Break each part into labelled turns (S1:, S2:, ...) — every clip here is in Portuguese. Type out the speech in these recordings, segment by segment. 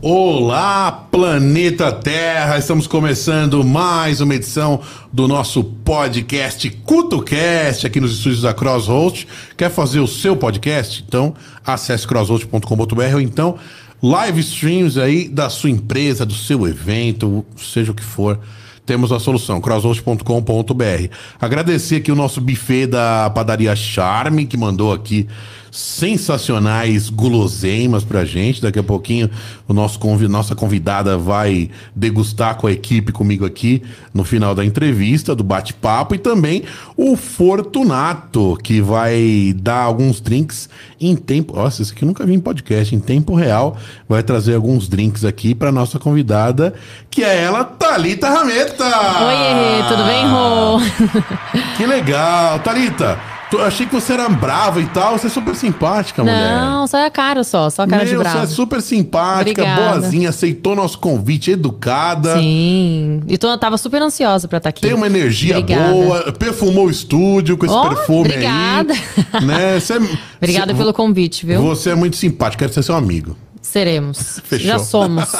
S1: Olá, planeta Terra! Estamos começando mais uma edição do nosso podcast CutoCast aqui nos estúdios da Crosshost. Quer fazer o seu podcast? Então acesse crosshost.com.br ou então live streams aí da sua empresa, do seu evento, seja o que for. Temos a solução, crosshost.com.br. Agradecer aqui o nosso buffet da padaria Charme, que mandou aqui sensacionais guloseimas pra gente. Daqui a pouquinho, o nosso convi nossa convidada vai degustar com a equipe comigo aqui no final da entrevista, do bate-papo. E também o Fortunato, que vai dar alguns drinks em tempo. Nossa, isso aqui eu nunca vi em podcast. Em tempo real, vai trazer alguns drinks aqui pra nossa convidada, que é ela, Thalita Rameta.
S2: Oi, tudo bem, Rô?
S1: Que legal, Thalita. Eu achei que você era brava e tal. Você é super simpática,
S2: não,
S1: mulher.
S2: Não, só é cara só, só cara
S1: Meu,
S2: de brava.
S1: Você é super simpática,
S2: Obrigada.
S1: boazinha, aceitou nosso convite, educada.
S2: Sim. E tô, eu tava super ansiosa pra estar aqui.
S1: Tem uma energia
S2: Obrigada.
S1: boa, perfumou o estúdio com esse
S2: Ó,
S1: perfume
S2: obrigada.
S1: aí. Né? Você é-
S2: Obrigada
S1: você-
S2: pelo convite, viu?
S1: Você é muito simpático, quero ser seu amigo.
S2: Seremos.
S1: Fechou.
S2: Já somos.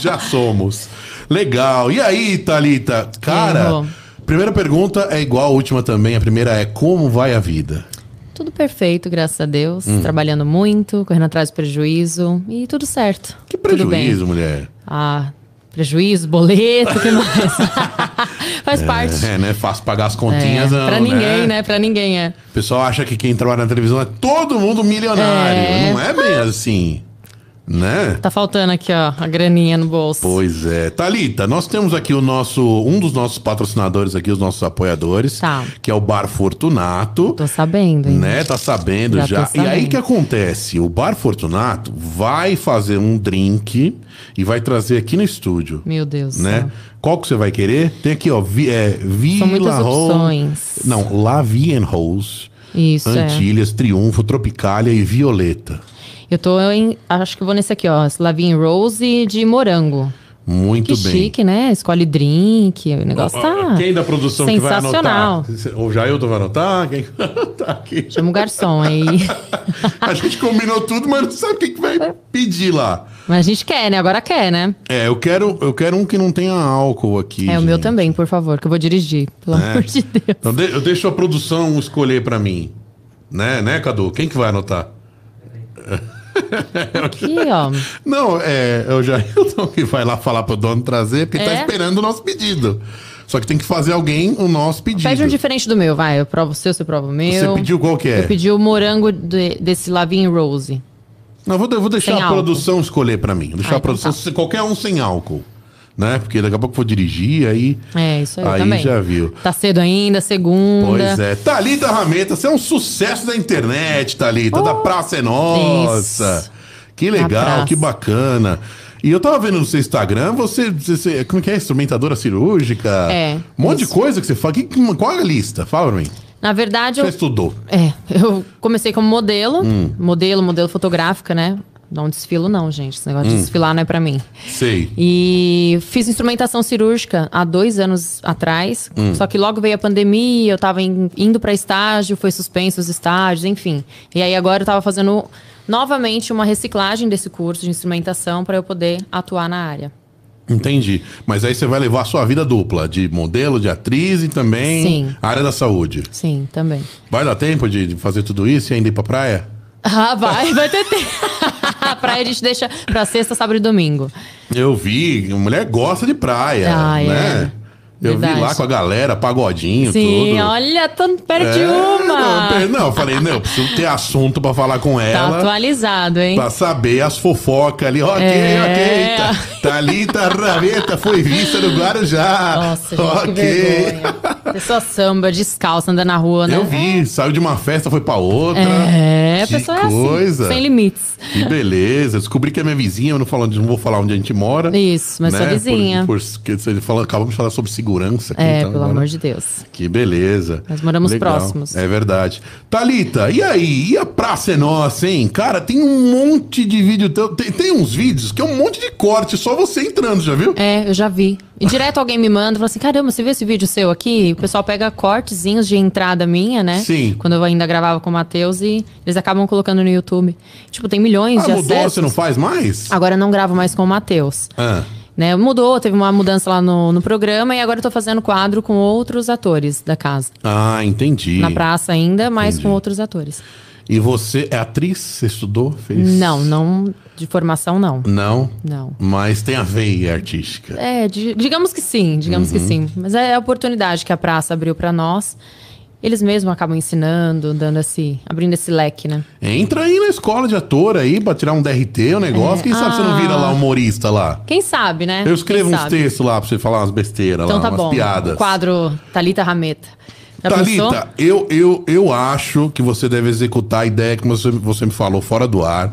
S1: Já somos. Legal. E aí, Thalita? Cara,
S2: Errou.
S1: primeira pergunta é igual a última também. A primeira é: como vai a vida?
S2: tudo perfeito, graças a Deus.
S1: Hum.
S2: Trabalhando muito, correndo atrás do prejuízo. E tudo certo.
S1: Que
S2: Tudo bem.
S1: prejuízo, mulher.
S2: Ah, prejuízo, boleto, que mais? Faz parte.
S1: É, né? Fácil pagar as
S2: É,
S1: continhas, não.
S2: pra ninguém, né? Pra ninguém, é.
S1: O pessoal acha que quem trabalha na televisão é todo mundo milionário.
S2: É.
S1: Não é bem assim, né?
S2: Tá faltando aqui, ó, a graninha no bolso.
S1: Pois é. Thalita, nós temos aqui o nosso, um dos nossos patrocinadores aqui, os nossos apoiadores,
S2: Tá.
S1: que é o Bar Fortunato.
S2: Tô sabendo, hein?
S1: Né, tá sabendo
S2: Já
S1: já.
S2: tô
S1: E aí
S2: sabendo.
S1: que acontece? O Bar Fortunato vai fazer um drink e vai trazer aqui no estúdio,
S2: Meu Deus. do
S1: né?
S2: céu.
S1: Qual que você vai querer? Tem aqui, ó, vi, é, Vila
S2: muitas
S1: Rose-
S2: opções.
S1: Não, La Rose.
S2: Isso, é.
S1: Antilhas, Triunfo, Tropicália e Violeta.
S2: Eu tô em. Acho que vou nesse aqui, ó. Lavin Rose de morango.
S1: Muito
S2: Que
S1: bem.
S2: chique, né? Escolhe drink. O negócio tá.
S1: Quem da produção que vai
S2: sensacional.
S1: anotar? Ou já eu tô vai anotar? Quem tá aqui?
S2: Chama o garçom aí.
S1: A gente combinou tudo, mas não sabe o que que vai pedir lá.
S2: Mas a gente quer, né? Agora quer, né?
S1: É, eu quero, eu quero um que não tenha álcool aqui.
S2: É o meu
S1: gente.
S2: também, por favor, que eu vou dirigir. Pelo amor de Deus.
S1: Então, de- eu deixo a produção escolher pra mim. Né, né, Cadu? Quem que vai anotar?
S2: Aqui, ó.
S1: Não, é, é o Jailton que vai lá falar pro dono trazer, porque tá
S2: É?
S1: esperando o nosso pedido. Só que tem que fazer alguém o nosso pedido.
S2: Pede um diferente do meu, vai. Eu provo o seu, você prova o meu.
S1: Você pediu qual que é?
S2: Eu pedi o morango de- desse Lavin Rose.
S1: Não, eu vou, eu vou deixar
S2: Sem
S1: a
S2: álcool.
S1: produção escolher pra mim. Vou Deixar
S2: Ah,
S1: a produção,
S2: então
S1: se- qualquer um sem álcool. Né? Porque daqui a pouco eu vou dirigir, aí.
S2: É, isso aí,
S1: Aí
S2: também.
S1: já viu.
S2: Tá cedo ainda, segunda.
S1: Pois é. Thalita Rameta, você é um sucesso da internet, Thalita. da Praça é Nossa.
S2: Oh, isso.
S1: Que
S2: praça.
S1: legal, que bacana. E eu tava vendo no seu Instagram, você. você- você- como que é? Instrumentadora cirúrgica?
S2: É,
S1: Um monte
S2: isso.
S1: de coisa que você fala. Que- que- qual é a lista? Fala pra mim.
S2: Na verdade,
S1: Você
S2: eu
S1: estudou.
S2: É, eu comecei como modelo, modelo, modelo fotográfica, né? Não desfilo não, gente. Esse negócio de desfilar não é pra mim.
S1: Sei.
S2: E fiz instrumentação cirúrgica há dois anos atrás. Só que logo veio a pandemia, eu tava em- indo pra estágio, foi suspenso os estágios, enfim. E aí agora eu tava fazendo novamente uma reciclagem desse curso de instrumentação pra eu poder atuar na área.
S1: Entendi. Mas aí você vai levar a sua vida dupla, de modelo, de atriz e também
S2: Sim.
S1: a área da saúde.
S2: Sim, também.
S1: Vai dar tempo de de fazer tudo isso e ainda ir pra praia?
S2: Ah, vai, vai ter tempo. a praia a gente deixa pra sexta, sábado e domingo.
S1: Eu vi, mulher gosta de praia,
S2: Ah, é.
S1: né? Eu
S2: Verdade.
S1: vi lá com a galera, pagodinho,
S2: Sim,
S1: tudo.
S2: olha, tô perto de
S1: É,
S2: uma.
S1: Não, per- não, eu falei, não, eu preciso ter assunto pra falar com
S2: Tá
S1: ela. Tá
S2: atualizado, hein?
S1: Pra saber as fofocas ali, ok,
S2: É.
S1: ok. Ta- Thalita Raveta foi vista no Guarujá.
S2: Nossa, gente, que vergonha. Pessoa samba, descalça, andando na rua, né?
S1: Eu vi, saiu de uma festa, foi pra outra.
S2: É, a
S1: que
S2: pessoa
S1: coisa.
S2: é assim, sem limites.
S1: Que beleza. Descobri que é minha vizinha, eu não, falo, onde- não vou falar onde a gente mora.
S2: Isso, mas
S1: né?
S2: sua vizinha.
S1: Por, porque você fala, acabamos de falar sobre segurança aqui.
S2: é,
S1: então
S2: pelo
S1: agora-
S2: amor de Deus.
S1: Que beleza.
S2: Nós moramos próximos.
S1: É verdade. Thalita, e aí? E a praça é nossa, hein? Cara, tem um monte de vídeo teu. Tem, tem uns vídeos que é um monte de corte, só você entrando, já viu?
S2: É, eu já vi. E direto alguém me manda, fala assim, caramba, você viu esse vídeo seu aqui? O pessoal pega cortezinhos de entrada minha, né?
S1: Sim.
S2: Quando eu ainda gravava com o Matheus e eles acabam colocando no YouTube. Tipo, tem milhões
S1: ah,
S2: de
S1: mudou?
S2: acessos. Ah.
S1: Você não faz mais?
S2: Agora eu não gravo mais com o Matheus.
S1: Ah,
S2: né? Mudou, teve uma mudança lá no, no programa e agora eu tô fazendo quadro com outros atores da casa.
S1: Ah, entendi.
S2: Na praça ainda, mas com outros atores.
S1: E você é atriz? Você estudou? Fez?
S2: Não, não de formação, não.
S1: Não?
S2: Não.
S1: Mas tem a veia artística.
S2: É, di- digamos que sim, digamos que
S1: Uhum.
S2: sim. Mas é a oportunidade que a praça abriu para nós. Eles mesmos acabam ensinando, dando esse, abrindo esse leque, né?
S1: Entra aí na escola de ator aí pra tirar um DRT, um negócio. Quem sabe você não
S2: Ah.
S1: vira lá humorista lá?
S2: Quem sabe, né?
S1: Eu escrevo
S2: Quem
S1: uns
S2: sabe?
S1: textos lá pra você falar umas besteiras
S2: Então
S1: lá,
S2: tá
S1: umas
S2: bom.
S1: piadas.
S2: O quadro Thalita Rameta. Já pensou?
S1: Thalita, eu, eu, eu acho que você deve executar a ideia que você, você me falou fora do ar,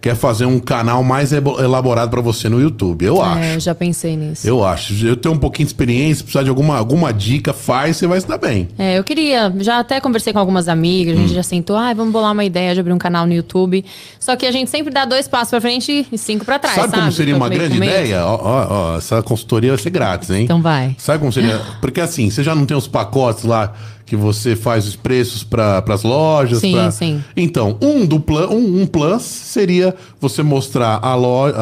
S1: que é fazer um canal mais ebo- elaborado pra você no YouTube. Eu
S2: É, eu
S1: acho.
S2: já pensei nisso.
S1: Eu acho. Eu tenho um pouquinho de experiência, se precisar de alguma, alguma dica, faz, você vai se dar bem.
S2: É, eu queria, já até conversei com algumas amigas, a
S1: Hum.
S2: gente já sentou, ah, vamos bolar uma ideia de abrir um canal no YouTube. Só que a gente sempre dá dois passos pra frente e cinco pra trás,
S1: sabe,
S2: sabe?
S1: como seria
S2: Tô
S1: uma
S2: meio com
S1: grande
S2: medo.
S1: ideia? Ó, ó, ó, essa consultoria vai ser grátis, hein?
S2: Então vai.
S1: Sabe como seria? Porque assim, você já não tem os pacotes lá que você faz os preços para as lojas?
S2: Sim,
S1: pra-
S2: sim.
S1: Então, um, do plan, um, um plus seria você mostrar a loja.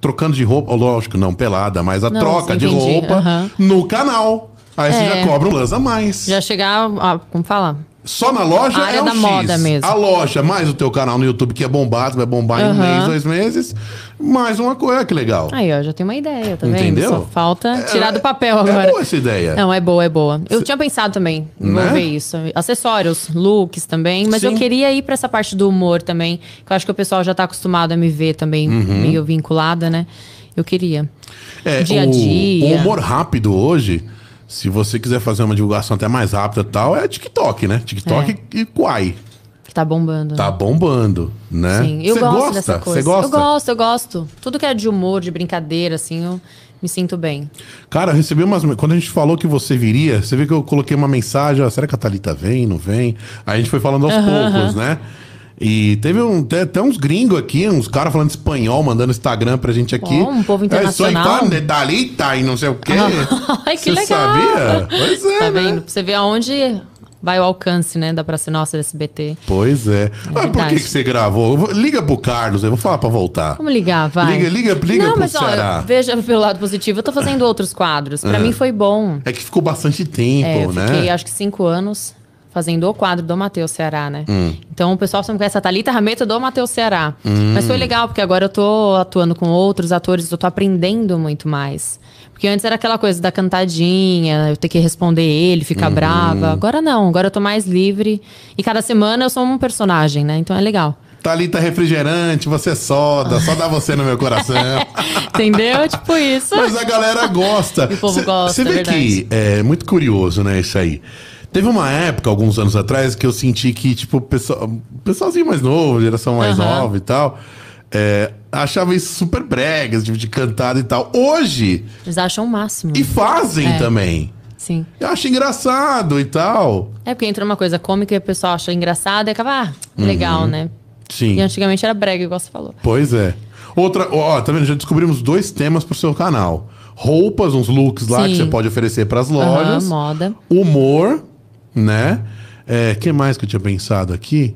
S1: trocando de roupa, lógico, não pelada, mas a
S2: Não,
S1: troca
S2: sim,
S1: de
S2: entendi,
S1: roupa
S2: aham.
S1: no canal. Aí você
S2: É.
S1: já cobra um plus a mais.
S2: Já chegar, ah, como fala?
S1: Só na loja
S2: A área
S1: é um
S2: da
S1: X.
S2: moda mesmo.
S1: A loja, mais o teu canal no YouTube, que é bombado, vai bombar em um
S2: Aham.
S1: mês, dois meses. Mais uma coisa, que legal.
S2: Aí, ó, já tem uma ideia, tá
S1: Entendeu?
S2: vendo? Só falta tirar do papel
S1: É
S2: agora.
S1: boa essa ideia.
S2: Não, é boa, é boa. Eu tinha pensado também em
S1: Né?
S2: envolver isso. Acessórios, looks também, mas
S1: Sim.
S2: eu queria ir pra essa parte do humor também, que eu acho que o pessoal já tá acostumado a me ver também
S1: Uhum.
S2: meio vinculada, né? Eu queria.
S1: É,
S2: Dia a
S1: o,
S2: dia.
S1: o humor rápido hoje, se você quiser fazer uma divulgação até mais rápida e tal, é TikTok, né? Tiktok
S2: É.
S1: e Quai.
S2: Que tá bombando.
S1: Tá bombando, né?
S2: Sim, eu
S1: Você
S2: gosto
S1: gosta?
S2: dessa coisa.
S1: Você gosta?
S2: Eu gosto, eu gosto. Tudo que é de humor, de brincadeira, assim, eu me sinto bem.
S1: Cara, eu recebi umas. Quando a gente falou que você viria, você viu que eu coloquei uma mensagem: ó, será que a Thalita vem? Não vem? Aí a gente foi falando aos poucos, né? E teve um, te- até uns gringos aqui, uns caras falando espanhol, mandando Instagram pra gente aqui.
S2: Ó, um povo
S1: É,
S2: internacional.
S1: sou de Thalita e não sei o quê.
S2: Ai, que
S1: Você
S2: legal.
S1: sabia? Pois é,
S2: Tá
S1: né?
S2: vendo? Pra você ver aonde vai o alcance, né, da Praça Nossa do SBT.
S1: Pois é. Mas por que,
S2: verdade.
S1: que você gravou? Eu vou- Liga pro Carlos, eu vou falar pra voltar.
S2: Vamos ligar, vai.
S1: Liga- liga- liga
S2: Não,
S1: pro
S2: mas
S1: Ceará.
S2: ó, veja pelo lado positivo, eu tô fazendo outros quadros. Pra mim foi bom.
S1: É que ficou bastante tempo,
S2: É, eu
S1: né?
S2: fiquei acho que cinco anos fazendo o quadro do Matheus Ceará, né?
S1: Hum.
S2: Então o pessoal sempre conhece a Thalita Rameta do Matheus Ceará. Mas
S1: Hum.
S2: foi legal, porque agora eu tô atuando com outros atores, eu tô aprendendo muito mais. Porque antes era aquela coisa da cantadinha, eu ter que responder ele, ficar
S1: Uhum.
S2: brava. Agora não, agora eu tô mais livre. E cada semana eu sou um personagem, né? Então é legal.
S1: Thalita refrigerante, você é soda, só dá você no meu coração.
S2: Entendeu? tipo isso.
S1: Mas a galera gosta.
S2: E o povo gosta,
S1: Você
S2: é
S1: vê
S2: verdade.
S1: que é muito curioso, né, isso aí. Teve uma época, alguns anos atrás, que eu senti que, tipo, o pessoal, pessoalzinho mais novo, geração mais
S2: Aham.
S1: nova e tal, é, achava isso super bregas, tipo, de cantada e tal. Hoje,
S2: Eles acham o máximo.
S1: e fazem
S2: É.
S1: também.
S2: Sim.
S1: Eu acho engraçado e tal.
S2: É porque entra uma coisa cômica e o pessoal acha engraçado e acaba, ah, legal, né?
S1: Uhum. Sim.
S2: E antigamente era brega, igual você falou.
S1: Pois é. Outra, ó, tá vendo? Já descobrimos dois temas pro seu canal. Roupas, uns looks lá
S2: Sim.
S1: que você pode oferecer pras lojas.
S2: Aham, moda.
S1: Humor, né? É, que mais que eu tinha pensado aqui?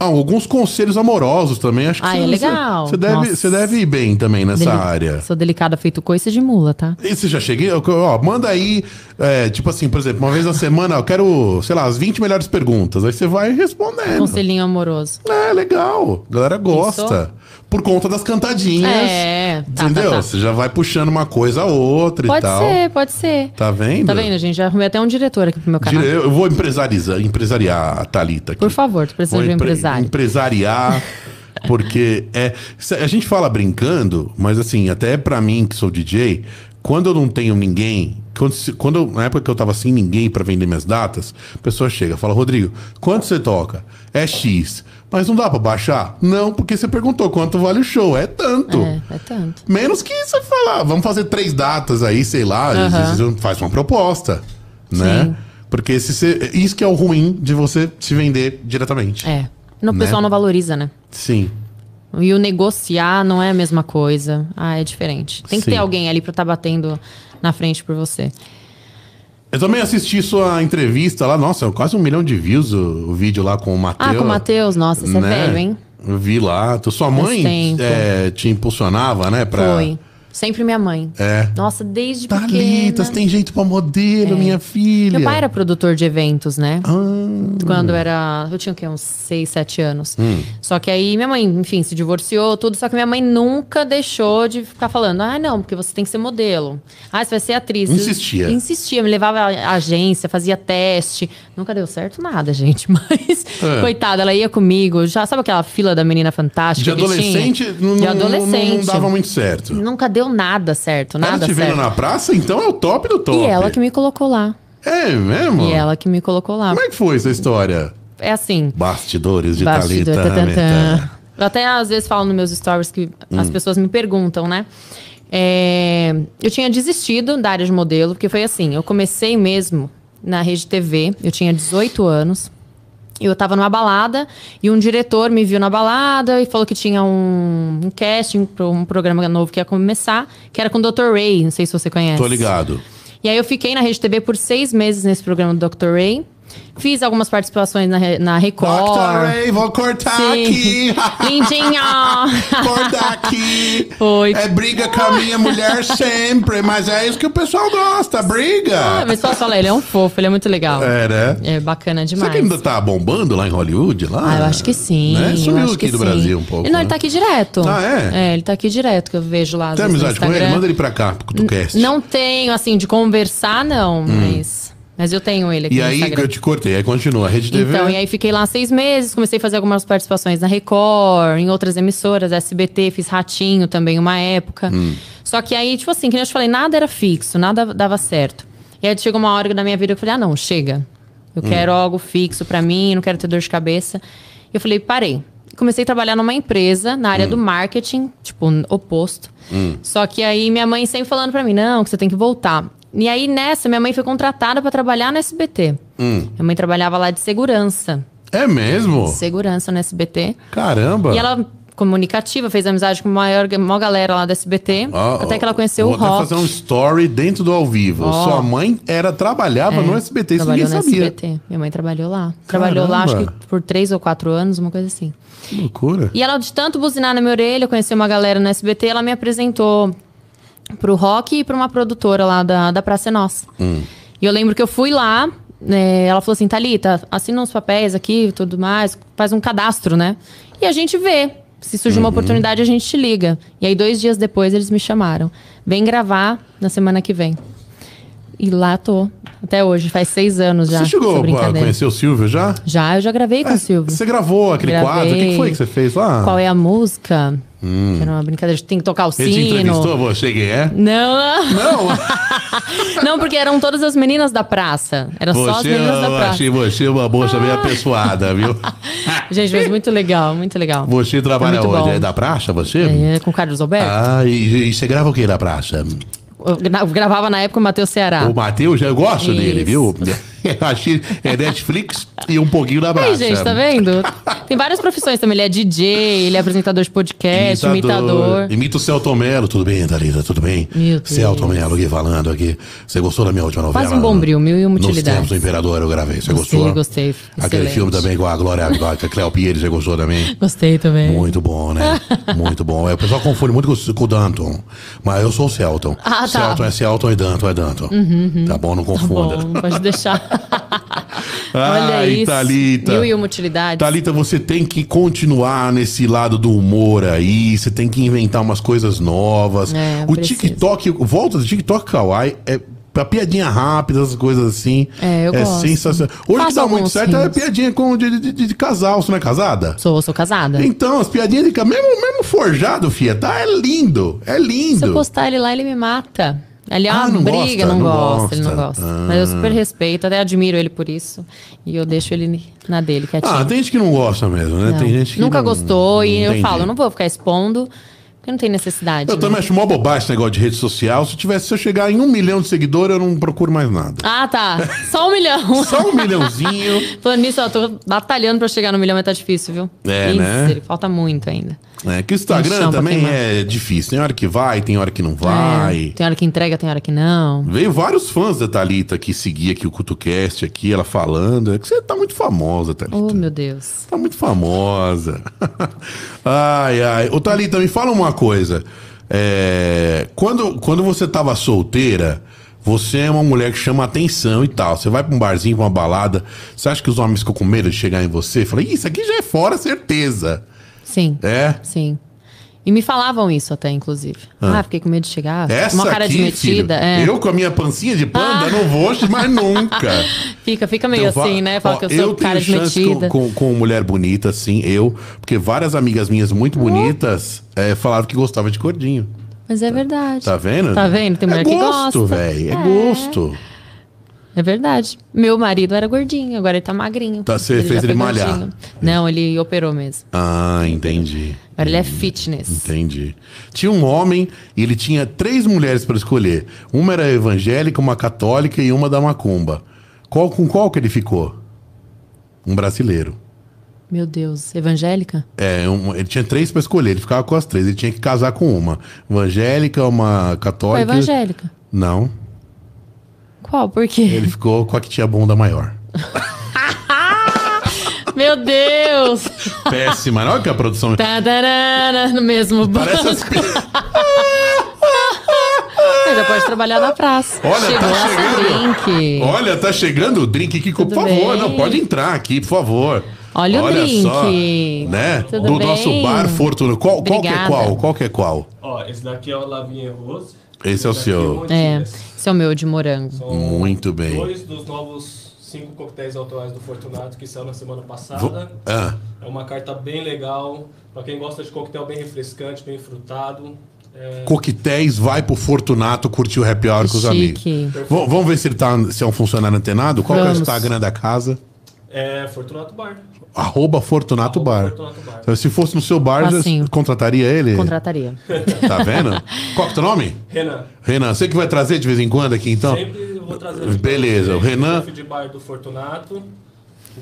S1: Ah, alguns conselhos amorosos também, acho que
S2: Ah,
S1: você,
S2: é legal.
S1: você, você deve,
S2: Nossa.
S1: você deve ir bem também nessa
S2: Deli-
S1: área.
S2: Sou delicada feito coice de mula, tá?
S1: E você já cheguei? Ó, ó, manda aí, é, tipo assim, por exemplo, uma vez na semana, eu quero, sei lá, as 20 melhores perguntas. Aí você vai respondendo.
S2: Conselhinho Um amoroso.
S1: É, legal. A galera gosta. Por conta das cantadinhas.
S2: É, tá,
S1: entendeu?
S2: tá, tá.
S1: Você já vai puxando uma coisa a outra e
S2: Pode
S1: tal.
S2: ser, pode ser.
S1: Tá vendo?
S2: Tá vendo, gente? Já arrumei até um diretor aqui pro meu canal.
S1: Dire- Eu vou empresarizar, empresariar a Thalita aqui.
S2: né? Por favor, tu precisa
S1: Vou
S2: de um
S1: empre-
S2: empresário.
S1: Empresariar, porque é. se- A gente fala brincando, mas assim, até pra mim que sou DJ, quando eu não tenho ninguém. Quando, se- quando eu- na época que eu tava sem ninguém pra vender minhas datas, a pessoa chega fala: Rodrigo, quanto você toca? É X. Mas não dá pra baixar? Não, porque você perguntou quanto vale o show. É tanto.
S2: É, é tanto.
S1: Menos que você falar, vamos fazer três datas aí, sei lá, às
S2: Aham.
S1: vezes faz uma proposta, né?
S2: Sim.
S1: Porque se você- isso que é o ruim de você se vender diretamente.
S2: É. Não, O
S1: Né?
S2: pessoal não valoriza, né?
S1: Sim.
S2: E o negociar não é a mesma coisa. Ah, é diferente. Tem que
S1: Sim.
S2: ter alguém ali pra estar batendo na frente por você.
S1: Eu também assisti sua entrevista lá, nossa, quase um milhão de views o, o vídeo lá com o Matheus. né?
S2: Ah, com o Matheus, nossa, isso é velho, hein?
S1: Eu vi lá. Tu- Sua
S2: Faz
S1: mãe
S2: tempo.
S1: é, te impulsionava, né? Pra...
S2: Foi. Sempre minha mãe.
S1: É.
S2: Nossa, desde pequena. É.
S1: Thalitas, tem jeito pra modelo, minha filha.
S2: Meu pai era produtor de eventos, né?
S1: é. Ah,
S2: Quando era. Eu tinha o quê? Uns 6, 7 anos.
S1: Hum.
S2: Só que aí minha mãe, enfim, se divorciou, tudo. Só que minha mãe nunca deixou de ficar falando: ah, não, porque você tem que ser modelo. Ah, você vai ser atriz.
S1: Insistia.
S2: Insistia, me levava à agência, fazia teste. Nunca deu certo nada, gente. Mas,
S1: É.
S2: coitada, ela ia comigo. Já sabe aquela fila da menina fantástica?
S1: de
S2: que tinha?
S1: adolescente, não,
S2: De
S1: não- não-
S2: adolescente.
S1: não dava muito certo.
S2: Nunca deu nada certo,
S1: ela
S2: nada
S1: Tá te vendo
S2: certo.
S1: na praça, então é o top do top.
S2: E ela que me colocou lá.
S1: É mesmo?
S2: E ela que me colocou lá.
S1: Como é que foi essa história?
S2: É assim.
S1: Bastidores de tá né,
S2: Bastidor,
S1: Thalita
S2: tantã.
S1: Metana.
S2: Eu até às vezes falo nos meus stories que
S1: Hum.
S2: as pessoas me perguntam, né? É, eu tinha desistido da área de modelo, porque foi assim, eu comecei mesmo na rede TV, eu tinha 18 anos. E Eu tava numa balada e um diretor me viu na balada e falou que tinha um, um casting para um programa novo que ia começar, que era com o Dr. Ray, não sei se você conhece.
S1: Tô ligado.
S2: E aí eu fiquei na Rede TV por seis meses nesse programa do Dr. Ray. Fiz algumas participações na, Re- na Record.
S1: Dr. Ray, vou cortar
S2: Sim.
S1: aqui.
S2: Lindinho!
S1: Corta aqui.
S2: Foi.
S1: É briga com a minha mulher sempre, mas é isso que o pessoal gosta, briga.
S2: Ah, Mas posso falar, ele é um fofo, ele é muito legal. É,
S1: É, né?
S2: bacana
S1: Será
S2: demais.
S1: que ainda tá bombando lá em Hollywood? Lá?
S2: Ah, eu acho que sim.
S1: Né?
S2: eu
S1: Sumiu
S2: acho
S1: aqui
S2: que
S1: do
S2: sim.
S1: Brasil um pouco.
S2: Não, ele
S1: né?
S2: tá aqui direto.
S1: Ah, é?
S2: É, ele tá aqui direto, que eu vejo lá. às
S1: Tem
S2: vezes, no
S1: amizade com ele?
S2: Instagram.
S1: Manda ele pra cá, cutucast.
S2: Não tenho, assim, de conversar, não, mas. Mas eu tenho ele aqui
S1: Hum. E
S2: no
S1: aí,
S2: Instagram.
S1: eu te cortei, aí continua. A Rede TV.
S2: Então, e aí fiquei lá seis meses, comecei a fazer algumas participações na Record, em outras emissoras, SBT, fiz Ratinho também uma época. Só que aí, tipo assim, que nem eu te falei, nada era fixo, nada dava certo. E aí chegou uma hora da minha vida que eu falei, ah não, chega. Eu quero algo fixo pra mim, não quero ter dor de cabeça. E eu falei, parei. Comecei a trabalhar numa empresa na área do marketing, tipo, n- oposto. Só que aí minha mãe sempre falando pra mim, não, que você tem que voltar. E aí nessa, minha mãe foi contratada pra trabalhar na SBT.
S1: Hum.
S2: Minha mãe trabalhava lá de segurança.
S1: É mesmo?
S2: Segurança no SBT.
S1: Caramba.
S2: E ela, comunicativa, fez amizade com a maior, maior galera lá do SBT.
S1: Ah, Ó,
S2: até que ela
S1: ó,
S2: conheceu
S1: vou
S2: o Rock.
S1: até fazer um story dentro do ao vivo.
S2: Ó. É,
S1: Sua mãe era trabalhava no SBT, isso ninguém
S2: Trabalhou no
S1: sabia.
S2: SBT. Minha mãe trabalhou lá. Trabalhou lá, acho
S1: Caramba.
S2: que por três ou quatro anos, uma coisa assim.
S1: Que loucura.
S2: E ela, de tanto buzinar na minha orelha, eu conheci uma galera no SBT, ela me apresentou pro rock e pra uma produtora lá da, da Praça é Nossa.
S1: Hum.
S2: E eu lembro que eu fui lá, né, ela falou assim, Thalita, assina uns papéis aqui e tudo mais, faz um cadastro, né? E a gente vê. Se surgir
S1: Uhum.
S2: uma oportunidade, a gente te liga. E aí, dois dias depois, eles me chamaram. Vem gravar na semana que vem. E lá tô. Até hoje, faz seis anos já.
S1: Você
S2: essa
S1: chegou a
S2: brincadeira.
S1: conhecer É, o Silvio já?
S2: Já, eu já gravei com o Silvio.
S1: Você gravou aquele
S2: Gravei.
S1: quadro? O que que foi que você fez lá?
S2: Qual é a música? Que era uma brincadeira, de tem que tocar o
S1: Hum. Ele te
S2: sino.
S1: entrevistou? Vou, cheguei, é?
S2: Não,
S1: Não!
S2: não, porque eram todas as meninas da praça. Eram só as
S1: Você,
S2: meninas da
S1: eu
S2: praça. Ah.
S1: achei você uma moça bem apessoada, viu?
S2: Gente, mas muito legal, muito legal.
S1: Você trabalha
S2: muito
S1: hoje,
S2: bom.
S1: é da praça, você?
S2: É, com o Carlos Alberto.
S1: Ah, e, e você grava o que da praça? Ah.
S2: Eu gra- gravava na época o Matheus Ceará.
S1: O Matheus, eu gosto
S2: Ah. Isso.
S1: dele, viu? Eu achei é Netflix e um pouquinho da praça.
S2: Aí, gente, tá vendo? Tem várias profissões também. Ele é DJ, ele é apresentador de podcast, É, imitador.
S1: Imita o Celton Mello. Tudo bem, Thalita? Tudo bem?
S2: Meu Deus.
S1: Celton Mello aqui falando aqui. Você gostou da minha última novela?
S2: Quase um bombril, mil e uma
S1: Nos
S2: utilidades.
S1: tempos do Imperador eu gravei. Você
S2: Gostei,
S1: gostou?
S2: gostei.
S1: Aquele
S2: Excelente.
S1: filme também com a Glória, com a Cleo Pires, você gostou também?
S2: Gostei também.
S1: Muito bom, né? Muito bom. É, O pessoal confunde muito com, o- com o Danton. Mas eu sou o Celton.
S2: Ah, tá. Uhum,
S1: Celton é Celton e Danton é Danton. Tá bom? Não confunda.
S2: Bom, pode deixar. Olha
S1: Ai,
S2: isso.
S1: Thalita.
S2: Mil e uma utilidades.
S1: Thalita, você tem que continuar nesse lado do humor aí, você tem que inventar umas coisas novas.
S2: É,
S1: o
S2: preciso.
S1: TikTok, volta do TikTok Kawaii, é pra piadinha rápida, essas coisas assim.
S2: É, eu
S1: É
S2: gosto.
S1: sensacional. Hoje
S2: Faço
S1: que dá muito
S2: alguns
S1: certo é
S2: rios.
S1: piadinha com, de, de- de- de casal, você não é casada?
S2: Sou, sou casada.
S1: Então, as piadinhas de casal, mesmo, mesmo forjado, fia, tá? É lindo, é
S2: Se eu
S1: lindo.
S2: postar ele lá, ele me mata. Ali é
S1: Ah,
S2: uma
S1: não gosta,
S2: briga, não,
S1: não
S2: gosta,
S1: gosta.
S2: ele não gosta.
S1: Ah.
S2: Mas eu super respeito, até admiro ele por isso. E eu deixo ele na dele, quietinho.
S1: Ah, tem gente que não gosta mesmo, né?
S2: Não.
S1: Tem gente que
S2: Nunca
S1: não-
S2: gostou, e eu
S1: Entendi.
S2: falo, não vou ficar expondo, porque não tem necessidade.
S1: Eu
S2: né?
S1: também acho mó bobagem esse negócio de rede social. Se, tivesse, se eu chegar em um milhão de seguidores, eu não procuro mais nada.
S2: Ah, tá. Só um milhão.
S1: Só um milhãozinho.
S2: Falando nisso, eu tô batalhando pra chegar no milhão, mas tá difícil, viu?
S1: É, né?
S2: Misericórdia, Falta muito ainda.
S1: É, que o
S2: Tem
S1: Instagram
S2: chão pra
S1: também
S2: queimar.
S1: é difícil. Tem hora que vai, tem hora que não vai.
S2: É, tem hora que entrega, tem hora que não.
S1: Veio vários fãs da Thalita que seguia aqui o CutoCast aqui, ela falando. É que você tá muito famosa, Thalita.
S2: Oh, meu Deus.
S1: Tá muito famosa. ai, ai. Ô, Thalita, me fala uma coisa. É, quando, quando você tava solteira, você é uma mulher que chama atenção e tal. Você vai pra um barzinho, pra uma balada, você acha que os homens ficam com medo de chegar em você? Fala, "Ih, isso aqui já é fora, certeza.
S2: Sim.
S1: É?
S2: Sim. E me falavam isso até, inclusive. Ah, fiquei com medo de chegar.
S1: Essa
S2: uma cara
S1: aqui,
S2: de metida.
S1: filho,
S2: é.
S1: Eu com a minha pancinha de panda não vou mais nunca.
S2: Fica, fica meio
S1: Então,
S2: assim,
S1: va-
S2: né? Fala
S1: ó,
S2: que eu sou
S1: tenho
S2: cara de
S1: chance
S2: metida.
S1: Com, com, com mulher bonita, assim, eu. Porque várias amigas minhas muito bonitas eh, falaram que gostava de gordinho.
S2: Mas é verdade.
S1: Tá vendo?
S2: Tá vendo? Tem mulher
S1: é
S2: que
S1: gosto,
S2: gosta.
S1: velho. É, gosto.
S2: É verdade. Meu marido era gordinho, agora ele tá magrinho.
S1: Tá, você
S2: já
S1: fez ele
S2: foi
S1: malhar. É.
S2: gordinho. Não, ele operou mesmo.
S1: Ah, entendi.
S2: Agora ele é fitness.
S1: Hum, Entendi. Tinha um homem e ele tinha três mulheres pra escolher. Uma era evangélica, uma católica e uma da macumba. Qual, com qual que ele ficou? Um brasileiro.
S2: Meu Deus, evangélica?
S1: É, um- ele tinha três pra escolher, ele ficava com as três, ele tinha que casar com uma. Evangélica, uma
S2: Qual
S1: católica.
S2: evangélica?
S1: Não.
S2: Qual? Por quê?
S1: Ele ficou com a que tinha bunda maior.
S2: Meu Deus!
S1: Péssima, não é que a produção.
S2: Tá Tadarana, tá, no mesmo banco.
S1: Parece as... pi-
S2: Ainda pode trabalhar na praça.
S1: Olha, tá
S2: Chegou nosso
S1: chegando.
S2: drink.
S1: Olha, tá chegando o drink aqui, por
S2: Tudo
S1: favor.
S2: bem?
S1: Não, pode entrar aqui, por favor.
S2: Olha o drink.
S1: né?
S2: Tudo
S1: Do
S2: bem?
S1: nosso bar Fortuna. Qual, qual que é
S2: Obrigada.
S1: qual? Qual que é qual?
S3: Ó, esse daqui é o Lavinha Rose.
S1: Esse é o
S3: daqui
S1: seu.
S2: É,
S3: Montidas.
S2: esse é o meu de morango.
S3: São
S1: Muito bem.
S3: Dois dos novos cinco coquetéis autorais do Fortunato que saiu na semana
S1: Vo-
S3: passada.
S1: Ah,
S3: É uma carta bem legal. Pra quem gosta de coquetel bem refrescante, bem frutado. É,
S1: coquetéis, vai pro Fortunato curtir o happy hour com os amigos.
S2: Chique.
S1: V- vamos ver se ele tá, se é um funcionário antenado. Qual que é o
S2: Vamos.
S1: Instagram da casa?
S3: é Fortunato Bar.
S1: Arroba Fortunato
S3: Arroba
S1: Bar. Então,
S3: Fortunato Bar.
S1: Se fosse no seu bar, já
S2: Facinho.
S1: contrataria ele?
S2: Contrataria.
S1: Tá vendo? Qual que é o teu nome?
S3: Renan,
S1: Renan, você que vai trazer de vez em quando aqui, então?
S3: sempre eu vou trazer.
S1: beleza, o Renan-
S3: chefe de bar do Fortunato.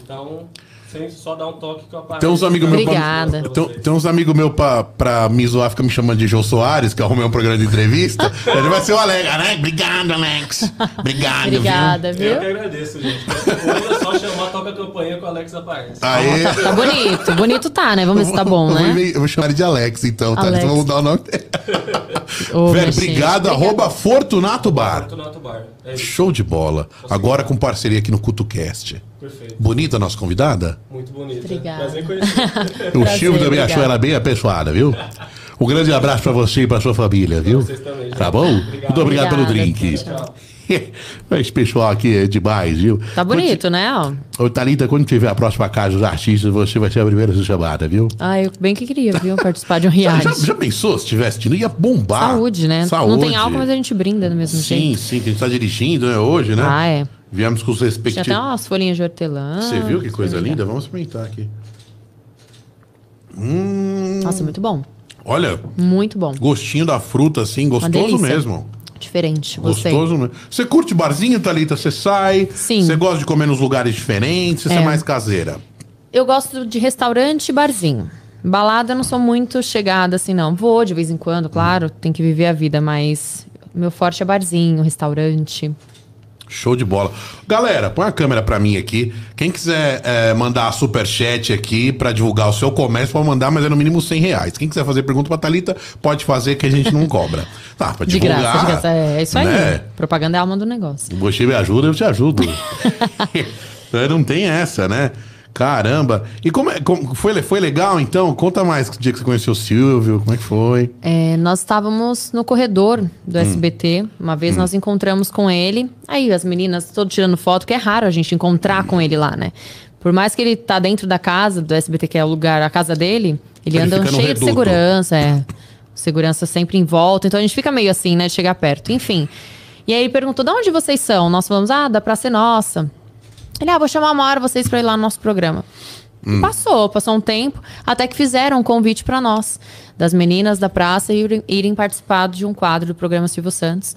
S3: Então, sem só dar um toque com a parada.
S1: Tem uns amigos meus.
S2: Obrigada.
S1: Pra, tem, um- tem uns amigos meus pra, pra me zoar, fica me chamando de João Soares, que arrumei um programa de entrevista. Ele vai ser o Alex. Alex, obrigado, Alex. Obrigado, viu?
S2: Obrigada,
S3: Eu
S2: viu?
S3: que agradeço, gente. Ou é só chamar, toca a campainha com o Alex aparece.
S1: Aê.
S2: Tá bonito. Bonito tá, né? Vamos ver se tá bom,
S1: Eu vou-
S2: né?
S1: Eu vou chamar ele de Alex, então, tá?
S2: Alex.
S1: Então vamos mudar o nome dele.
S2: Ô,
S1: Velho,
S2: minha gente,
S1: obrigado, arroba Fortunato Bar.
S3: Fortunato Bar. É isso,
S1: Show de bola. Agora com parceria aqui no CutoCast.
S3: perfeito.
S1: Bonita a nossa convidada?
S3: Muito bonito. né? é
S2: Obrigada.
S3: Prazer em conhecer.
S1: O
S2: Prazer,
S1: Silvio também
S2: obrigada.
S1: achou ela bem apessoada, viu? Um grande abraço pra você e pra sua família, viu?
S3: vocês também, gente.
S1: Tá bom?
S3: Obrigado.
S1: Muito obrigado pelo
S2: Obrigada.
S1: drink.
S3: Tchau.
S1: Esse pessoal aqui é demais, viu?
S2: Tá bonito, né? Ó.
S1: Ô, Thalita, quando tiver a próxima casa dos artistas, você vai ser a primeira a ser chamada, viu?
S2: Ah, eu bem que queria, viu? Participar de um
S1: Já, já,
S2: reality.
S1: já pensou se tivesse tido? Ia bombar.
S2: Saúde, né?
S1: Saúde.
S2: Não tem álcool, mas a gente brinda do mesmo jeito.
S1: Sim, sim, que a gente tá dirigindo, né? Hoje, né?
S2: Ah, é.
S1: Viemos com os
S2: Tinha até
S1: respectivos.
S2: umas folhinhas de hortelã.
S1: Você viu que coisa linda? Vamos experimentar aqui. Hum,
S2: Nossa, muito bom.
S1: olha,
S2: Muito bom.
S1: gostinho da fruta, assim, gostoso
S2: delícia.
S1: mesmo.
S2: Diferente. Gostei.
S1: Gostoso mesmo. Você curte barzinho, Thalita? Você sai?
S2: Sim.
S1: Você gosta de comer nos lugares diferentes? Você é,
S2: É.
S1: mais caseira?
S2: Eu gosto de restaurante e barzinho. Balada eu não sou muito chegada assim, não. Vou de vez em quando, claro, tem que viver a vida, mas meu forte é barzinho, restaurante.
S1: Show de bola. Galera, põe a câmera pra mim aqui. Quem quiser é, mandar superchat aqui pra divulgar o seu comércio, pode mandar, mas é no mínimo 100 reais. Quem quiser fazer pergunta pra Thalita, pode fazer que a gente não cobra. Tá, pra
S2: De
S1: divulgar.
S2: graça, de graça. É isso aí.
S1: né?
S2: Propaganda é a alma do negócio.
S1: Você me ajuda, eu te ajudo. É, Não tem essa, né? Caramba. E como, é, como- foi, foi legal, então? Conta mais o dia que você conheceu o Silvio, como é que foi?
S2: É, nós estávamos no corredor
S1: Hum.
S2: do SBT. Uma vez nós encontramos com ele. Aí as meninas todas tirando foto, que é raro a gente encontrar com ele lá, né? Por mais que ele tá dentro da casa do SBT, que é o lugar, a casa dele,
S1: Ele
S2: ele, anda
S1: fica no
S2: cheio de
S1: reduto.
S2: segurança, é. Segurança sempre em volta. Então a gente fica meio assim, né? De chegar perto. Enfim. E aí ele perguntou: de onde vocês são? Nós falamos: ah, da Praça é Nossa. Ele, ah, vou chamar uma hora vocês pra ir lá no nosso programa.
S1: Hum.
S2: E Passou, passou um tempo, até que fizeram um convite pra nós, das meninas da praça, irem, irem participar de um quadro do programa Silvio Santos.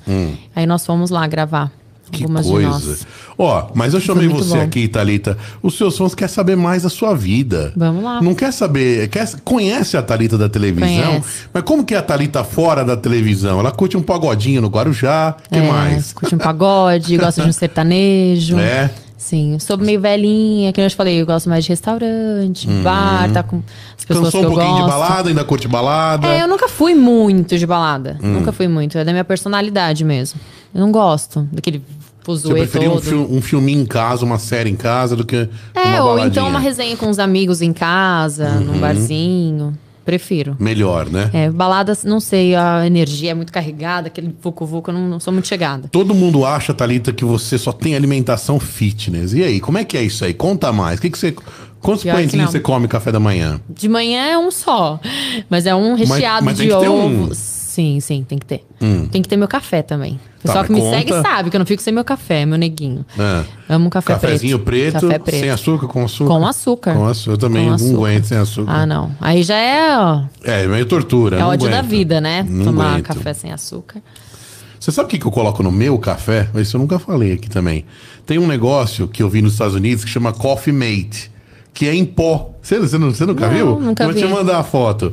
S2: Aí nós fomos lá gravar
S1: Hum. Que
S2: algumas de nós.
S1: coisa. Ó, mas eu chamei
S2: muito
S1: você
S2: bom.
S1: aqui, Thalita. Os seus fãs querem saber mais da sua vida.
S2: Vamos lá.
S1: Não quer saber. Quer, conhece a Thalita da televisão?
S2: Conhece.
S1: Mas como que é a Thalita fora da televisão? Ela curte um pagodinho no Guarujá. que
S2: É,
S1: mais?
S2: Curte um pagode, gosta de um sertanejo.
S1: É.
S2: Sim, eu sou meio velhinha, que eu já te falei, eu gosto mais de restaurante, bar, tá com as pessoas
S1: Hum. Cansou um
S2: que eu
S1: pouquinho
S2: gosto.
S1: de balada, ainda curte balada.
S2: É, eu nunca fui muito de balada.
S1: Hum.
S2: Nunca fui muito. É da minha personalidade mesmo. Eu não gosto daquele
S1: Você
S2: fuzuê
S1: preferia um,
S2: todo.
S1: fi um filminho em casa, uma série em casa, do que
S2: é,
S1: uma
S2: ou
S1: baladinha. Uhum.
S2: então uma resenha com os amigos em casa, num barzinho. Prefiro.
S1: Melhor, né?
S2: É, baladas, não sei, a energia é muito carregada, aquele vucu-vucu, eu não, não sou muito chegada.
S1: Todo mundo acha, Thalita, que você só tem alimentação fitness. E aí, como é que é isso aí? Conta mais. O que, que você. Quantos
S2: Pior que
S1: pãezinhos
S2: não.
S1: você come café da manhã?
S2: De manhã é um só, mas é um recheado
S1: mas tem
S2: de
S1: que ter um. Hum.
S2: ovos. Sim, sim, tem que ter. Tem que ter meu café também. O pessoal
S1: Tá, mas
S2: que me
S1: conta.
S2: segue sabe que eu não fico sem meu café, meu neguinho.
S1: É.
S2: Amo um café
S1: Cafezinho preto,
S2: preto. Café preto.
S1: sem açúcar, com açúcar.
S2: Com açúcar.
S1: Com açúcar. Eu também
S2: Com
S1: não
S2: açúcar.
S1: aguento sem açúcar.
S2: Ah, não. Aí já é, ó,
S1: É, meio tortura.
S2: é
S1: não
S2: ódio da
S1: aguento.
S2: vida, né?
S1: Não
S2: Tomar
S1: aguento.
S2: café sem açúcar.
S1: Você sabe o que, que eu coloco no meu café? Isso eu nunca falei aqui também. Tem um negócio que eu vi nos Estados Unidos que chama Coffee Mate, que é em pó. Você, você, não- você nunca
S2: Não,
S1: viu?
S2: nunca
S1: Vou
S2: vi.
S1: te mandar a foto.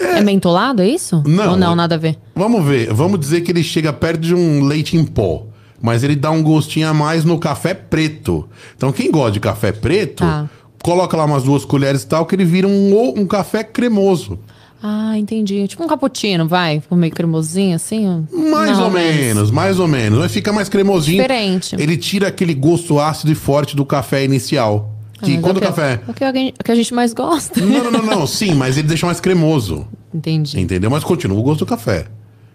S2: É, mentolado, é isso?
S1: Não.
S2: Ou não, nada a ver?
S1: Vamos ver, vamos dizer que ele chega perto de um leite em pó. Mas ele dá um gostinho a mais no café preto. Então, quem gosta de café preto,
S2: Tá.
S1: coloca lá umas duas colheres e tal, que ele vira um, o- um café cremoso.
S2: Ah, entendi. Tipo um cappuccino, vai? Ficou meio cremosinho assim? ó.
S1: Mais
S2: Não,
S1: ou
S2: mas-
S1: menos, mais ou menos. Mas fica mais cremosinho.
S2: Diferente.
S1: Ele tira aquele gosto ácido e forte do café inicial.
S2: Ah,
S1: Que
S2: mas é
S1: quando o
S2: que-
S1: café.
S2: é O que, alguém- é o que a gente mais gosta.
S1: Não, não, não, não. Sim, mas ele deixa mais cremoso.
S2: Entendi.
S1: Entendeu? Mas continua o gosto do café.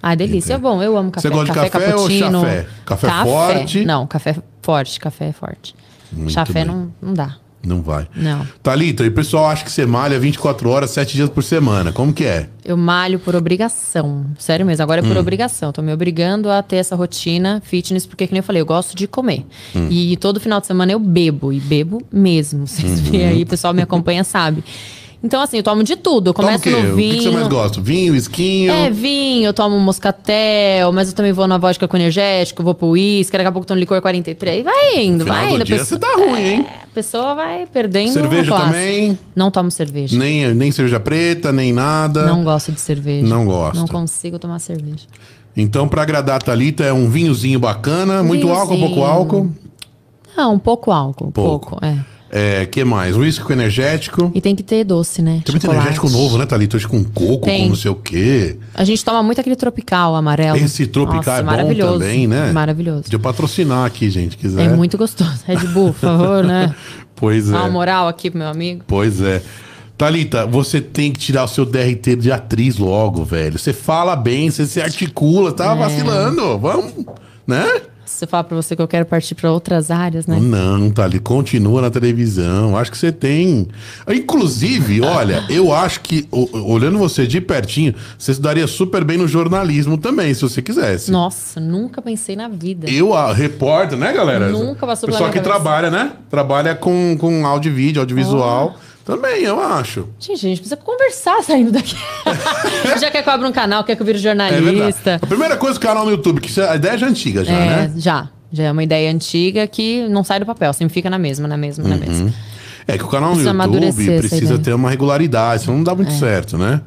S2: Ah, delícia. É bom, eu amo café.
S1: Você gosta de café ou
S2: cappuccino.
S1: chafé? Café forte?
S2: Não, café forte, café é forte. chafé
S1: bem.
S2: não, não dá.
S1: Não vai.
S2: Não.
S1: Thalita, e o pessoal acha que você malha 24 horas, 7 dias por semana. Como que é?
S2: Eu malho por obrigação. Sério mesmo, agora é
S1: Hum.
S2: por obrigação. Tô me obrigando a ter essa rotina fitness, porque, como eu falei, eu gosto de comer.
S1: Hum.
S2: E todo final de semana eu bebo, e bebo mesmo. Vocês
S1: Uhum.
S2: veem aí, o pessoal me acompanha sabe. Então, assim, eu tomo de tudo. Eu
S1: Toma o
S2: começo
S1: quê?
S2: no
S1: O que, que você
S2: vinho.
S1: mais gosta? Vinho, esquinho?
S2: É, vinho, eu tomo moscatel, mas eu também vou na vodka com energético, vou pro uísque, daqui a pouco tô no licor 43. Vai indo,
S1: Final
S2: vai
S1: do
S2: indo. a
S1: dia você
S2: pessoa-
S1: tá ruim, hein?
S2: É, A pessoa vai perdendo
S1: Cerveja
S2: a classe.
S1: também?
S2: Não tomo cerveja.
S1: Nem, nem cerveja preta, nem nada.
S2: É. Não gosto de cerveja.
S1: Não gosto.
S2: Não consigo tomar cerveja.
S1: Então, pra agradar a Thalita, é um vinhozinho bacana. Muito
S2: Vinhozinho.
S1: álcool, pouco álcool.
S2: Não, um pouco álcool.
S1: Pouco.
S2: Pouco. é.
S1: É, que mais? Whisky com energético.
S2: E tem que ter doce, né?
S1: Tem muito
S2: Chocolate.
S1: energético novo, né, Thalita? Hoje com coco,
S2: Tem.
S1: com não sei o quê.
S2: A gente toma muito aquele tropical amarelo.
S1: Esse tropical é bom
S2: maravilhoso.
S1: também, né?
S2: Maravilhoso.
S1: De eu patrocinar aqui, gente, quiser.
S2: É muito gostoso. Red Bull, por favor, né?
S1: Pois é.
S2: Dá uma moral aqui pro meu amigo.
S1: Pois é. Thalita, você tem que tirar o seu DRT de atriz logo, velho. Você fala bem, você se articula,
S2: É.
S1: tá vacilando. Vamos, né?
S2: Se eu falar pra você que eu quero partir pra outras áreas, né?
S1: Não, Thalita, continua na televisão. Acho que você tem. Inclusive, olha, eu acho que, o- olhando você de pertinho, você se daria super bem no jornalismo também, se você quisesse.
S2: Nossa, nunca pensei na vida.
S1: Eu, a repórter, né, galera?
S2: Nunca passou pela
S1: Pessoal
S2: minha
S1: que
S2: cabeça.
S1: trabalha, né? Trabalha com, com áudio e vídeo, audiovisual.
S2: Ah.
S1: Também, eu acho.
S2: Gente, a gente precisa conversar saindo daqui. já quer que eu abra um canal, quer que eu vire
S1: É verdade.
S2: jornalista.
S1: A primeira coisa, o canal no YouTube, que isso é- a ideia já é antiga já,
S2: É,
S1: né?
S2: já. Já é uma ideia antiga que não sai do papel, sempre fica na mesma, na mesma, na mesma.
S1: É que o canal
S2: Precisa
S1: no
S2: amadurecer
S1: YouTube
S2: essa
S1: precisa
S2: ideia. É.
S1: ter uma regularidade, senão não dá muito certo, né?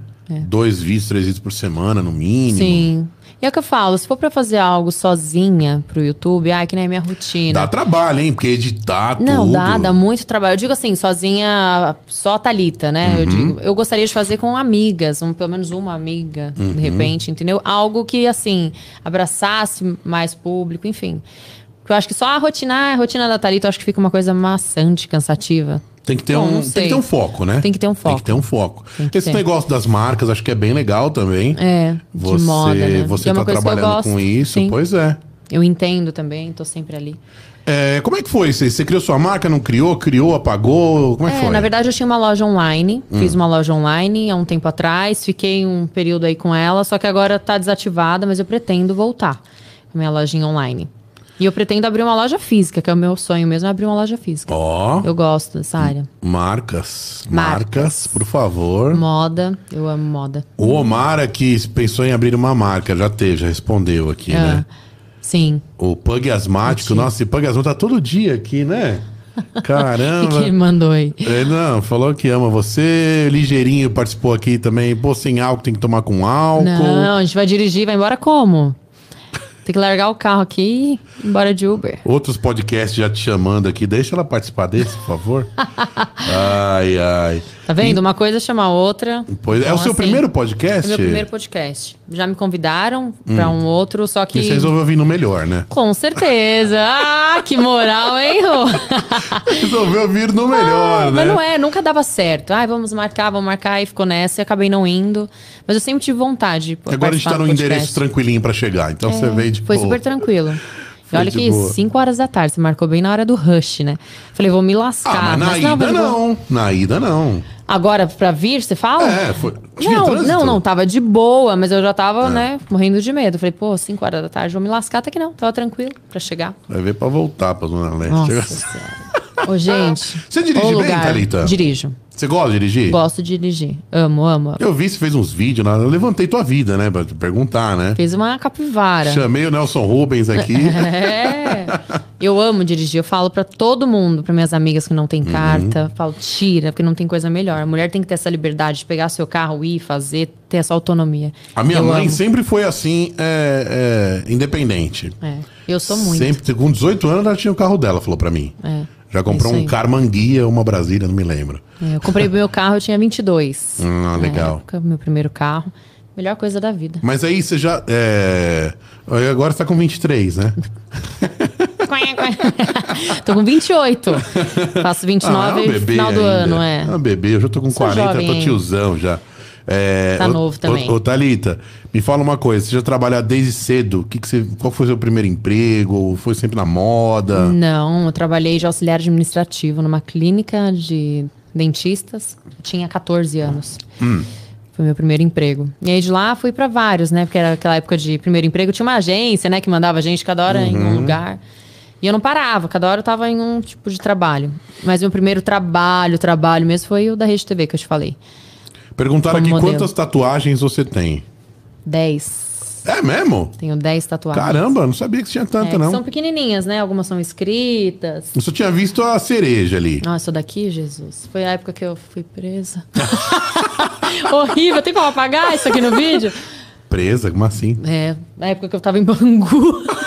S1: Dois vídeos, três vídeos por semana, no mínimo.
S2: Sim. E é o que eu falo, se for pra fazer algo sozinha pro YouTube, ai, que nem a minha rotina.
S1: Dá trabalho, hein? Porque editar
S2: Não,
S1: tudo.
S2: dá, dá muito trabalho. Eu digo assim, sozinha, só a Thalita, né?
S1: Uhum.
S2: Eu, digo, eu gostaria de fazer com amigas, um, pelo menos uma amiga,
S1: Uhum.
S2: de repente, entendeu? Algo que, assim, abraçasse mais público, enfim. Porque Eu acho que só a rotina, a rotina da Thalita, eu acho que fica uma coisa maçante, cansativa.
S1: Tem que, ter
S2: Bom,
S1: um,
S2: não
S1: tem
S2: sei.
S1: que ter um foco, né?
S2: Tem que ter um
S1: Tem
S2: foco.
S1: que ter um foco.
S2: Tem que
S1: Esse
S2: ter.
S1: negócio das marcas, acho que é bem legal também.
S2: É,
S1: Você,
S2: de moda, né?
S1: você
S2: E é
S1: tá
S2: uma coisa que eu
S1: trabalhando
S2: gosto,
S1: com isso,
S2: sim.
S1: pois é.
S2: Eu entendo também, tô sempre ali.
S1: É, Como é que foi? Você, você criou sua marca, não criou? Criou, apagou? Como é que
S2: É,
S1: foi? Hum.
S2: na verdade eu tinha uma loja online, fiz uma loja online há um tempo atrás, fiquei um período aí com ela, só que agora tá desativada, mas eu pretendo voltar com a minha lojinha online. E eu pretendo abrir uma loja física, que é o meu sonho mesmo, é abrir uma loja física.
S1: Ó.
S2: Eu gosto dessa área.
S1: Marcas, marcas,
S2: Marcas.
S1: por favor.
S2: Moda, eu amo moda.
S1: Hum. O Omar que pensou em abrir uma marca, já teve, já respondeu aqui, né?
S2: Ah, Sim.
S1: O Pug Asmático, nossa, esse Pug Asmático tá todo dia aqui, né?
S2: O que, que ele
S1: Caramba.
S2: mandou aí?
S1: É, não, falou que ama você. Ligeirinho participou É um aqui também. Pô, sem álcool, tem que tomar com álcool.
S2: Não, a gente vai dirigir, vai embora como? Tem que largar o carro aqui e ir embora de Uber.
S1: Outros podcasts já te chamando aqui. Deixa ela participar desse, por favor. ai, ai.
S2: Tá vendo? Uma coisa chama a outra.
S1: Pois, é
S2: Então,
S1: o seu
S2: assim,
S1: primeiro
S2: É
S1: podcast?
S2: meu primeiro podcast. Já me convidaram pra um outro, só que.
S1: Hum. E você resolveu vir no melhor, né?
S2: Com certeza. Ah, que moral, hein, Rô?
S1: Resolveu vir no melhor,
S2: Ah,
S1: né?
S2: Mas não é, nunca dava certo. Ai, vamos marcar, vamos marcar, e ficou nessa, e acabei não indo. Mas eu sempre tive vontade. por
S1: Agora a gente
S2: participar
S1: tá num
S2: do podcast. É,
S1: endereço tranquilinho pra chegar. Então você veio de
S2: Foi
S1: boa.
S2: super tranquilo. E
S1: Foi
S2: olha
S1: de
S2: que
S1: boa.
S2: 5 horas da tarde, você marcou bem na hora do rush, né? Falei, vou me lascar.
S1: Ah, mas na
S2: não,
S1: ida
S2: mas eu vou-
S1: não. Na ida não.
S2: Agora, pra vir, você fala?
S1: É, foi. Tinha
S2: Não,
S1: trânsito? É.
S2: não, não, tava de boa, mas eu já tava, né, morrendo de medo. Falei, pô, 5 horas da tarde, vou me lascar, até que não, tava tranquilo pra chegar.
S1: Vai ver pra voltar pra Zona Leste.
S2: Nossa
S1: Chega-
S2: Senhora. Ô, gente.
S1: Você dirige
S2: ô
S1: bem, Thalita?
S2: Dirijo.
S1: Você gosta de dirigir?
S2: Gosto de dirigir. Amo, amo. amo.
S1: Eu vi, você fez uns vídeos lá. Eu levantei tua vida, né? Pra te perguntar, né?
S2: Fez uma capivara.
S1: Chamei o Nelson Rubens aqui.
S2: É. Eu amo dirigir. Eu falo pra todo mundo, pra minhas amigas que não tem
S1: Uhum.
S2: carta. Falo, tira, porque não tem coisa melhor. A mulher tem que ter essa liberdade de pegar seu carro, ir, fazer, ter essa autonomia.
S1: A minha
S2: Eu
S1: mãe
S2: amo.
S1: sempre foi assim, é, é, independente.
S2: É, eu sou muito.
S1: Sempre, com 18 anos, ela tinha o carro dela, falou pra mim.
S2: É,
S1: Já comprou
S2: isso
S1: um
S2: aí.
S1: Karmann Guia, uma Brasília, não me lembro.
S2: É, eu comprei meu carro, eu tinha 22.
S1: Ah,
S2: na
S1: legal.
S2: época, É, meu primeiro carro. Melhor coisa da vida.
S1: Mas aí você já. É... aí Agora você tá com 23, né?
S2: Tô com 28. Faço
S1: Ah,
S2: 29
S1: é um
S2: no final do
S1: ainda.
S2: ano, é.
S1: um bebê, eu já tô com
S2: Sou
S1: 40,
S2: jovem
S1: tô
S2: ainda.
S1: tiozão já. É,
S2: Tá
S1: ô-
S2: novo também.
S1: Ô, ô, Thalita, me fala uma coisa, você já trabalhou desde cedo? O Que que você, qual foi seu primeiro emprego? Foi sempre na moda?
S2: Hum, Não, eu trabalhei de auxiliar administrativo numa clínica de dentistas. Tinha 14 anos.
S1: Hum.
S2: Foi meu primeiro emprego. E aí de lá fui pra vários, né? Porque era aquela época de primeiro emprego. Tinha uma agência, né? Que mandava a gente cada hora em
S1: Uhum.
S2: um lugar. E eu não parava, cada hora eu tava em um tipo de trabalho. Mas meu primeiro trabalho, trabalho mesmo, foi o da Rede TV que eu te falei.
S1: Perguntaram
S2: Como
S1: aqui
S2: modelo.
S1: quantas tatuagens você tem.
S2: 10.
S1: É mesmo?
S2: Tenho 10 tatuagens.
S1: Caramba, não sabia que você tinha
S2: É,
S1: tanta,
S2: que
S1: não.
S2: São pequenininhas, né? Algumas são escritas.
S1: Eu só tinha visto a cereja ali.
S2: Nossa, Ah, daqui, Jesus. Foi a época que eu fui presa. Horrível, tem como apagar isso aqui no vídeo?
S1: Presa, como assim?
S2: É, na época que eu tava em Bangu.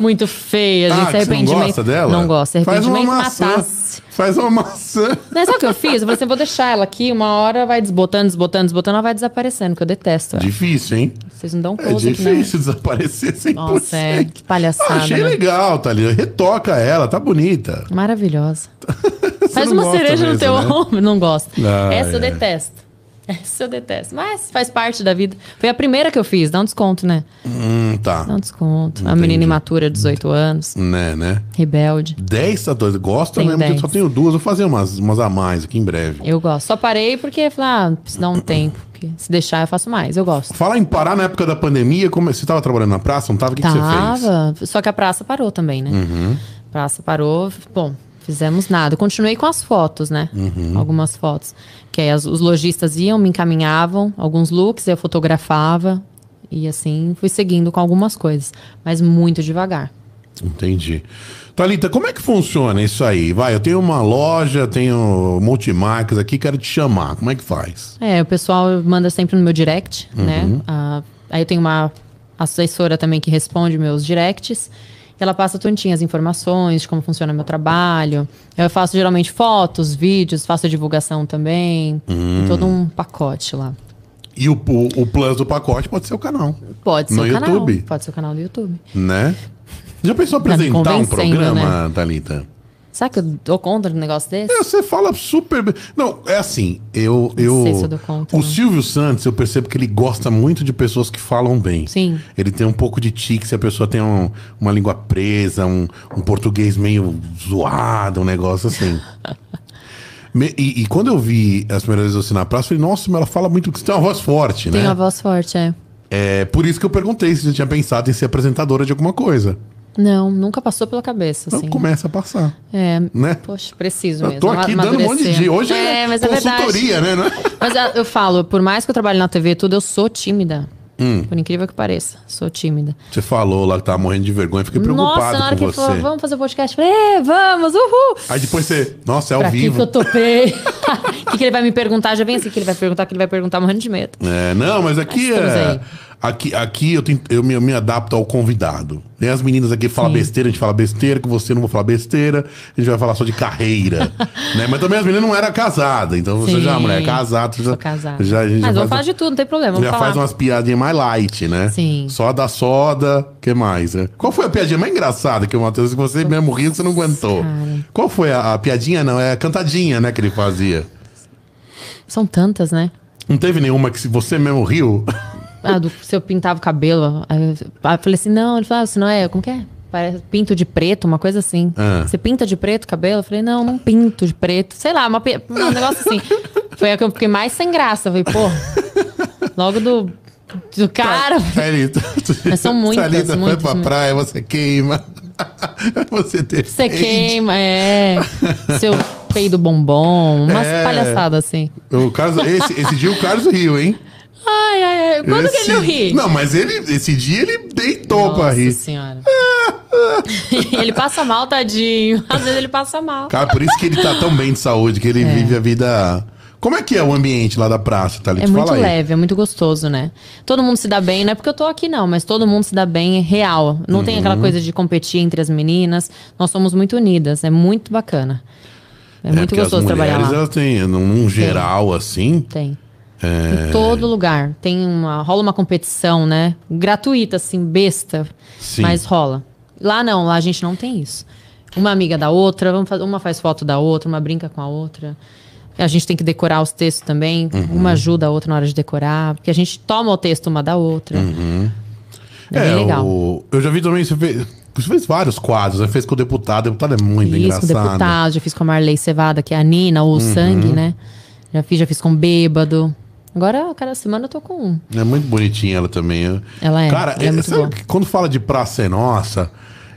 S2: Muito feia,
S1: Ah,
S2: gente.
S1: que você não
S2: arrependimento.
S1: gosta dela?
S2: Não gosto.
S1: Faz uma
S2: Arrependimento
S1: maçã.
S2: matasse.
S1: Faz uma maçã.
S2: Mas sabe o que eu fiz? Eu falei assim, vou deixar ela aqui, uma hora vai desbotando, desbotando, desbotando, ela vai desaparecendo, que eu detesto. ela.
S1: Difícil, hein?
S2: Vocês não dão
S1: É
S2: close aqui, né?
S1: difícil desaparecer 100%.
S2: Nossa, é, que palhaçada.
S1: Ah, achei
S2: né?
S1: legal, Thalita. Retoca ela, tá bonita.
S2: Maravilhosa. faz
S1: não
S2: uma
S1: gosta
S2: cereja
S1: mesmo,
S2: no teu
S1: né?
S2: ombro. Não gosto.
S1: Ah,
S2: Essa eu
S1: é.
S2: detesto. Essa eu detesto. Mas faz parte da vida. Foi a primeira que eu fiz. Dá um desconto, né?
S1: Hum, tá.
S2: Dá um desconto. Uma menina imatura, 18 anos.
S1: Né, né?
S2: Rebelde.
S1: 10 tatuagens. Gosta
S2: Tenho
S1: mesmo, que eu só
S2: 10.
S1: tenho duas. Vou fazer umas, umas a mais aqui em breve.
S2: Eu gosto. Só parei porque falei, ah, preciso dar um tempo. porque se deixar, eu faço mais. Eu gosto.
S1: Falar em parar na época da pandemia, como... você tava trabalhando na praça, não tava? O que, que você fez? Uhum.
S2: Tava. Só que a praça parou também, né? Praça parou. Bom, fizemos nada. Eu Continuei com as fotos, né?
S1: Uhum.
S2: Algumas fotos. Que aí as- os lojistas iam, me encaminhavam alguns looks, eu fotografava. E assim, fui seguindo com algumas coisas. Mas muito devagar.
S1: Entendi. Thalita, como é que funciona isso aí? Vai, eu tenho uma loja, tenho multimarcas aqui, quero te chamar. Como é que faz?
S2: É, o pessoal manda sempre no meu direct,
S1: Uhum.
S2: né? Ah, aí eu tenho uma assessora também que responde meus directs. E ela passa tontinha as informações de como funciona meu trabalho. Eu faço geralmente fotos, vídeos, faço divulgação também.
S1: Uhum.
S2: Tem Todo um pacote lá.
S1: E o, o, o plus do pacote pode ser o canal,
S2: Pode ser
S1: No
S2: o canal.
S1: YouTube?
S2: Pode ser o canal do YouTube.
S1: né? Já pensou
S2: Tá me
S1: apresentar um
S2: convencendo, né?
S1: programa, Thalita?
S2: Será que eu dou conta de um negócio desse?
S1: É, Você fala super bem. Não, é assim, eu. eu
S2: Não sei se eu dou conta, né?
S1: o
S2: não.
S1: Silvio Santos, eu percebo que ele gosta muito de pessoas que falam bem.
S2: Sim.
S1: Ele tem um pouco de tique se a pessoa tem um- uma língua presa, um, um português meio zoado, um negócio assim. Me- e, e quando eu vi as primeiras vezes você na praça, eu falei, nossa, mas ela fala muito que você tem uma voz forte,
S2: Tem
S1: né?
S2: uma voz forte, é.
S1: É por isso que eu perguntei se você tinha pensado em ser apresentadora de alguma coisa.
S2: Não, nunca passou pela cabeça,
S1: Então
S2: assim.
S1: começa a passar,
S2: É.
S1: né?
S2: Poxa, preciso mesmo.
S1: Eu tô aqui dando um monte de
S2: amadurecer.
S1: dia. Hoje é,
S2: mas verdade.
S1: consultoria, né? Não é?
S2: Mas ah, eu falo, por mais que eu trabalhe na TV e tudo, eu sou tímida.
S1: Hum.
S2: Por incrível que pareça, sou tímida.
S1: Você falou lá que tava morrendo de vergonha, fiquei preocupado
S2: Nossa, na hora
S1: com
S2: que
S1: você.
S2: falou, vamos fazer o podcast, eu falei, "É, vamos, uhul!
S1: Aí depois você, nossa, é ao
S2: pra que, que
S1: vivo.
S2: eu topei? O que, que ele vai me perguntar? Já vem assim que ele vai perguntar, que ele vai perguntar morrendo de medo.
S1: É, não, mas aqui
S2: Mas estamos
S1: é.
S2: aí.
S1: Aqui, aqui eu, tento- eu me, eu me adapto ao convidado. Né? As meninas aqui falam besteira, a gente fala besteira, com você eu não vou falar besteira, a gente vai falar só de carreira. né? Mas também as meninas não eram casadas, então você já,
S2: Sim.
S1: mulher, é casada. você Já,
S2: Sou casada.
S1: Já, a gente já
S2: Mas vamos
S1: faz-
S2: falar de tudo, não tem problema. Vamos
S1: já
S2: falar.
S1: faz umas piadinhas mais light, né?
S2: Sim.
S1: Soda, soda, que mais? Né? Qual foi a piadinha mais engraçada que o Matheus, que você mesmo riu, você não aguentou?
S2: cara.
S1: Qual foi a, a piadinha? Não, é a cantadinha, né, que ele fazia.
S2: São tantas, né?
S1: Não teve nenhuma que se você mesmo riu?
S2: Ah, do, se eu pintava o cabelo. Aí eu aí eu falei assim, não, ele falou, ah, se não é, como que é? Parece, pinto de preto, uma coisa assim.
S1: Ah.
S2: Você pinta de preto o cabelo? Eu falei, não, não pinto de preto. Sei lá, uma, pi- um negócio assim. Foi a que eu fiquei mais sem graça. Eu falei, pô, logo do, do cara.
S1: Thalita,
S2: Mas são muitas,
S1: Thalita foi
S2: muitas,
S1: pra
S2: muitas.
S1: praia, você queima. você defende.
S2: Você queima, é. Seu peido bombom, umas
S1: É.
S2: palhaçadas assim.
S1: O Carlos, esse, esse dia o Carlos riu, hein?
S2: Ai, ai, ai. Quando que
S1: Esse-
S2: ele não ri?
S1: Não, mas ele, esse dia ele deitou pra
S2: Nossa
S1: rir.
S2: senhora. ele passa mal, tadinho. Às vezes ele passa mal.
S1: Cara, por isso que ele tá tão bem de saúde, que ele
S2: É.
S1: vive a vida. Como é que é o ambiente lá da praça, Thalita?
S2: É muito
S1: Fala aí.
S2: leve, é muito gostoso, né? Todo mundo se dá bem, não é porque eu tô aqui, não, mas todo mundo se dá bem é real. Não tem
S1: Uhum.
S2: aquela coisa de competir entre as meninas. Nós somos muito unidas, é muito bacana. É, muito
S1: porque
S2: gostoso
S1: as
S2: trabalhar
S1: mulheres,
S2: lá.
S1: elas têm, num num geral, assim.
S2: Tem.
S1: É.
S2: Em todo lugar. Tem uma. Rola uma competição, né? Gratuita, assim, besta.
S1: Sim.
S2: Mas rola. Lá não, lá a gente não tem isso. Uma amiga da outra, vamos fazer, uma faz foto da outra, uma brinca com a outra. A gente tem que decorar os textos também.
S1: Uhum.
S2: Uma ajuda a outra na hora de decorar. Porque a gente toma o texto uma da outra.
S1: Uhum.
S2: É, bem legal.
S1: o- eu já vi também, você fez, você fez vários quadros, né? Fez com o deputado, o deputado é muito
S2: Fiz com o
S1: engraçado. Uhum.
S2: deputado, já fiz com a Marley Cevada, que é a Nina, ou o Sangue, né? Já fiz, já fiz com o Bêbado. Agora, cada semana eu tô com um.
S1: É muito bonitinha ela também.
S2: Ela é,
S1: Cara,
S2: ela é muito
S1: sabe
S2: boa.
S1: que quando fala de Praça é Nossa,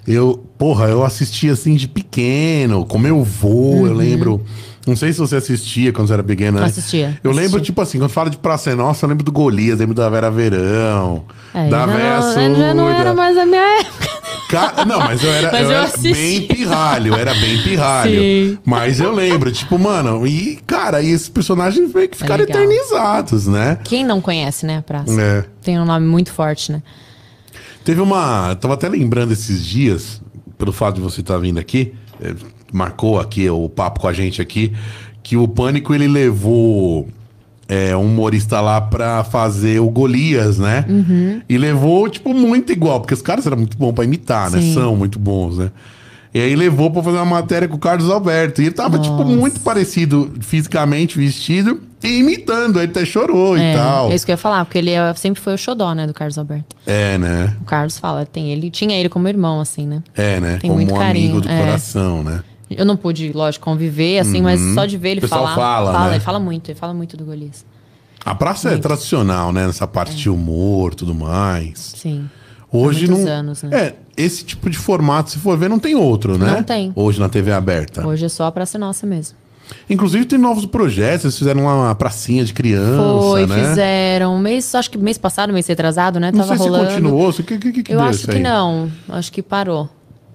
S1: eu, porra, eu assisti assim de pequeno, com meu vô,
S2: Uhum.
S1: eu lembro. Não sei se você assistia quando você era pequeno, né?
S2: Assistia,
S1: Eu
S2: assistia.
S1: lembro, tipo assim, quando fala de Praça é Nossa, eu lembro do Golias, lembro da Vera Verão,
S2: É,
S1: da
S2: já
S1: Vera
S2: não-
S1: Suda.
S2: já não era mais a minha época.
S1: Cara, não, mas eu era,
S2: Mas
S1: eu
S2: eu
S1: era
S2: assisti.
S1: bem pirralho, eu era bem pirralho.
S2: Sim.
S1: Mas eu lembro, tipo, mano, e cara, e esses personagens meio que ficaram
S2: É legal.
S1: eternizados, né?
S2: Quem não conhece, né, a praça?
S1: É.
S2: Tem um nome muito forte, né?
S1: Teve uma. eu Tava até lembrando esses dias, pelo fato de você estar vindo aqui, eh, marcou aqui o papo com a gente aqui, que o Pânico ele levou eh, um humorista lá pra fazer o Golias, né?
S2: Uhum.
S1: E levou, tipo, muito igual, porque os caras eram muito bons pra imitar, né?
S2: Sim.
S1: São muito bons, né? E aí levou pra fazer uma matéria com o Carlos Alberto. E ele tava, tipo, muito parecido fisicamente, vestido e imitando. Aí Ele até chorou e
S2: É,
S1: tal.
S2: é isso que eu ia falar, porque ele é- sempre foi o xodó, né, do Carlos Alberto.
S1: É, né?
S2: O Carlos fala, tem ele, tinha ele como irmão, assim, né?
S1: É, né?
S2: Tem
S1: Como
S2: muito
S1: um amigo
S2: carinho,
S1: do
S2: é.
S1: coração, né?
S2: Eu não pude, lógico, conviver, assim, mas só de ver ele
S1: Uhum. O pessoal
S2: falar.
S1: fala, né?
S2: ele fala muito, ele fala muito do Golias.
S1: A praça é tradicional, né? Nessa
S2: É.
S1: parte de humor tudo mais.
S2: Sim.
S1: Hoje
S2: muitos
S1: não.
S2: anos, né?
S1: É, esse tipo de formato, se for ver, não tem outro, né?
S2: Não tem.
S1: Hoje na TV aberta.
S2: Hoje é só a Praça Nossa mesmo.
S1: Inclusive, tem novos projetos. Eles fizeram uma pracinha de criança,
S2: Foi,
S1: né?
S2: fizeram. Mês, acho que mês passado, mês retrasado, né?
S1: Não
S2: Tava
S1: sei
S2: rolando.
S1: se continuou. O que, que, que que
S2: Eu
S1: deu
S2: acho
S1: isso
S2: que
S1: aí?
S2: não. Acho que parou.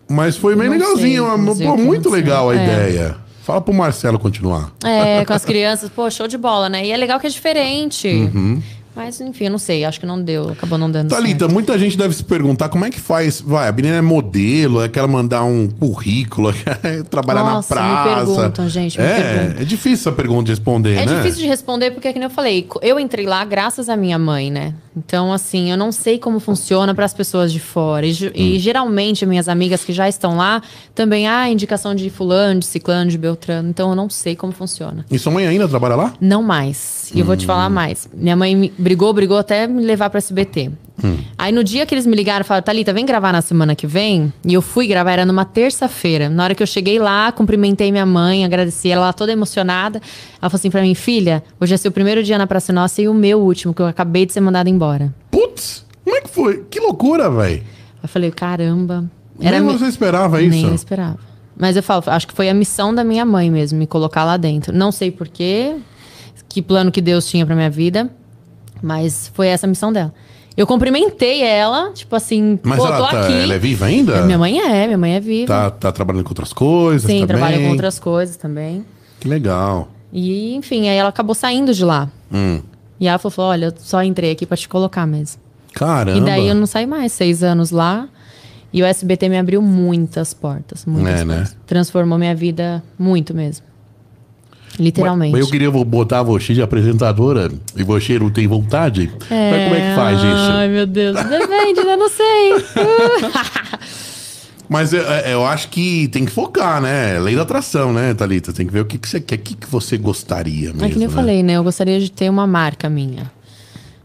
S1: Mas foi bem
S2: Não sei,
S1: legalzinho.
S2: não
S1: uma-
S2: sei
S1: pô,
S2: o que
S1: muito
S2: aconteceu.
S1: legal a
S2: É.
S1: ideia. Fala pro Marcelo continuar.
S2: É, com as crianças, pô, show de bola, né? E é legal que é diferente. Mas, enfim, eu não sei, acho que não deu, acabou não dando
S1: Uhum. Thalita,
S2: certo.
S1: muita gente deve se perguntar como é que faz. Vai, a menina é modelo, é que ela mandar um currículo, quer trabalhar
S2: Nossa,
S1: na
S2: me
S1: praça.
S2: perguntam, gente, me
S1: é,
S2: perguntam.
S1: é difícil essa pergunta de responder,
S2: É
S1: né?
S2: difícil de responder, porque, como eu falei, co- eu entrei lá graças à minha mãe, né? Então, assim, eu não sei como funciona para as pessoas de fora. E, ge-
S1: Hum.
S2: e, geralmente, minhas amigas que já estão lá também há indicação de fulano, de ciclano, de beltrano. Então, eu não sei como funciona.
S1: E sua mãe ainda trabalha lá?
S2: Não mais. E eu vou te falar mais. Minha mãe me brigou, brigou até me levar pra SBT. Aí no dia que eles me ligaram, falaram, Thalita, vem gravar na semana que vem. E eu fui gravar, era numa terça-feira. Na hora que eu cheguei lá, cumprimentei minha mãe, agradeci ela, ela toda emocionada. Ela falou assim pra mim, filha, hoje é seu primeiro dia na Praça Nossa e o meu último, que eu acabei de ser mandada embora.
S1: Putz, como é que foi? Que loucura, velho.
S2: Eu falei, caramba.
S1: Nem
S2: mi-
S1: você esperava
S2: Nem eu
S1: isso.
S2: esperava. Mas eu falo, acho que foi a missão da minha mãe mesmo, me colocar lá dentro. Não sei porquê, que plano que Deus tinha pra minha vida, mas foi essa a missão dela. Eu cumprimentei ela, tipo assim,
S1: Mas
S2: pô, tô
S1: ela, tá-
S2: aqui.
S1: ela é viva ainda?
S2: Minha mãe é, minha mãe é viva.
S1: tá, tá trabalhando com outras coisas
S2: Sim,
S1: também?
S2: trabalha com outras coisas também.
S1: Que legal.
S2: E, enfim, aí ela acabou saindo de lá.
S1: Hum.
S2: E ela falou, olha, eu só entrei aqui pra te colocar mesmo.
S1: Caramba.
S2: E daí eu não saí mais, seis anos lá. E o SBT me abriu muitas portas. Muitas
S1: É, né?
S2: portas. Transformou minha vida muito mesmo. Literalmente.
S1: Mas eu queria vo- botar você de apresentadora e você não tem vontade? Mas como é que faz
S2: Ai,
S1: isso?
S2: meu Deus. Depende, eu não sei.
S1: Mas eu, é, eu acho que tem que focar, né? Lei da atração, né, Thalita? Tem que ver o que, que você quer, o que, que você gostaria mesmo.
S2: É que nem eu
S1: né?
S2: falei, né? Eu gostaria de ter uma marca minha.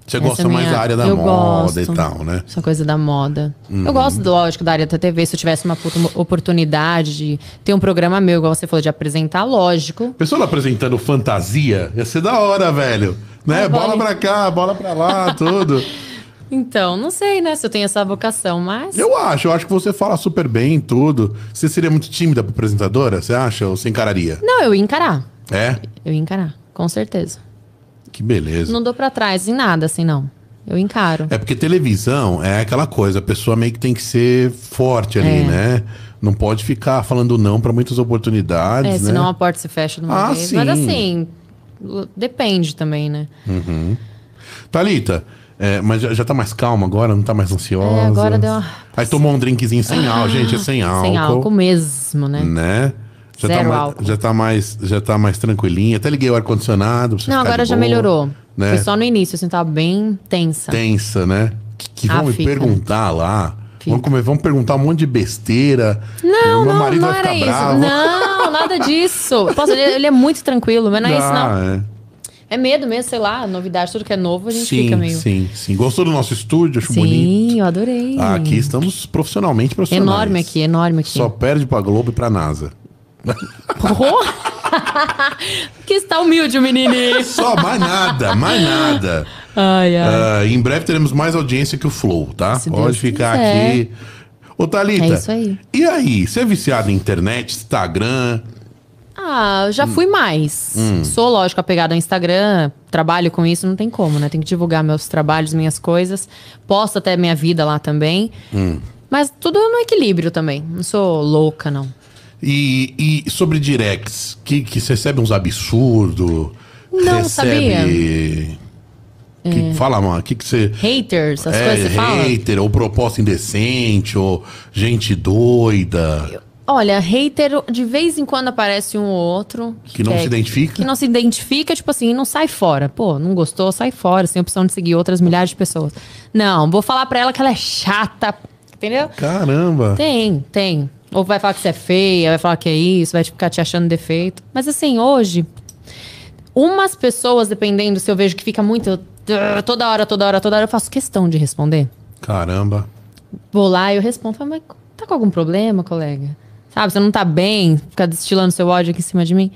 S1: Você
S2: Essa
S1: gosta
S2: é a
S1: mais
S2: minha-
S1: da área da
S2: eu
S1: moda
S2: gosto.
S1: e tal, né? Uhum.
S2: Essa coisa da moda. Eu gosto, lógico, da área da TV. Se eu tivesse uma puta oportunidade de ter um programa meu, igual você falou, de apresentar, lógico.
S1: Pessoal apresentando fantasia, ia ser da hora, velho. Né?
S2: Ai,
S1: bola
S2: vale.
S1: pra cá, bola pra lá, tudo.
S2: Então, não sei, né? Se eu tenho essa vocação, mas.
S1: Eu acho, eu acho que você fala super bem, tudo. Você seria muito tímida pra apresentadora, você acha? Ou você encararia?
S2: Não, eu ia encarar.
S1: É?
S2: Eu ia encarar, com certeza.
S1: Que beleza.
S2: Não dou pra trás em nada, assim, não. Eu encaro.
S1: É porque televisão é aquela coisa, a pessoa meio que tem que ser forte ali,
S2: É.
S1: né? Não pode ficar falando não pra muitas oportunidades,
S2: É,
S1: né?
S2: senão a porta se fecha de uma
S1: Ah,
S2: vez. Mas
S1: sim.
S2: assim, l- depende também, né?
S1: Thalita, é, mas já, já tá mais calma agora, não tá mais ansiosa.
S2: É, agora deu uma- Ah,
S1: Aí tomou um drinkzinho sem álcool, gente, é sem álcool.
S2: Sem álcool mesmo, né?
S1: Né? Já tá,
S2: Zero
S1: mais,
S2: álcool.
S1: já, tá mais, já tá mais tranquilinha. Até liguei o ar-condicionado. pra você
S2: Não,
S1: ficar
S2: agora
S1: de
S2: já
S1: boa,
S2: melhorou.
S1: Né?
S2: Foi só no início, assim, tava bem tensa.
S1: Tensa, né? Que, que vão
S2: Ah,
S1: me
S2: fica, né?
S1: perguntar lá.
S2: Fica.
S1: Vamos, comer, vamos perguntar um monte de besteira.
S2: Não,
S1: Meu
S2: não,
S1: marido
S2: não
S1: vai
S2: era
S1: ficar
S2: isso.
S1: bravo.
S2: Não, nada disso. Posso, ele, ele é muito tranquilo, mas não é isso, não.
S1: Ah, é.
S2: É medo mesmo, sei lá, novidade, tudo que é novo, a gente
S1: Sim,
S2: fica meio.
S1: sim, sim. Gostou do nosso estúdio? Acho
S2: Sim,
S1: bonito.
S2: eu adorei.
S1: Ah, aqui estamos profissionalmente profissionais.
S2: Enorme aqui, né? enorme aqui.
S1: Só perde pra Globo e pra NASA.
S2: que está humilde o menininho.
S1: Só mais nada, mais nada.
S2: Ai, ai.
S1: Ah, em breve teremos mais audiência que o Flow, tá?
S2: É. Se Deus
S1: Pode ficar
S2: quiser.
S1: aqui. Ô, Thalita.
S2: É isso aí.
S1: E aí, você é viciado em internet, Instagram?
S2: Ah, eu já fui
S1: Hum.
S2: mais. Sou, lógico, apegada ao Instagram, trabalho com isso, não tem como, né? Tenho que divulgar meus trabalhos, minhas coisas. Posto até minha vida lá também.
S1: Hum.
S2: Mas tudo no equilíbrio também. Não sou louca, não.
S1: E, e sobre directs, que, que você recebe uns absurdos?
S2: Não, É.
S1: recebe... Que, fala, mano, o que, que você...
S2: Haters, as
S1: é,
S2: coisas que você fala.
S1: hater, ou proposta indecente, ou gente doida,
S2: Olha, hater, de vez em quando aparece um ou outro.
S1: que não
S2: quer-
S1: se identifica.
S2: Que não se identifica, tipo assim, não sai fora. Pô, não gostou, sai fora, sem opção de seguir outras milhares de pessoas. Não, vou falar pra ela que ela é chata, entendeu?
S1: Caramba.
S2: Tem, tem. Ou vai falar que você é feia, vai falar que é isso, vai tipo, ficar te achando defeito. Mas assim, hoje, umas pessoas, dependendo, se eu vejo que fica muito. "Tã", Toda hora, toda hora, toda hora, eu faço questão de responder.
S1: Caramba.
S2: Vou lá e eu respondo. Falo, mas tá com algum problema, colega? Sabe, você não tá bem, fica destilando seu ódio aqui em cima de mim.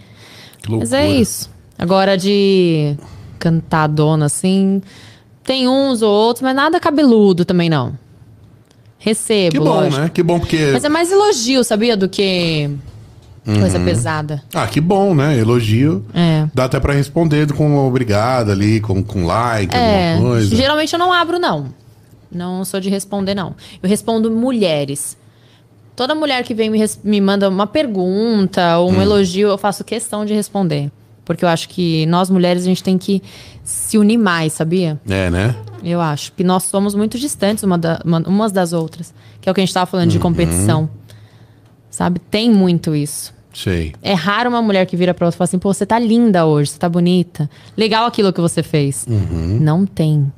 S1: Que loucura.
S2: Mas é isso. Agora de cantar dona assim, tem uns ou outros, mas nada cabeludo também não. Recebo,
S1: Que bom,
S2: lógico.
S1: né? Que bom, porque...
S2: Mas é mais elogio, sabia? Do que coisa pesada.
S1: Ah, que bom, né? Elogio.
S2: É.
S1: Dá até pra responder com obrigado ali, com, com like,
S2: É,
S1: alguma coisa.
S2: geralmente eu não abro, não. Não sou de responder, não. Eu respondo mulheres. Toda mulher que vem me, res- me manda uma pergunta
S1: Hum.
S2: ou um elogio, eu faço questão de responder. Porque eu acho que nós mulheres, a gente tem que se unir mais, sabia?
S1: É, né?
S2: Eu acho. que nós somos muito distantes uma da- uma- umas das outras. Que é o que a gente tava falando
S1: Uhum.
S2: de competição. Sabe? Tem muito isso.
S1: Sei.
S2: É raro uma mulher que vira pra outra e fala assim, pô, você tá linda hoje, você tá bonita. Legal aquilo que você fez.
S1: Uhum.
S2: Não tem.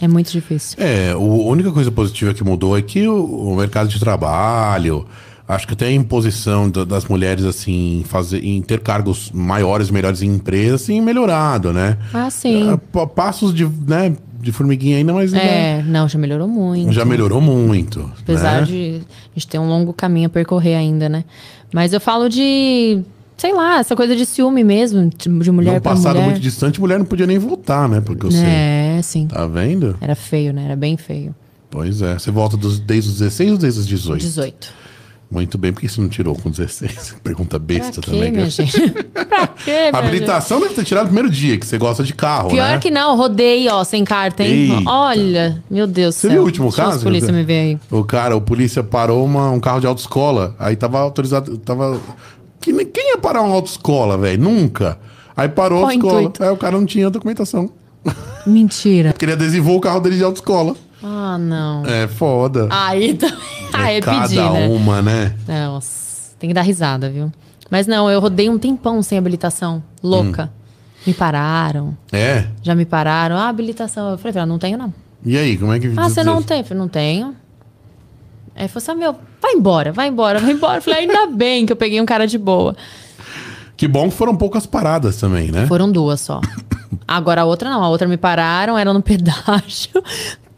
S2: É muito difícil.
S1: É, o- a única coisa positiva que mudou é que o, o mercado de trabalho, acho que até a imposição da- das mulheres, assim, fazer, em ter cargos maiores, melhores em empresas, assim, melhorado, né?
S2: Ah, sim.
S1: Ah, pa- Passos de, né, de formiguinha ainda, mas ainda
S2: É, não, já melhorou muito.
S1: já melhorou muito.
S2: Apesar
S1: né?
S2: de a gente ter um longo caminho a percorrer ainda, né? Mas eu falo de, sei lá, essa coisa de ciúme mesmo, de de mulher
S1: Num
S2: pra
S1: passado
S2: mulher.
S1: muito distante, mulher não podia nem voltar, né? Porque eu sei.
S2: É, sim.
S1: Tá vendo?
S2: Era feio, né? Era bem feio.
S1: Pois é. Você volta dos, desde os 16 ou desde os 18?
S2: 18.
S1: Muito bem, por que você não tirou com 16? Pergunta
S2: Pra
S1: besta
S2: quê,
S1: também.
S2: minha
S1: né?
S2: gente? pra quê,
S1: A
S2: minha gente?
S1: habilitação deve ter tirado no primeiro dia, que você gosta de carro,
S2: É Pior
S1: né?
S2: que não, rodei, ó, sem carta, hein?
S1: Eita.
S2: Olha, meu Deus do
S1: Você
S2: céu.
S1: viu o último
S2: Deixa eu ver
S1: caso?
S2: se A polícia me vê aí.
S1: O cara, o polícia parou uma- um carro de autoescola, aí tava autorizado, tava... Que nem- Quem ia parar uma autoescola, velho? Nunca. Aí parou a
S2: Qual o
S1: autoescola, É,
S2: intuito?
S1: aí o cara não tinha documentação.
S2: Mentira.
S1: Porque ele adesivou o carro dele de autoescola.
S2: Ah, não.
S1: É foda.
S2: Aí também. Ah, é
S1: cada
S2: pedir, né?
S1: uma, né?
S2: Nossa, tem que dar risada, viu? Mas não, eu rodei um tempão sem habilitação. Louca.
S1: Hum.
S2: Me pararam.
S1: É.
S2: Já me pararam. Ah, habilitação. Eu falei, ah, não tenho, não.
S1: E aí, como é que.
S2: Ah, você não tem? Eu falei, não tenho. Aí falou assim, ah, meu, vai embora, vai embora, vai embora. Eu falei, ainda bem que eu peguei um cara de boa.
S1: Que bom que foram poucas paradas também, né?
S2: Foram duas só. Agora a outra não, a outra me pararam, era no pedágio.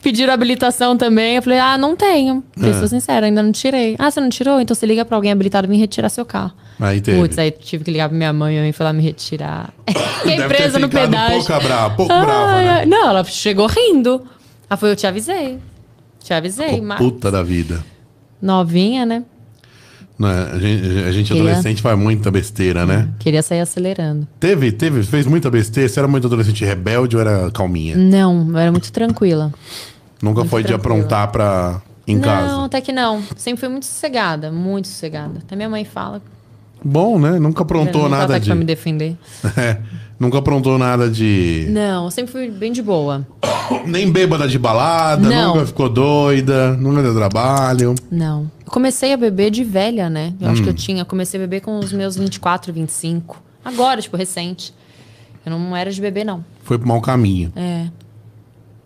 S2: Pediram habilitação também. Eu falei, ah, não tenho.
S1: É.
S2: Pra ser sincera, ainda não tirei. Ah, você não tirou? Então você liga pra alguém habilitado vir retirar seu carro.
S1: Aí teve.
S2: Putz, aí tive que ligar pra minha mãe, minha mãe foi lá me retirar. Fiquei
S1: Deve ter
S2: presa no
S1: ficado
S2: pedágio.
S1: Pouca brava, pouco brava,
S2: Ai,
S1: né?
S2: ai. Não, ela chegou rindo. Ela falou, eu te avisei. Te avisei,
S1: Pô,
S2: mas
S1: Puta da vida.
S2: novinha, né?
S1: Né? A gente, a gente
S2: Queria-
S1: adolescente faz muita besteira, né?
S2: Queria sair acelerando.
S1: Teve, teve, fez muita besteira. Você era muito adolescente rebelde ou era calminha?
S2: Não, eu era muito tranquila.
S1: Nunca foi de
S2: Hum, tranquila.
S1: aprontar pra. em
S2: não,
S1: casa.
S2: até que não. Sempre fui muito sossegada, muito sossegada. Até minha mãe fala.
S1: Bom, né? Nunca aprontou
S2: ela tá
S1: nada
S2: aqui
S1: de.
S2: pra me defender.
S1: É, nunca aprontou nada de.
S2: Não, eu sempre fui bem de boa.
S1: Nem bêbada de balada,
S2: Não.
S1: nunca ficou doida, nunca deu trabalho.
S2: Não. Eu comecei a beber de velha, né? Eu
S1: Hum.
S2: acho que eu tinha. Comecei a beber com os meus 24, 25. Agora, tipo, recente. Eu não era de beber, não.
S1: Foi pro mau caminho.
S2: É.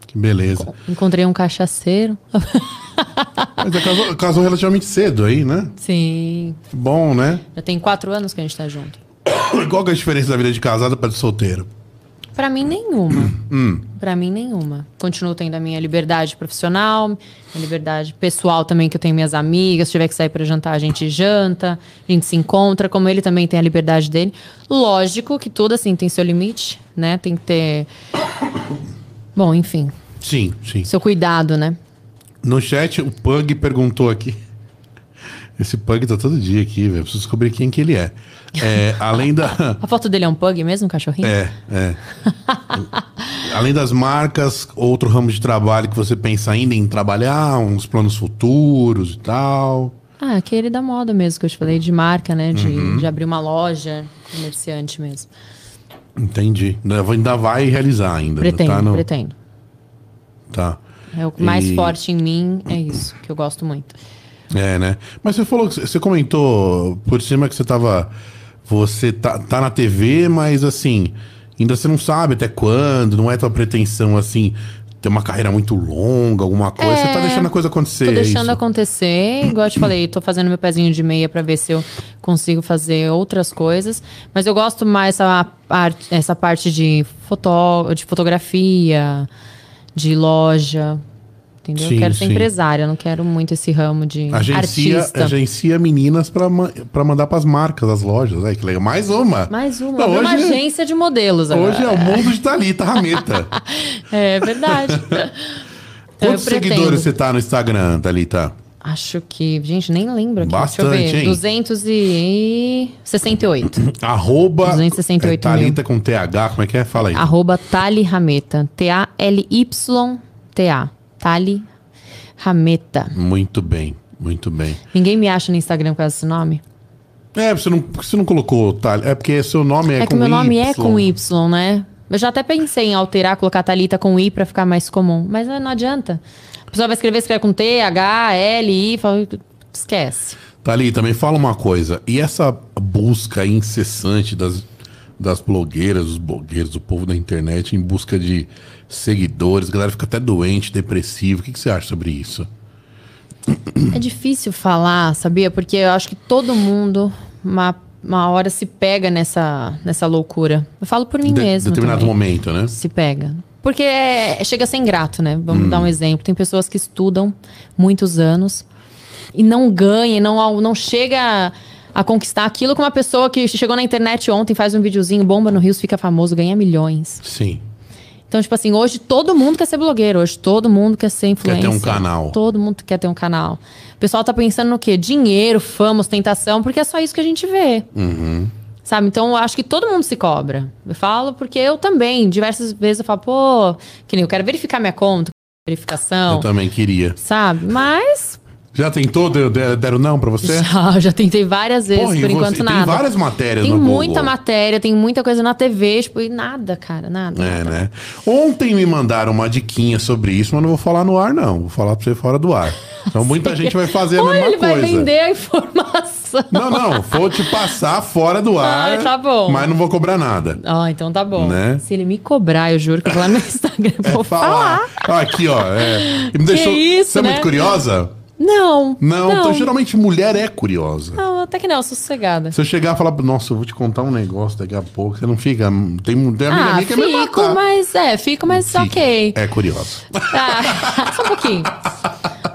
S1: Que beleza.
S2: Encontrei um cachaceiro.
S1: Mas você casou, casou relativamente cedo aí, né?
S2: Sim.
S1: Que Bom, né?
S2: Já tem quatro anos que a gente tá junto.
S1: Qual que é a diferença da vida de casado pra de solteiro?
S2: Pra mim, nenhuma.
S1: Hum.
S2: Pra mim, nenhuma. Continuo tendo a minha liberdade profissional, minha liberdade pessoal também, que eu tenho minhas amigas. Se tiver que sair pra jantar, a gente janta, a gente se encontra, como ele também tem a liberdade dele. Lógico que tudo, assim, tem seu limite, né? Tem que ter. Bom, enfim,
S1: Sim, sim.
S2: seu cuidado, né?
S1: No chat, o Pug perguntou aqui. Esse Pug tá todo dia aqui, velho. Preciso descobrir quem que ele é. É, além da.
S2: A foto dele é um pug mesmo, um cachorrinho?
S1: É, é. Além das marcas, outro ramo de trabalho que você pensa ainda em trabalhar, uns planos futuros e tal.
S2: Ah, aquele da moda mesmo, que eu te falei, de marca, né? De,
S1: Uhum.
S2: de abrir uma loja, comerciante mesmo.
S1: Entendi. Ainda vai realizar ainda.
S2: Pretendo,
S1: tá no-
S2: pretendo.
S1: Tá.
S2: É o mais
S1: E-
S2: forte em mim, é isso, que eu gosto muito.
S1: É, né? Mas você falou, que você comentou por cima que você tava. Você tá, tá na TV, mas assim, ainda você não sabe até quando, não é tua pretensão assim, ter uma carreira muito longa, alguma coisa. Você tá deixando a coisa acontecer.
S2: Tô
S1: é
S2: deixando
S1: isso?
S2: acontecer, igual eu te falei, tô fazendo meu pezinho de meia pra ver se eu consigo fazer outras coisas. Mas eu gosto mais essa, par- essa parte de, foto, de fotografia, de loja. Entendeu?
S1: Sim,
S2: eu quero ser
S1: sim.
S2: empresária, eu não quero muito esse ramo de
S1: Agencia,
S2: artista.
S1: agencia meninas pra, ma- pra mandar pras marcas, as lojas. Aí, que legal. Mais uma.
S2: Mais uma,
S1: Não,
S2: abriu uma
S1: hoje é-
S2: agência de modelos agora.
S1: Hoje é o mundo de Thalita Rameta.
S2: É verdade. Então, eu
S1: Quantos seguidores
S2: pretendo.
S1: você tá no Instagram, Thalita?
S2: Acho que, gente, nem lembro aqui.
S1: Bastante,
S2: Deixa eu ver.
S1: hein?
S2: 268.
S1: Arroba.
S2: 268
S1: é, Thalita com TH, como é que é? Fala aí.
S2: arroba Tali Rameta. T-A-L-Y-T-A. Tali Rameta.
S1: Muito bem, muito bem.
S2: Ninguém me acha no Instagram por causa desse nome?
S1: É, você não, você não colocou Thalita. É porque seu nome é,
S2: É,
S1: com
S2: que o meu nome
S1: Y.
S2: é com Y, né? Eu já até pensei em alterar, colocar Thalita com I pra ficar mais comum. Mas eh, não adianta. A pessoa vai escrever, escreve com T, H, L, I. Fala, esquece.
S1: Thalita, me fala uma coisa. E essa busca incessante das, das blogueiras, dos blogueiros, do povo da internet em busca de seguidores, a galera fica até doente, depressivo. O que, que você acha sobre isso?
S2: É difícil falar, sabia? Porque eu acho que todo mundo, uma, uma hora, se pega nessa, nessa loucura. Eu falo por mim
S1: Em
S2: mesmo.
S1: determinado
S2: também.
S1: momento, né?
S2: Se pega. Porque é- chega a ser ingrato, né?
S1: Hum.
S2: Vamos dar um exemplo. Tem pessoas que estudam muitos anos e não ganha, não, ao- não chega a conquistar aquilo que uma pessoa que chegou na internet ontem, faz um videozinho, bomba no Rios, fica famoso, ganha milhões.
S1: Sim.
S2: Então, tipo assim, hoje todo mundo quer ser blogueiro, hoje todo mundo quer ser influencer.
S1: um canal.
S2: Todo mundo quer ter um canal. O pessoal tá pensando no quê? Dinheiro, fama, ostentação, porque é só isso que a gente vê.
S1: Uhum.
S2: Sabe? Então, eu acho que todo mundo se cobra. Eu falo porque eu também, diversas vezes eu falo, pô, que nem eu quero verificar minha conta, verificação,
S1: Eu também queria.
S2: sabe? Mas
S1: Já tentou? Deu- der- Deram não pra você?
S2: Já, já tentei várias vezes,
S1: Porra, e
S2: por
S1: você-
S2: enquanto
S1: tem
S2: nada.
S1: várias matérias
S2: Tem
S1: no Google.
S2: muita matéria, tem muita coisa na TV, tipo, e nada, cara, nada.
S1: É, né? Ontem me mandaram uma diquinha sobre isso, mas não vou falar no ar, não. Vou falar pra você fora do ar. Então muita gente vai fazer a
S2: Ou
S1: mesma
S2: ele vai
S1: coisa.
S2: vender a informação.
S1: Não, não, vou te passar fora do ar.
S2: Ai, tá bom.
S1: Mas não vou cobrar nada.
S2: Ó, então tá bom.
S1: Né?
S2: Se ele me cobrar, eu juro que eu vou lá no Instagram e vou falar.
S1: Ah, Aqui, É ó. É. E Me deixou.
S2: isso,
S1: você é
S2: né?
S1: muito curiosa?
S2: Não.
S1: Não,
S2: não.
S1: Então, geralmente mulher é curiosa.
S2: Não, até que não, eu sou sossegada.
S1: Se eu chegar e falar, nossa, eu vou te contar um negócio daqui a pouco, você não fica. Tem, tem amiga
S2: Ah,
S1: minha que é me
S2: fico,
S1: matar.
S2: mas é, fico, mas
S1: Fica.
S2: ok.
S1: É curiosa.
S2: Ah, só um pouquinho.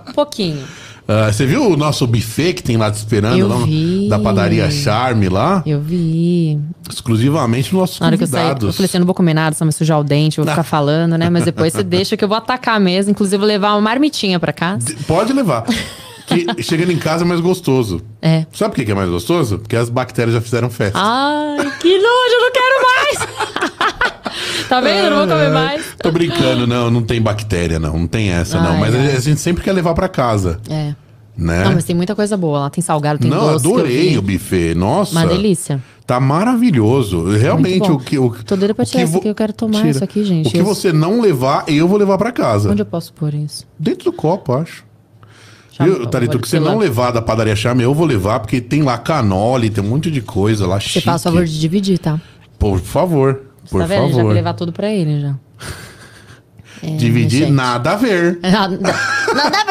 S2: Um pouquinho.
S1: Ah, você viu o nosso buffet que tem lá te esperando?
S2: Eu
S1: lá, no-
S2: vi.
S1: Da padaria Charme lá?
S2: Eu vi.
S1: Exclusivamente nos nossos
S2: Na hora que eu saí, eu
S1: convidados.
S2: falei assim, eu não vou comer nada, só me sujar o dente, eu
S1: Ah.
S2: vou ficar falando, né? Mas depois você deixa que eu vou atacar mesmo. Inclusive, vou levar uma marmitinha pra cá.
S1: D- Pode levar. Que chegando em casa é mais gostoso.
S2: É.
S1: Sabe por que que é mais gostoso? Porque as bactérias já fizeram festa.
S2: Ah. Ai, que nojo, eu não quero mais! tá vendo? Eu não vou comer mais.
S1: Tô brincando, não, não tem bactéria, não. Não tem essa, não.
S2: Ai,
S1: Mas a
S2: ai.
S1: gente- a gente sempre quer levar pra casa,
S2: É.
S1: né?
S2: Não, mas tem muita coisa boa lá. Tem salgado, tem
S1: Não,
S2: doce. que eu
S1: adorei
S2: vi.
S1: o buffet. Nossa.
S2: Uma delícia.
S1: Tá maravilhoso. Realmente
S2: bom.
S1: o que o
S2: Tô doida pra
S1: o
S2: tirar isso
S1: vo-
S2: aqui, eu quero tomar isso aqui, gente.
S1: O que
S2: Isso.
S1: você não levar, eu vou levar pra casa.
S2: Onde eu posso pôr isso?
S1: Dentro do copo, acho.
S2: Chama-
S1: Viu, Thalita, o que você
S2: Olha,
S1: não
S2: sei lá.
S1: levar da padaria Charme, eu vou levar, porque tem lá canole, tem um monte de coisa lá,
S2: Você
S1: chique.
S2: faz o favor de dividir, tá?
S1: Por favor, por
S2: tá vendo? Já
S1: favor.
S2: vai levar tudo pra ele já. É,
S1: Dividir,
S2: gente.
S1: nada a ver.
S2: Nada, nada a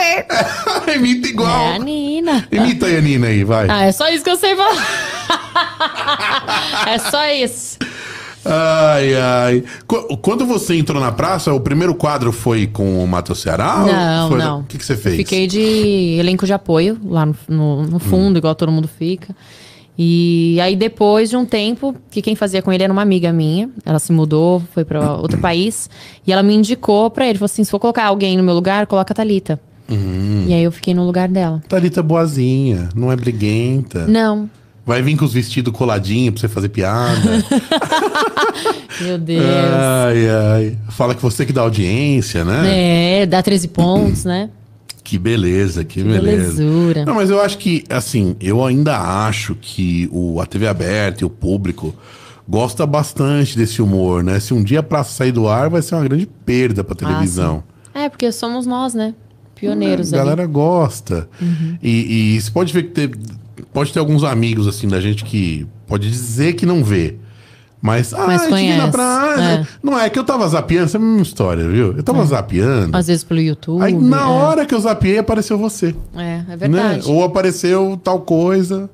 S2: ver.
S1: Imita igual.
S2: É, Nina.
S1: Imita a Yanina aí, vai.
S2: Ah, é só isso que eu sei falar. é só isso.
S1: Ai, ai. Qu- Quando você entrou na praça, o primeiro quadro foi com o Matheus Ceará? ou
S2: não,
S1: foi-
S2: não.
S1: O que, que você fez?
S2: Fiquei de elenco de apoio lá no, no- no fundo,
S1: Hum.
S2: igual todo mundo fica. E aí depois de um tempo, que quem fazia com ele era uma amiga minha. Ela se mudou, foi pra
S1: Hum.
S2: outro país. E ela me indicou pra ele. Falou assim, se for colocar alguém no meu lugar, coloca a Thalita.
S1: Hum.
S2: E aí eu fiquei no lugar dela.
S1: Thalita é boazinha, não é briguenta.
S2: Não.
S1: Vai vir com os vestidos coladinhos pra você fazer piada.
S2: Meu Deus.
S1: ai, ai. Fala que você que dá audiência, né?
S2: É, dá 13 pontos, né?
S1: Que beleza, que, beleza.
S2: belezura.
S1: Não, mas eu acho que, assim, eu ainda acho que o, a TV aberta e o público gosta bastante desse humor, né? Se um dia a praça sair do ar, vai ser uma grande perda
S2: Ah,
S1: pra televisão.
S2: É, porque somos nós, né? Pioneiros
S1: A
S2: ali. Uhum.
S1: galera gosta. E, e você pode ver que teve- pode ter alguns amigos, assim, da gente que pode dizer que não vê. Mas, ah,
S2: Mas
S1: eu tive na
S2: conhece,
S1: praia.
S2: é.
S1: Não é que eu tava zapeando, essa é a mesma história, viu? Eu tava zapeando.
S2: Às vezes pelo YouTube.
S1: Aí
S2: é.
S1: na hora que eu zapiei, apareceu você.
S2: É, é
S1: Né?
S2: verdade.
S1: Ou apareceu tal coisa,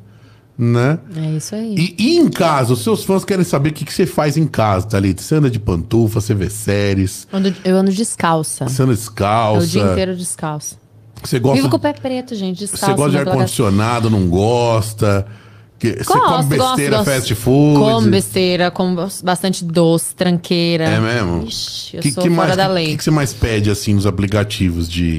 S1: né?
S2: É isso aí.
S1: E, e em casa, os seus fãs querem saber o que, que você faz em casa, Thalita. Você anda de pantufa, você vê séries,
S2: Ando- eu ando descalça.
S1: você anda
S2: É
S1: descalça.
S2: o dia inteiro descalça.
S1: Você gosta
S2: Vivo com né,
S1: de
S2: o pé preto, gente. Descalço.
S1: Você gosta de
S2: na pela-
S1: ar-condicionado, não gosta? Que- você
S2: Gosto,
S1: come
S2: gosto,
S1: besteira,
S2: gosto.
S1: fast food?
S2: Como besteira, como bastante doce, tranqueira.
S1: É mesmo?
S2: Ixi, eu
S1: que,
S2: sou
S1: que
S2: fora
S1: mais,
S2: da
S1: que-
S2: lei.
S1: que, que você mais pede, assim, nos aplicativos de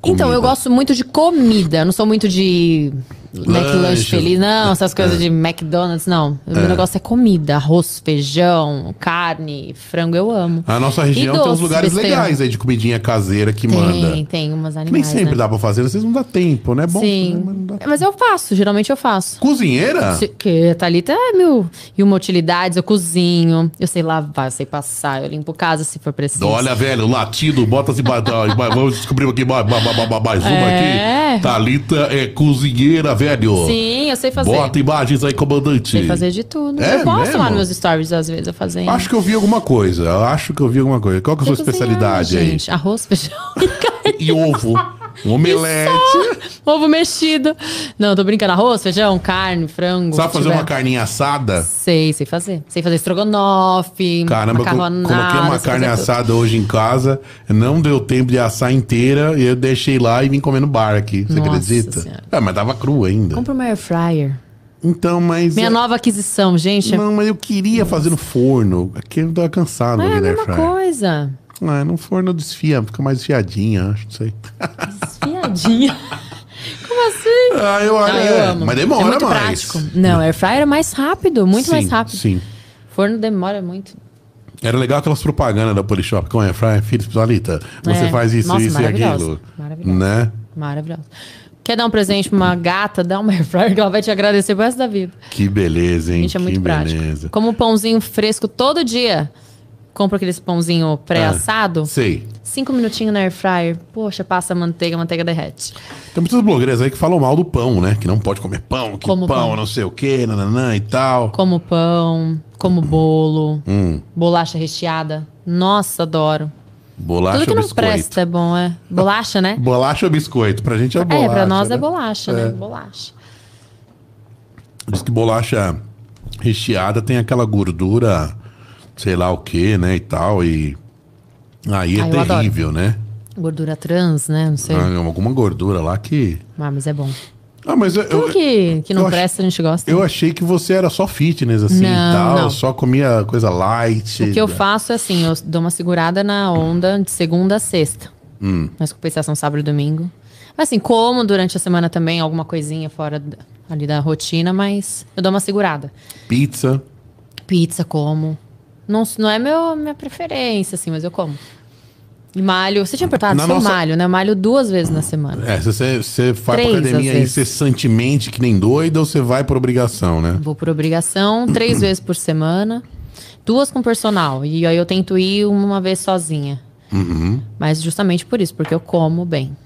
S1: comida?
S2: Então, eu gosto muito de comida. Eu Não sou muito de McLanche
S1: Lanche. É.
S2: feliz, não. Essas coisas de McDonald's, não. O meu negócio é comida. Arroz, feijão, carne, frango, eu amo.
S1: A nossa região
S2: E
S1: tem uns
S2: doce,
S1: lugares
S2: besteira.
S1: legais aí de comidinha caseira que
S2: Tem,
S1: manda.
S2: tem umas animais,
S1: Nem sempre
S2: né?
S1: dá pra fazer, às vezes não dá tempo, né? Bom,
S2: Sim.
S1: né, mas não dá-
S2: Mas eu faço, geralmente eu faço.
S1: Cozinheira?
S2: Se- Que a Thalita é mil e uma utilidades, eu cozinho, eu sei lavar, eu sei passar, eu limpo casa se for preciso.
S1: Olha, velho, latido, bota se Vamos descobrir aqui mais, mais, mais, mais uma
S2: É.
S1: aqui. Thalita é cozinheira, velho.
S2: Sim, eu sei fazer.
S1: Bota imagens aí, comandante.
S2: Sei fazer de tudo.
S1: É
S2: eu posto
S1: mesmo?
S2: lá nos meus stories, às vezes, eu fazendo.
S1: Acho que eu vi alguma coisa. eu Acho que eu vi alguma coisa. Qual que é a sua
S2: Eu cozinhava,
S1: especialidade aí?
S2: gente. Arroz, feijão e carne.
S1: E ovo. Um omelete.
S2: Ovo mexido. Não, tô brincando. Arroz, feijão, carne, frango.
S1: Sabe
S2: se
S1: fazer
S2: tiver.
S1: uma carninha assada?
S2: Sei, sei fazer. Sei fazer estrogonofe,
S1: Caramba, eu co-
S2: macarronada.
S1: coloquei uma
S2: sei
S1: carne
S2: fazer tudo.
S1: assada hoje em casa. Não deu tempo de assar inteira. E eu deixei lá e vim comer no bar aqui. Você
S2: Nossa
S1: acredita?
S2: Senhora.
S1: É, mas tava cru ainda.
S2: Compra uma air fryer.
S1: Então, mas.
S2: Minha é
S1: eu-
S2: nova aquisição, gente.
S1: Não, mas eu queria fazer no forno. Aqui eu tava cansado.
S2: é
S1: de
S2: a
S1: air
S2: mesma
S1: fryer.
S2: coisa.
S1: Ah, no forno desfia, fica mais desfiadinha, acho, não sei.
S2: Fiadinha. Como assim?
S1: Ah, eu,
S2: Ah, eu amo.
S1: Mas demora
S2: é muito
S1: mais.
S2: prático. Não, air fryer é mais rápido, muito
S1: Sim,
S2: mais rápido.
S1: Sim.
S2: Forno demora muito.
S1: Era legal aquelas propagandas da Polishop com a Airfryer, Philips Alita. Você
S2: É.
S1: faz isso,
S2: Nossa,
S1: isso e
S2: maravilhosa.
S1: aquilo.
S2: Maravilhosa.
S1: Né?
S2: Maravilhosa. Quer dar um presente pra uma gata? Dá uma air fryer que ela vai te agradecer pro resto da vida.
S1: Que beleza, hein?
S2: Gente, é muito
S1: que
S2: prático.
S1: beleza.
S2: Como um pãozinho fresco todo dia. Compra aqueles
S1: Ah.
S2: pãozinho pré-assado.
S1: Sei.
S2: Cinco minutinhos na air fryer. Poxa, passa a manteiga, a manteiga derrete.
S1: Tem muitas blogueiras aí que falam mal do pão, né? Que não pode comer pão, que
S2: Como
S1: pão,
S2: pão?
S1: não sei o quê, nananã e tal.
S2: Como pão, como bolo,
S1: Hum.
S2: bolacha recheada. Nossa, adoro.
S1: Bolacha
S2: Tudo que
S1: ou
S2: não
S1: biscoito?
S2: presta é bom, é. Bolacha, né?
S1: Bolacha ou biscoito? Pra gente é bolacha.
S2: é, pra nós
S1: né?
S2: é bolacha, né? Bolacha.
S1: Diz que bolacha recheada tem aquela gordura, sei lá o quê, né? E tal. E aí é
S2: Ah, eu adoro.
S1: terrível, né?
S2: Gordura trans, né? Não sei.
S1: Ah, Alguma gordura lá que.
S2: Ah, mas é bom.
S1: Ah, mas eu,
S2: Tudo
S1: eu,
S2: que, que
S1: eu
S2: não
S1: acho-
S2: presta, a gente gosta.
S1: eu achei que você era só fitness, assim e
S2: Não,
S1: tal.
S2: não.
S1: Só comia coisa light. né,
S2: O que eu faço é assim, eu dou uma segurada na onda de segunda a sexta.
S1: Hum.
S2: Mas compensação sábado e domingo. Mas assim, como durante a semana também alguma coisinha fora d- ali da rotina, mas eu dou uma segurada.
S1: Pizza.
S2: Pizza como. Não, s- não é meu, minha preferência, assim, mas eu como. E malho. Você tinha perguntado
S1: Na
S2: se eu
S1: nossa-
S2: malho, né? Eu malho duas vezes na semana.
S1: É, se você, você faz pra
S2: Três,
S1: academia
S2: às vezes.
S1: incessantemente, que nem doida, ou você vai por obrigação, né?
S2: Vou por obrigação, três vezes por semana. Duas com personal. E aí eu tento ir uma vez sozinha.
S1: Uhum.
S2: Mas justamente por isso, porque eu como bem.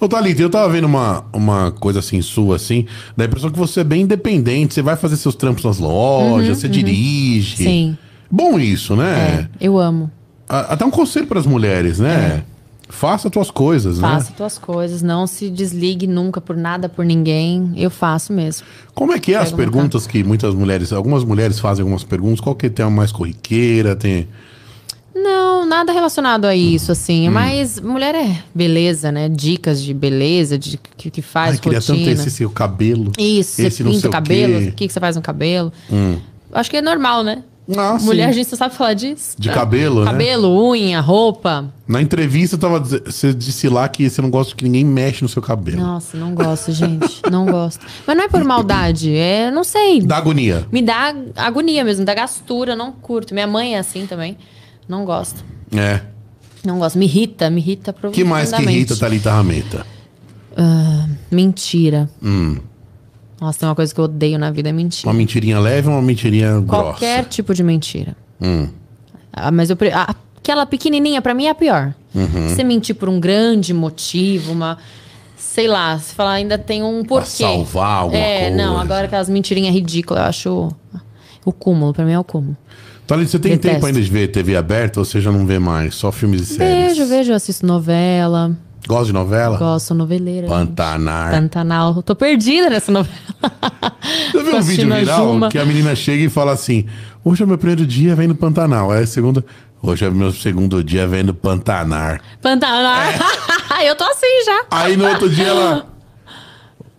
S1: Ô, Thalita, eu tava vendo uma, uma coisa assim sua, assim, da impressão que você é bem independente, você vai fazer seus trampos nas lojas, você dirige.
S2: Uhum, Sim. É.
S1: Bom isso, né?
S2: Eu amo.
S1: A- Até um conselho pras mulheres, né? Faça tuas coisas,
S2: É. Faça
S1: né?
S2: tuas coisas, não se desligue nunca por nada, por ninguém. Eu faço mesmo.
S1: Como é que é as
S2: Pega uma
S1: perguntas que muitas mulheres, algumas mulheres fazem algumas perguntas, qual que tem a mais corriqueira, tem...
S2: Não, nada relacionado a isso,
S1: Hum.
S2: assim. Mas mulher é beleza, né? Dicas de beleza, de que, que faz,
S1: Ai, queria tanto ter
S2: rotina.
S1: esse seu cabelo.
S2: Isso,
S1: esse
S2: você
S1: não
S2: pinta
S1: sei
S2: o
S1: o
S2: cabelo,
S1: quê.
S2: o que, que você faz no cabelo. Acho que é normal, né?
S1: Ah, sim.
S2: Mulher, a gente só sabe falar disso.
S1: De cabelo, né?
S2: Cabelo, unha, roupa.
S1: Na entrevista, eu tava, dize- você disse lá que você não gosta que ninguém mexe no seu cabelo.
S2: Nossa, não gosto, gente. Não gosto. Mas não é por maldade, é, não sei.
S1: Dá agonia.
S2: Me dá agonia mesmo, dá gastura, não curto. Minha mãe é assim também. Não gosto.
S1: É.
S2: Não gosto. Me irrita, me irrita
S1: O que mais que irrita tá? Thalita Rameta?
S2: Mentira.
S1: Hum.
S2: Nossa, tem uma coisa que eu odeio na vida, é mentira.
S1: Uma mentirinha leve ou uma mentirinha
S2: Qualquer
S1: grossa? Hum.
S2: tipo de mentira. Ah, mas eu. pre- ah, Aquela pequenininha, pra mim, é a pior.
S1: Uhum.
S2: Você mentir por um grande motivo, uma. Sei lá, se falar ainda tem um
S1: Pra
S2: porquê.
S1: salvar alguma
S2: é,
S1: coisa.
S2: não, agora aquelas mentirinhas ridículas, eu acho. O cúmulo, pra mim é o cúmulo.
S1: Thalita, você tem
S2: Detesto.
S1: tempo ainda de ver TV aberta ou você já não vê mais? Só filmes e séries?
S2: Vejo, vejo, assisto novela,
S1: Gosta de novela?
S2: gosto sou noveleira.
S1: Pantanar.
S2: Pantanal. Eu Tô perdida nessa novela.
S1: Você viu um vídeo
S2: Assistindo a
S1: viral
S2: Juma.
S1: que a menina chega e fala assim: Hoje é meu primeiro dia, vem no Pantanal. Aí a segunda. Hoje é meu segundo dia, vem no Pantanar.
S2: Pantanal.
S1: É.
S2: eu tô assim já.
S1: Aí no outro dia ela.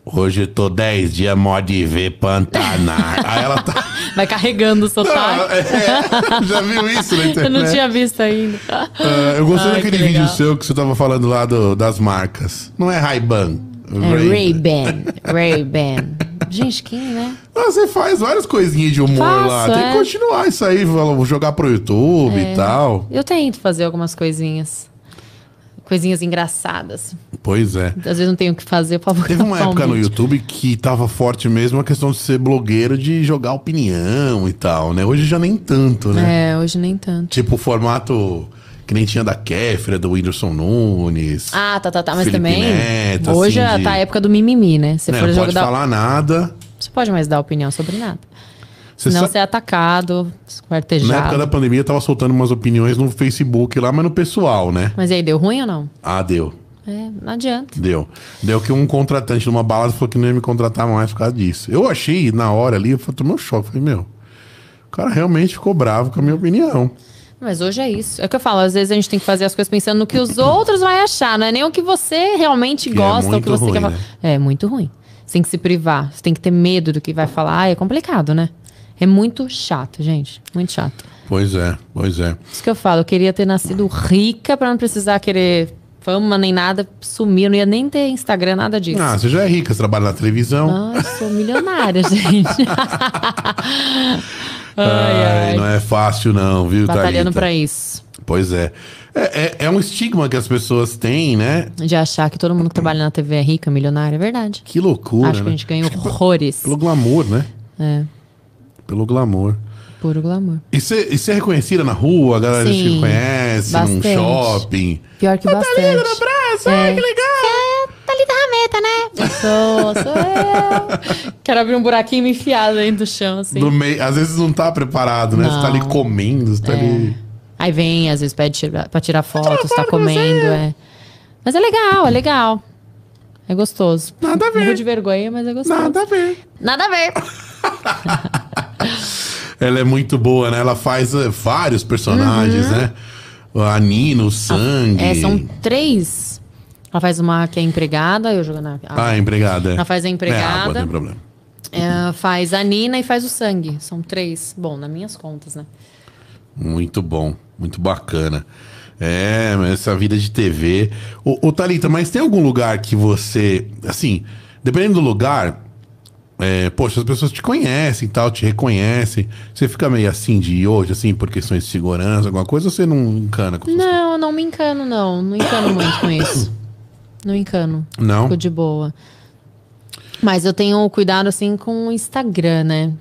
S1: Hoje eu tô 10 dias mó de ver Pantanar. Aí ela tá.
S2: Vai carregando o
S1: Não,
S2: sotaque.
S1: é, já viu isso na internet?
S2: Eu não tinha visto ainda.
S1: Ah, eu gostei
S2: Ai,
S1: daquele
S2: que
S1: vídeo
S2: legal.
S1: seu que você tava falando lá do- das marcas. Não é Ray-Ban.
S2: É Ray-Ban. Ray-Ban. Gente, quem, né?
S1: Ah, você faz várias coisinhas de humor lá.
S2: Faço,
S1: Tem
S2: é.
S1: que continuar isso aí, vou jogar pro YouTube e tal.
S2: Eu tento fazer algumas coisinhas. Coisinhas engraçadas.
S1: Pois é.
S2: Às vezes não tenho o que fazer pra
S1: Teve uma época no YouTube que tava forte mesmo a questão de ser blogueiro, de jogar opinião e tal, né? Hoje já nem tanto, né?
S2: É, hoje nem tanto.
S1: Tipo o formato que nem tinha da Kéfera, do Whindersson Nunes.
S2: Ah, tá, tá, tá. Mas
S1: Felipe
S2: também.
S1: Neto,
S2: hoje
S1: assim, de-
S2: tá a época do mimimi, né? Você
S1: né?
S2: for
S1: Não
S2: jogar.
S1: pode falar nada.
S2: Você pode mais dar opinião sobre nada.
S1: Você
S2: Senão
S1: sa-
S2: você é atacado,
S1: Na época
S2: esquartejado.
S1: da pandemia, eu tava soltando umas opiniões no Facebook lá, mas no pessoal, né?
S2: Mas e aí, deu ruim ou não?
S1: Ah, deu.
S2: É, não adianta.
S1: Deu. Deu que um contratante numa balada falou que não ia me contratar mais por causa disso. Eu achei, na hora ali, eu falei, tomei um choque. Falei, meu, o cara realmente ficou bravo com a minha opinião.
S2: Mas hoje é isso. É o que eu falo, às vezes a gente tem que fazer as coisas pensando no que os outros vão achar, não é nem o que você realmente
S1: Que é
S2: gosta, ou o
S1: muito
S2: que você
S1: ruim,
S2: quer falar.
S1: né?
S2: É muito ruim. Você tem que se privar, você tem que ter medo do que vai falar. Ah, é complicado, né? É muito chato, gente. Muito chato.
S1: Pois é, pois é.
S2: Isso que eu falo, eu queria ter nascido rica pra não precisar querer fama nem nada, sumir, eu não ia nem ter Instagram, nada disso.
S1: Ah, você já é rica, você trabalha na televisão.
S2: Ai, sou milionária, gente. ai,
S1: Ai,
S2: ai.
S1: não é tá? fácil não, viu,
S2: Batalhando
S1: Thalita?
S2: pra isso.
S1: Pois é. É, é, é um estigma que as pessoas têm, né?
S2: De achar que todo mundo que trabalha na TV é rica, milionário, é verdade.
S1: Que loucura.
S2: Acho que
S1: né?
S2: a gente ganha horrores.
S1: Pelo glamour, né?
S2: É,
S1: Pelo glamour.
S2: puro glamour.
S1: E você é reconhecida na rua, a galera
S2: Sim,
S1: te conhece, num
S2: bastante.
S1: shopping.
S2: Pior que
S1: Liga
S2: bastante.
S1: na praça,
S2: É.
S1: tá
S2: tá
S1: ai, que legal!
S2: Thalita Rameta, né? Sou, sou eu. Quero abrir um buraquinho e me enfiar dentro do chão, assim.
S1: No meio, às vezes não tá preparado, né? Você tá ali
S2: Não. É.
S1: comendo, você tá ali.
S2: Aí vem, às vezes pede tira- pra tirar fotos, tá comendo, é. Mas é legal, é legal. É gostoso.
S1: Nada a ver.
S2: Morro de vergonha, mas é gostoso.
S1: Nada a ver.
S2: Nada a ver.
S1: Ela é muito boa, né? Ela faz eh, vários personagens, né? A Nina, o Sangue.
S2: Uhum. É, são três. Ela faz uma que é empregada, eu jogando a. a-
S1: Ah, empregada. é.
S2: Ela faz a
S1: É,
S2: empregada.
S1: água, não tem problema.
S2: é, faz a Nina e faz o sangue. São três. Bom, nas minhas contas, né?
S1: Muito bom, muito bacana. É, mas essa vida de TV. Ô, ô Thalita, mas tem algum lugar que você. Assim, dependendo do lugar, é, poxa, as pessoas te conhecem e tal, te reconhecem. Você fica meio assim de hoje, assim, por questões de segurança, alguma coisa, ou você não encana com essas
S2: Não, eu não me encano, não. Não encano muito com isso. Não encano.
S1: coisas? Não?
S2: Fico de boa. Mas eu tenho cuidado, assim, com o Instagram, né?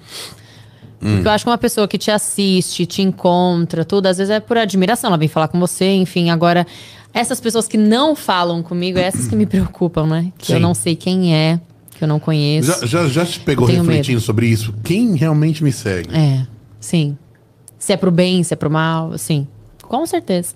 S1: Hum.
S2: Porque eu acho que uma pessoa que te assiste, te encontra, tudo, às vezes é por admiração. Ela vem falar com você, enfim. Agora, essas pessoas que não falam comigo, é essas que me preocupam, né? Que eu
S1: Sim.
S2: não sei quem é, que eu não conheço.
S1: Já, já, já te pegou
S2: Tenho
S1: refletindo sobre isso? Quem realmente me segue?
S2: É, sim. Se é pro bem, se é pro mal, assim. Com certeza.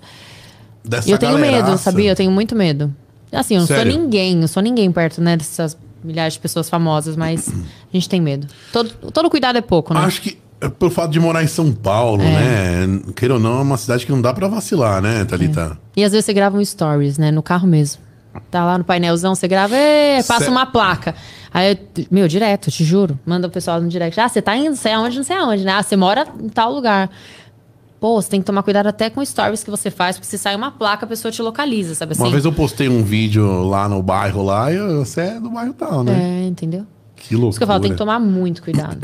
S1: Dessa
S2: E eu tenho
S1: galeraça.
S2: medo, sabia? Eu tenho muito medo. Assim, eu não
S1: Sério?
S2: sou ninguém, eu sou ninguém perto, né, dessas milhares de pessoas famosas, mas a gente tem medo. Todo, todo cuidado é pouco, né?
S1: Acho que é pelo fato de morar em São Paulo, né? Queira ou não, é uma cidade que não dá pra vacilar, né, Thalita?
S2: E às vezes você grava um stories, né, no carro mesmo. Tá lá no painelzão, você grava, "Ê, passa
S1: Sé-
S2: uma placa. Aí, eu- meu, direto, te juro. Manda o pessoal no direct. Ah, você tá indo, não sei aonde, não sei aonde, né? Ah, você mora em tal lugar. Pô, você tem que tomar cuidado até com stories que você faz, porque se sai uma placa, a pessoa te localiza, sabe assim?
S1: Uma vez eu postei um vídeo lá no bairro lá e eu- você é do bairro tal, né?
S2: É, entendeu?
S1: Que loucura.
S2: Por isso que eu falo, tem que tomar muito cuidado.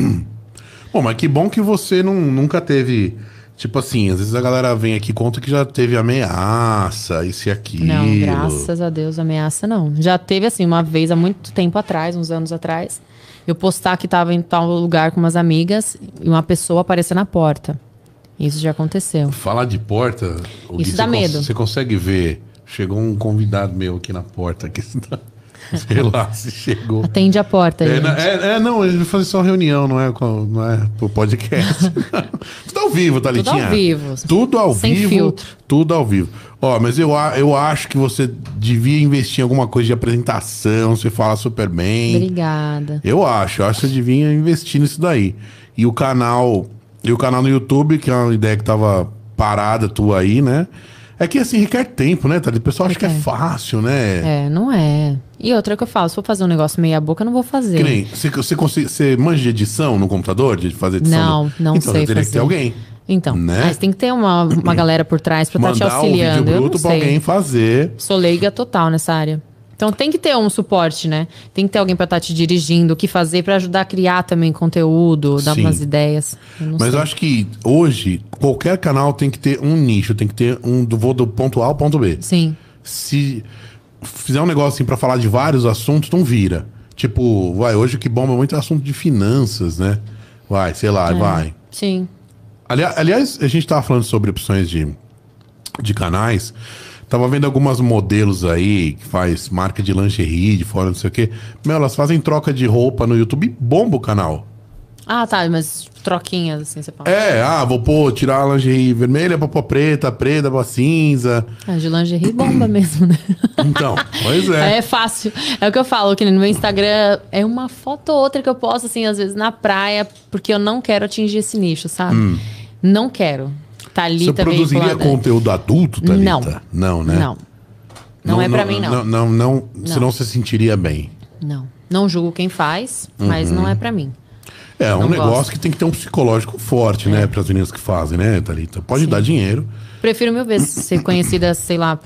S1: Bom, mas que bom que você não, nunca teve. Tipo assim, às vezes a galera vem aqui e conta que já teve ameaça, isso e aquilo.
S2: Não, graças a Deus, ameaça não. Já teve, assim, uma vez há muito tempo atrás, uns anos atrás, eu postar que tava em tal lugar com umas amigas e uma pessoa aparecer na porta. Isso já aconteceu.
S1: Falar de porta. o
S2: Isso
S1: você
S2: dá
S1: cons-
S2: medo.
S1: Você consegue ver? Chegou um convidado meu aqui na porta. Aqui, sei lá se chegou.
S2: Atende a porta,
S1: É,
S2: gente.
S1: na- é- é, não, ele fazer só reunião, não é, com- não é pro podcast. Tudo ao vivo, Thalitinha.
S2: Tudo ao vivo.
S1: Tudo ao
S2: Sem
S1: vivo.
S2: filtro.
S1: Tudo ao vivo. Ó, mas eu, a- eu acho que você devia investir em alguma coisa de apresentação, você fala super bem.
S2: Obrigada.
S1: Eu acho, eu acho que você devia investir nisso daí. E o canal, e o canal no YouTube, que é uma ideia que tava parada tua aí, né? É que assim, requer tempo, né, Thalita? O pessoal acha que é
S2: Requer.
S1: fácil, né?
S2: É, não é. E outra que eu falo, se for fazer um negócio meia boca, eu não vou fazer.
S1: Que nem, você, você, consi- você manja de edição no computador? De fazer edição?
S2: Não,
S1: no-
S2: não
S1: então,
S2: sei
S1: Então, teria que
S2: fazer.
S1: ter alguém.
S2: Então,
S1: Né?
S2: mas tem que ter uma, uma galera por trás pra estar tá te
S1: Mandar um vídeo
S2: auxiliando. eu não
S1: bruto pra
S2: sei.
S1: alguém fazer.
S2: Sou leiga total nessa área. Então tem que ter um suporte, né? Tem que ter alguém pra estar te dirigindo, o que fazer pra ajudar a criar também conteúdo, dar
S1: Sim.
S2: umas ideias. Eu não
S1: Mas eu acho que hoje, qualquer canal tem que ter um nicho, tem que ter um. do- Vou do ponto A ao ponto B.
S2: Sim.
S1: Se fizer um negócio assim pra falar de vários assuntos, não vira. Tipo, vai, hoje o que bomba muito é assunto de finanças, né? Vai, sei lá, vai.
S2: Sim.
S1: Ali- aliás, a gente tava falando sobre opções de, de canais. Tava vendo algumas modelos aí que faz marca de lingerie, de fora, não sei o quê. Meu, elas fazem troca de roupa no YouTube e bomba o canal.
S2: Ah, tá, mas troquinhas, assim, você fala.
S1: É, ah, vou pôr, tirar a lingerie vermelha pra pôr preta, preta pra cinza.
S2: Ah, de lingerie bomba mesmo, né?
S1: Então, pois é.
S2: É fácil. É o que eu falo, que no meu Instagram é uma foto ou outra que eu posto, assim, às vezes na praia, porque eu não quero atingir esse nicho, sabe? Não quero. Tá
S1: Você
S2: Thalita
S1: Hum. produziria
S2: veiculada.
S1: conteúdo adulto, Thalita?
S2: Não.
S1: Não, né?
S2: Não. Não, é pra mim,
S1: Não,
S2: não.
S1: não, não, senão você sentiria bem.
S2: Não. Não julgo quem faz, mas não
S1: Uhum.
S2: é pra mim.
S1: É, um
S2: Não
S1: negócio
S2: gosto. É.
S1: que tem que ter um psicológico forte, né, pras meninas que fazem, né, Thalita? Pode dar dinheiro.
S2: Prefiro mil vezes ser conhecida, sei lá,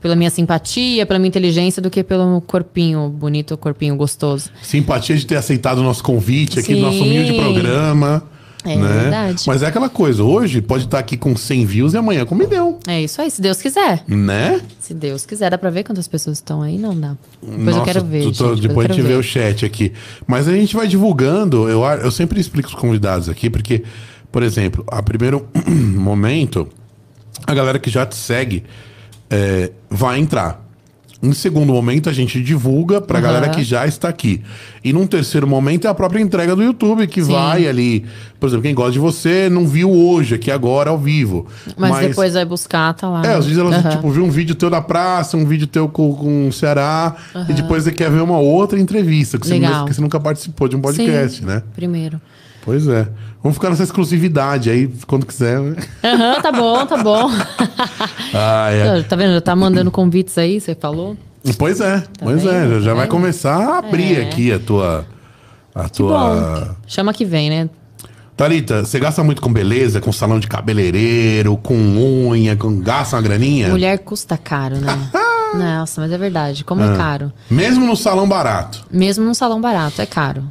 S2: pela minha simpatia, pela minha inteligência, do que pelo corpinho bonito, corpinho gostoso.
S1: Simpatia de ter aceitado o nosso convite aqui do nosso
S2: Sim.
S1: humilde programa.
S2: É
S1: né?
S2: verdade.
S1: Mas é aquela coisa, hoje pode estar aqui com 100 views e amanhã com um milhão,
S2: É isso aí, se Deus quiser.
S1: né?
S2: Se Deus quiser, dá pra ver quantas pessoas estão aí? Não dá. Depois eu
S1: Nossa,
S2: quero ver.
S1: tu- tu-
S2: gente, depois eu
S1: depois a
S2: quero
S1: gente vê
S2: ver.
S1: o chat aqui. Mas a gente vai divulgando, eu, a- eu sempre explico os convidados aqui, porque, por exemplo, a primeiro momento, a galera que já te segue é, vai entrar. Em segundo momento, a gente divulga pra
S2: Aham.
S1: galera que já está aqui. E num terceiro momento é a própria entrega do YouTube, que
S2: Sim.
S1: vai ali. Por exemplo, quem gosta de você não viu hoje, aqui agora, ao vivo.
S2: Mas, depois vai buscar, tá lá.
S1: É, às vezes ela
S2: Aham.
S1: tipo, vê um vídeo teu na praça, um vídeo teu com, com o Ceará, e depois você quer ver uma outra entrevista, que você,
S2: Legal.
S1: nunca, que você nunca participou de um podcast,
S2: Sim,
S1: né?
S2: Primeiro.
S1: Pois é. Vamos ficar nessa exclusividade aí, quando quiser. né?
S2: Aham, tá bom, tá bom.
S1: Ah, é.
S2: tá vendo? Já tá mandando convites aí, você falou?
S1: Pois é, pois
S2: vendo?
S1: é. Já, já
S2: Tá
S1: vai
S2: vendo?
S1: começar a abrir
S2: É.
S1: aqui a tua. A tua.
S2: Bom, chama que vem, né?
S1: Thalita, você gasta muito com beleza, com salão de cabeleireiro, com unha, com gasta uma graninha?
S2: Mulher custa caro, né?
S1: Ah!
S2: Nossa, mas é verdade. Como é caro?
S1: Mesmo no salão barato.
S2: Mesmo num salão barato, é caro.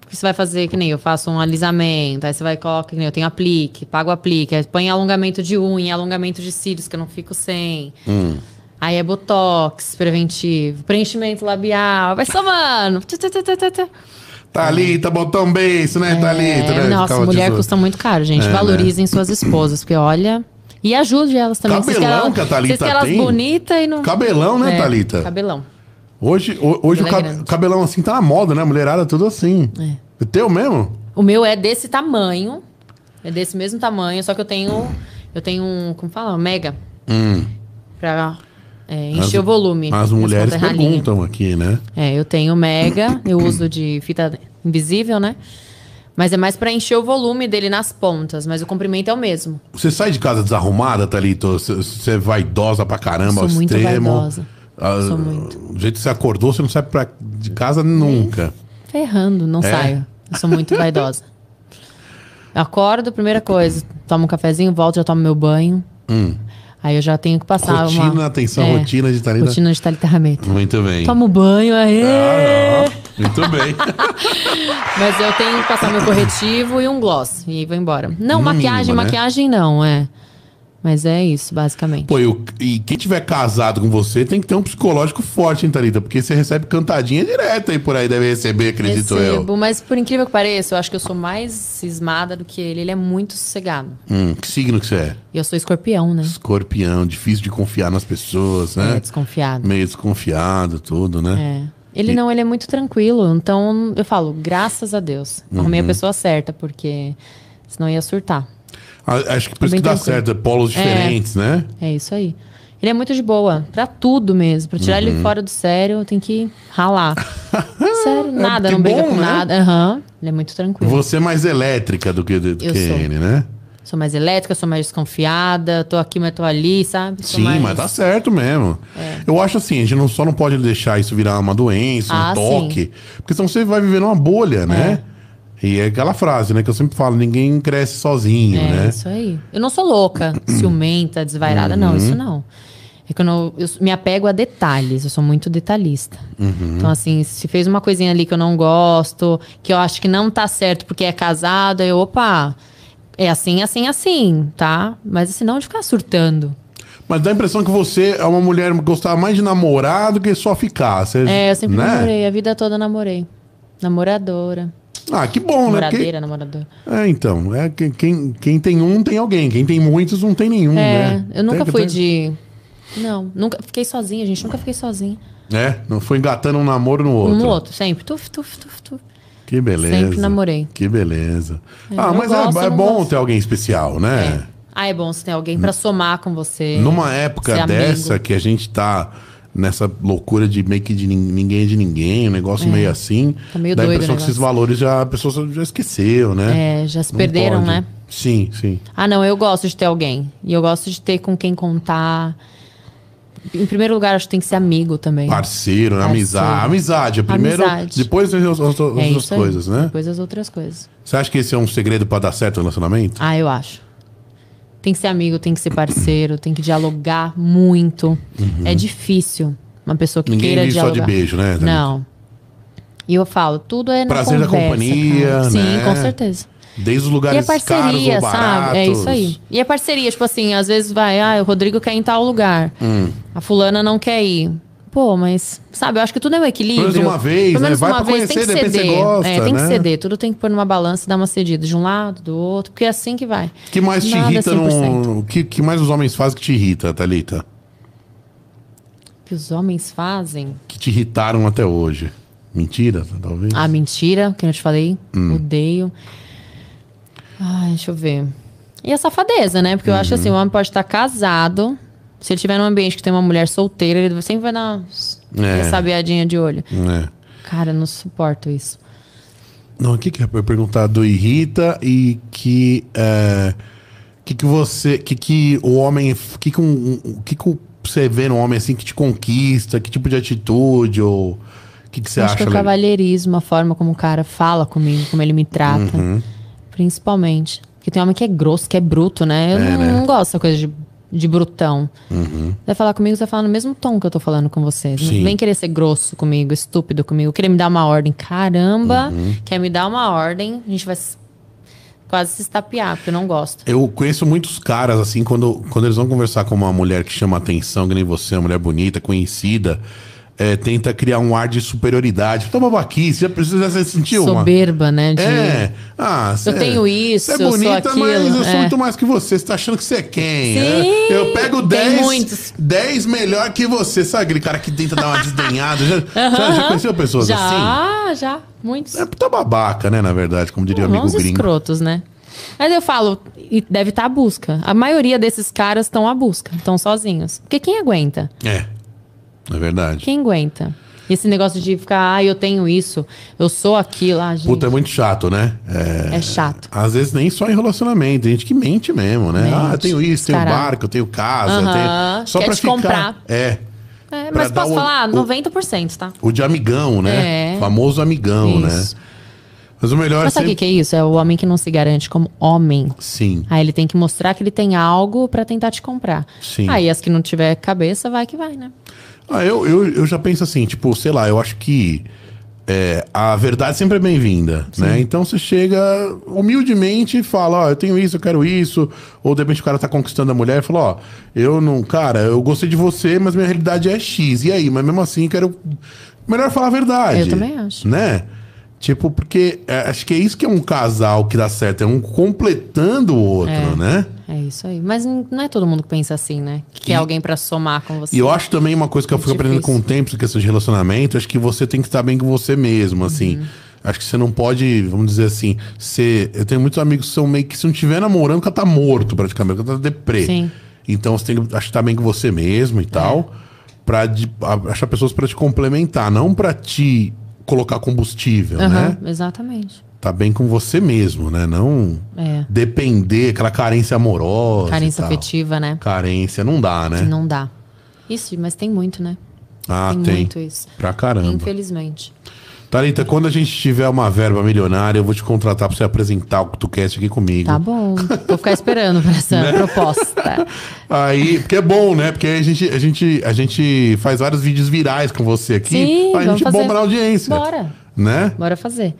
S2: Porque você vai fazer, que nem eu faço um alisamento, aí você vai coloca, que nem eu tenho aplique, pago aplique, aí põe alongamento de unha, alongamento de cílios, que eu não fico sem.
S1: Hum.
S2: Aí é botox preventivo, preenchimento labial, vai somando. Tê, tê, tê, tê, tê, tê.
S1: Thalita, botou um beijo, né, Thalita?
S2: É,
S1: né?
S2: nossa,
S1: Ficava
S2: mulher
S1: dizendo. É, né?
S2: custa muito caro, gente. Valorizem suas esposas, porque olha. E ajude elas também. Vocês
S1: Cabelão
S2: querem-
S1: que a Thalita
S2: vocês querem elas
S1: tem?
S2: bonitas e não.
S1: Cabelão, né,
S2: É,
S1: Thalita?
S2: Cabelão.
S1: Hoje, ho- hoje o
S2: Ela é
S1: cab-
S2: grande.
S1: cabelão assim tá na moda, né? Mulherada, tudo assim. É. Teu mesmo?
S2: O meu é desse tamanho. É desse mesmo tamanho, só que eu tenho. Eu tenho um. Como fala? Um mega.
S1: Hum.
S2: Pra é, encher
S1: As-
S2: o volume.
S1: As
S2: das
S1: mulheres
S2: pontas ralinhas.
S1: perguntam aqui, né?
S2: É, eu tenho mega, eu uso de fita invisível, né? Mas é mais pra encher o volume dele nas pontas, mas o comprimento é o mesmo.
S1: Você sai de casa desarrumada, Thalita? Ou Você você é vaidosa pra caramba,
S2: Sou
S1: ao
S2: muito
S1: extremo.
S2: vaidosa.
S1: Ah,
S2: Sou muito.
S1: Do jeito que você acordou, você não sai pra, de casa nunca.
S2: Ferrando, não
S1: É?
S2: saio. Eu sou muito vaidosa. Eu acordo, primeira coisa, tomo um cafezinho, volto, já tomo meu banho. Aí eu já tenho que passar uma...
S1: Hum.
S2: é.
S1: Rotina, atenção, rotina né? de Thalita.
S2: Rotina de Thalita Rameta.
S1: Muito bem.
S2: Tomo banho, aê! é.
S1: Ah, muito bem.
S2: Mas eu tenho que passar meu corretivo e um gloss. E aí vou embora. Não,
S1: Mínimo,
S2: maquiagem,
S1: né?
S2: maquiagem não, é. Mas é isso, basicamente.
S1: Pô, e o- e quem tiver casado com você tem que ter um psicológico forte, hein, Thalita? Porque você recebe cantadinha direta aí por aí, deve receber, acredito eu.
S2: Recebo, mas por incrível que pareça, eu acho que eu sou mais cismada do que ele. Ele é muito sossegado.
S1: Hum, que signo que você é?
S2: E eu sou escorpião, né?
S1: Escorpião, difícil de confiar nas pessoas, né?
S2: É, desconfiado.
S1: Meio desconfiado, tudo, né?
S2: É. Ele não, ele é muito tranquilo. Então eu falo, graças a Deus. Arrumei
S1: Uhum.
S2: a pessoa certa, porque senão eu ia surtar.
S1: A- Acho que por isso
S2: Tá
S1: que
S2: Bem
S1: dá
S2: tranquilo.
S1: certo, é polos diferentes, né?
S2: É isso aí. Ele é muito de boa, pra tudo mesmo. Pra tirar
S1: Uhum.
S2: ele fora do sério, eu tenho que ralar. sério, nada,
S1: que
S2: não briga
S1: bom,
S2: com
S1: né?
S2: nada. Aham. Ele é muito tranquilo.
S1: Você é mais elétrica do que, do que
S2: Eu sou.
S1: ele, né?
S2: Sou mais elétrica, sou mais desconfiada, tô aqui, mas tô ali, sabe? Sou
S1: Sim,
S2: mais-
S1: mas tá certo mesmo.
S2: É.
S1: Eu acho assim, a gente não, só não pode deixar isso virar uma doença, um
S2: Ah,
S1: toque. Porque senão você vai viver numa bolha, né? E é aquela frase, né, que eu sempre falo, ninguém cresce sozinho,
S2: É,
S1: né?
S2: isso aí. Eu não sou louca, ciumenta, desvairada, não,
S1: Uhum.
S2: isso não. É que eu, não, eu me apego a detalhes, eu sou muito detalhista.
S1: Uhum.
S2: Então, assim, se fez uma coisinha ali que eu não gosto, que eu acho que não tá certo porque é casado, eu, opa, é assim, assim, assim, tá? Mas assim, não de ficar surtando.
S1: Mas dá a impressão que você é uma mulher que gostava mais de namorar do que só ficar. Você,
S2: É, eu sempre
S1: né?
S2: namorei, a vida toda eu namorei. Namoradora.
S1: Ah, que bom, né? Porque-
S2: Namoradeira, namoradora.
S1: É, então. É, que- quem, quem tem um tem alguém. Quem tem muitos não tem nenhum,
S2: É,
S1: né?
S2: eu nunca
S1: Tem-
S2: fui
S1: tem-
S2: de. Não, nunca fiquei sozinha, gente. Nunca fiquei sozinha.
S1: É, não foi engatando um namoro no outro.
S2: Um no outro, sempre. Tuf, tuf, tuf, tuf.
S1: Que beleza.
S2: Sempre namorei.
S1: Que beleza. ah,
S2: eu
S1: mas
S2: gosto,
S1: é, é
S2: eu não
S1: bom
S2: gosto.
S1: ter alguém especial, né?
S2: Ah, é bom se tem alguém pra somar com você.
S1: Numa é, época
S2: É. ser amigo.
S1: dessa que a gente tá nessa loucura de meio que de nin- ninguém é de ninguém, um negócio meio assim.
S2: Tá meio
S1: dá a
S2: doido o
S1: impressão que esses
S2: negócio.
S1: valores já a pessoa já esqueceu, né?
S2: É, já se
S1: Não
S2: perderam,
S1: pode.
S2: né?
S1: Sim, sim.
S2: Ah, não, eu gosto de ter alguém. E eu gosto de ter com quem contar. Em primeiro lugar, acho que tem que ser amigo também.
S1: Parceiro, né? amizade.
S2: Parceiro.
S1: Amizade. é Primeiro,
S2: Amizade.
S1: depois as, as- as
S2: é
S1: outras
S2: isso aí.
S1: coisas, né?
S2: Depois as outras coisas.
S1: Você acha que esse é um segredo pra dar certo o relacionamento?
S2: Ah, eu acho. Tem que ser amigo, tem que ser parceiro, tem que dialogar muito. É difícil uma pessoa que
S1: Uhum. Ninguém
S2: queira
S1: vive só de
S2: dialogar.
S1: beijo, né, Thalita?
S2: Não. E eu falo, tudo é na
S1: Prazer da
S2: conversa,
S1: companhia,
S2: cara. Sim,
S1: né?
S2: com certeza.
S1: Desde os
S2: E é
S1: lugares caros
S2: parceria,
S1: ou
S2: sabe?
S1: baratos.
S2: É isso aí. E é parceria, tipo assim, às vezes vai, ah, o Rodrigo quer ir em tal lugar.
S1: Hum.
S2: A fulana não quer ir. Pô, mas, sabe, eu acho que tudo é um equilíbrio.
S1: Pelo menos uma vez,
S2: Pelo
S1: né?
S2: menos
S1: Vai
S2: uma
S1: pra
S2: vez tem que
S1: conhecer, de repente
S2: ceder.
S1: você gosta,
S2: é, tem
S1: né?
S2: que ceder. Tudo tem que pôr numa balança e dar uma cedida. De um lado, do outro, porque é assim que vai.
S1: O que mais te
S2: Nada é
S1: irrita
S2: 100%.
S1: no. O que, que mais os homens fazem que te irrita, Thalita?
S2: O que os homens fazem?
S1: Que te irritaram até hoje? Mentira, talvez?
S2: Ah, mentira, que eu te falei. Odeio. Ai, deixa eu ver. E a safadeza, né? Porque eu acho assim, o homem pode estar casado. Se ele estiver num ambiente que tem uma mulher solteira, ele sempre vai dar uma
S1: É.
S2: sabiadinha de olho.
S1: É.
S2: Cara, eu não suporto isso.
S1: Não, o que que eu ia perguntar do irrita e que é, que que você, que que o homem, que que um, um- que que você vê no homem assim que te conquista, que tipo de atitude ou que que você
S2: Eu acho que é
S1: acha?
S2: o
S1: legal?
S2: cavalheirismo, a forma como o cara fala comigo, como ele me trata.
S1: Uhum.
S2: Principalmente. Porque tem homem que é grosso, que é bruto, né? Eu não, não gosto dessa coisa de, de brutão. Vai falar comigo, você vai falar no mesmo tom que eu tô falando com você.
S1: Uhum. Sim.
S2: Não vem querer ser grosso comigo, estúpido comigo, querer me dar uma ordem. Caramba,
S1: Uhum.
S2: quer me dar uma ordem, a gente vai se- quase se estapear, porque eu não gosto.
S1: Eu conheço muitos caras, assim, quando, quando eles vão conversar com uma mulher que chama atenção, que nem você, uma mulher bonita, conhecida, é, tenta criar um ar de superioridade. Toma babaquice, já precisa você sentiu uma.
S2: Soberba, né? De...
S1: É. Ah, cê-
S2: Eu tenho isso,
S1: cê é
S2: eu sou
S1: bonita, mas
S2: aquilo,
S1: eu sou
S2: é.
S1: muito mais que você. Você tá achando que você é quem?
S2: Sim,
S1: É, Eu pego
S2: tem
S1: 10,
S2: muitos.
S1: 10 melhor que você. Sabe aquele cara que tenta dar uma desdenhada? Já, já, já conheceu pessoas assim?
S2: já, já. Muitos.
S1: É puta babaca, né? Na verdade, como diria o
S2: Vamos
S1: amigo gringo.
S2: escrotos, né? Mas eu falo, e deve estar à busca. A maioria desses caras estão à busca, estão sozinhos. Porque quem aguenta?
S1: É. É verdade.
S2: Quem aguenta? E esse negócio de ficar, ah, eu tenho isso, eu sou aquilo, ah, gente,
S1: Puta, é muito chato, né? É.
S2: é chato.
S1: Às vezes nem só em relacionamento, tem gente que mente mesmo, né?
S2: Mente,
S1: ah, eu tenho isso, tenho
S2: descarado.
S1: barco, eu tenho casa, eu
S2: Aham,
S1: tenho... só
S2: quer
S1: pra
S2: te
S1: ficar.
S2: comprar.
S1: É.
S2: É,
S1: Pra
S2: mas
S1: dar
S2: posso
S1: o-
S2: falar,
S1: o-
S2: 90%, tá?
S1: O de amigão, né?
S2: É.
S1: Famoso amigão,
S2: Isso.
S1: né? Mas o melhor é
S2: Mas sabe é? o
S1: sempre...
S2: que que é isso? É o homem que não se garante como homem.
S1: Sim.
S2: Aí ele tem que mostrar que ele tem algo pra tentar te comprar.
S1: Sim.
S2: Aí as que não tiver cabeça, vai que vai, né?
S1: Ah, eu, eu, eu já penso assim, tipo, sei lá, eu acho que é, a verdade sempre é bem-vinda, né? Então você chega humildemente e fala, ó, eu tenho isso, eu quero isso. Ou de repente o cara tá conquistando a mulher e fala, ó, eu não, cara, eu gostei de você, mas minha realidade é X. E aí? Mas mesmo assim, quero... Melhor falar a verdade.
S2: Eu também acho.
S1: Né? Tipo, porque é, acho que é isso que é um casal que dá certo, é um completando o outro, né?
S2: É isso aí. Mas n- não é todo mundo que pensa assim, né? Que quer alguém pra somar com você.
S1: E eu acho também uma
S2: É
S1: coisa que eu fui aprendendo com o tempo, essa questão de relacionamento, acho que você tem que estar bem com você mesmo, assim.
S2: Uhum.
S1: Acho que você não pode, vamos dizer assim, ser. Eu tenho muitos amigos que são meio que se não estiver namorando, o cara tá morto praticamente, o cara tá deprê.
S2: Sim. É.
S1: Então você tem que acho que estar bem com você mesmo e tal, pra de- a- achar pessoas pra te complementar, não pra te colocar combustível, né?
S2: Aham, Exatamente.
S1: Tá bem com você mesmo, né? Não
S2: É.
S1: depender, aquela carência amorosa.
S2: Carência
S1: e tal.
S2: afetiva, né?
S1: Carência, não dá, né?
S2: Não dá. Isso, mas tem muito, né?
S1: Ah,
S2: tem,
S1: tem.
S2: muito isso.
S1: Pra caramba.
S2: Infelizmente.
S1: Thalita, quando a gente tiver uma verba milionária, eu vou te contratar pra você apresentar o CutuCast aqui comigo.
S2: Tá bom. Vou ficar esperando pra essa
S1: Né?
S2: proposta.
S1: Aí, porque é bom, né? Porque aí a gente, a gente, a gente faz vários vídeos virais com você aqui.
S2: Sim,
S1: a gente
S2: vamos fazer.
S1: bomba na audiência.
S2: Bora.
S1: Né?
S2: Bora fazer.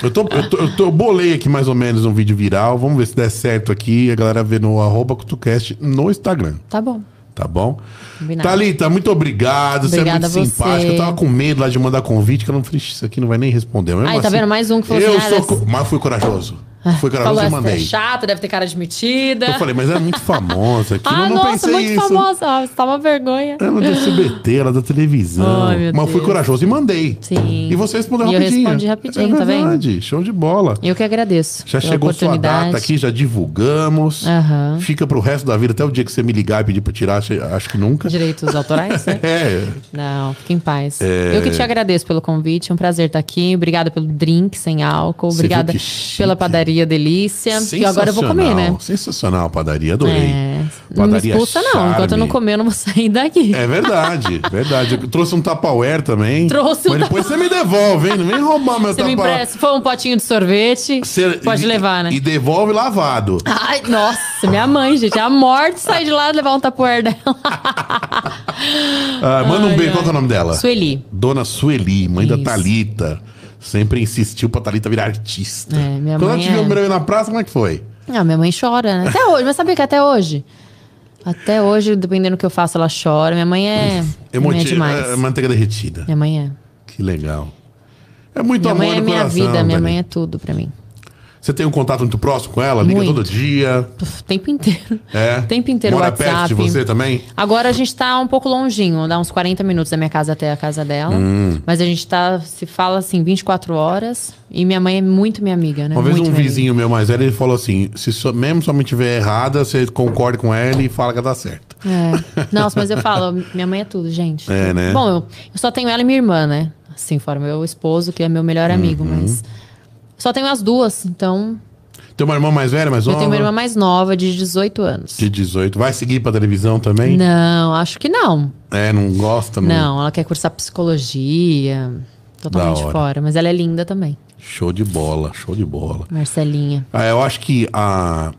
S1: Eu, tô, eu, tô, eu tô- eu bolei aqui mais ou menos um vídeo viral. Vamos ver se der certo aqui. A galera vê no arroba CutuCast no Instagram.
S2: Tá bom.
S1: Tá bom?
S2: Combinado.
S1: Thalita, muito obrigado.
S2: Obrigada
S1: você é
S2: a
S1: muito
S2: você.
S1: simpática. Eu tava com medo lá de mandar convite, que eu não falei, isso aqui não vai nem responder. Mesmo
S2: Aí, tá vendo? Mais um que falou
S1: eu
S2: assim, ah,
S1: sou
S2: essa-
S1: co- Mas fui corajoso. Fui
S2: Falou,
S1: corajoso e
S2: essa é
S1: mandei.
S2: chata, deve ter cara de metida.
S1: Eu falei, mas ela é muito famosa aqui.
S2: ah,
S1: eu não
S2: nossa,
S1: pensei
S2: muito
S1: isso.
S2: famosa. Ah, Você tá uma vergonha.
S1: Ela é do SBT, ela é da televisão.
S2: Ai, meu
S1: mas eu fui
S2: Deus.
S1: corajoso e mandei.
S2: Sim.
S1: E você respondeu
S2: E eu
S1: rapidinho.
S2: respondi rapidinho,
S1: é
S2: tá vendo?
S1: verdade. Show de bola.
S2: Eu que agradeço.
S1: Já
S2: pela
S1: chegou sua
S2: oportunidade.
S1: data aqui, já divulgamos.
S2: Aham.
S1: Fica pro resto da vida, até o dia que você me ligar e pedir pra tirar, acho- acho que nunca.
S2: Direitos autorais, né?
S1: É,
S2: Não, fique em paz. Eu que te agradeço pelo convite, é um prazer estar aqui. Obrigada pelo drink sem álcool,
S1: Você
S2: obrigada
S1: viu que chique.
S2: pela padaria delícia. Que
S1: Sensacional.
S2: agora eu vou comer, né?
S1: Sensacional a padaria, adorei.
S2: É, não me expulsa, não. Enquanto eu não
S1: Charme.
S2: comer, eu não vou sair daqui.
S1: É verdade, verdade. Eu trouxe um Tupperware também.
S2: Trouxe um
S1: Mas depois você me devolve, hein? Não vem roubar meu
S2: Você me
S1: Tupperware.
S2: empresta, se for um potinho de sorvete,
S1: tá Você-
S2: pode
S1: e-
S2: levar, né?
S1: E devolve lavado.
S2: Ai, nossa, minha mãe, gente. É a morte sair de lá e levar um tapoer dela.
S1: Ah, manda um
S2: Ai,
S1: Ah, beijo.
S2: ai.
S1: Qual que é o nome dela?
S2: Sueli.
S1: Dona Sueli, mãe da
S2: Isso.
S1: Thalita. Sempre insistiu pra Thalita virar artista.
S2: É, minha
S1: Quando
S2: mãe
S1: ela te viu
S2: é-
S1: breve na praça, como é que foi?
S2: Ah, minha mãe chora, né? Até hoje, mas sabia que até hoje? Até hoje, dependendo do que eu faço, ela chora. Minha mãe é. minha mãe é
S1: Emotiva,
S2: demais.
S1: é, manteiga derretida.
S2: Minha mãe é.
S1: Que legal. É muito
S2: Minha
S1: amor
S2: mãe é
S1: no
S2: minha
S1: coração,
S2: vida, minha
S1: Dani.
S2: mãe é tudo pra mim.
S1: Você tem um contato muito próximo com ela? Liga
S2: Muito.
S1: todo dia?
S2: Puf, O tempo inteiro.
S1: É?
S2: O tempo inteiro
S1: Mora
S2: WhatsApp.
S1: perto de você também?
S2: Agora a gente tá um pouco longinho, dá uns 40 minutos da minha casa até a casa dela.
S1: Hum.
S2: Mas a gente tá, se fala assim, 24 horas. E minha mãe é muito minha amiga, né?
S1: Uma vez
S2: muito
S1: um
S2: minha
S1: vizinho meu mais velho, ele falou assim, se sua- mesmo sua mãe tiver errada, você concorde com ela e fala que tá certo.
S2: amiga. É. Nossa, mas eu falo, minha mãe é tudo, gente.
S1: É, né?
S2: Bom, eu, eu só tenho ela e minha irmã, né? Assim, fora meu esposo, que é meu
S1: Uhum.
S2: melhor amigo, mas. Só tenho as duas, então.
S1: Tem uma irmã mais velha, mais
S2: Eu
S1: nova?
S2: tenho uma irmã mais nova, de 18 anos.
S1: De 18. Vai seguir pra televisão também?
S2: Não, acho que não.
S1: É, não gosta?
S2: Não, ela quer cursar psicologia. Totalmente
S1: Da hora.
S2: fora. Mas ela é linda também,
S1: Show de bola, show de bola.
S2: Marcelinha.
S1: Ah, eu acho que a,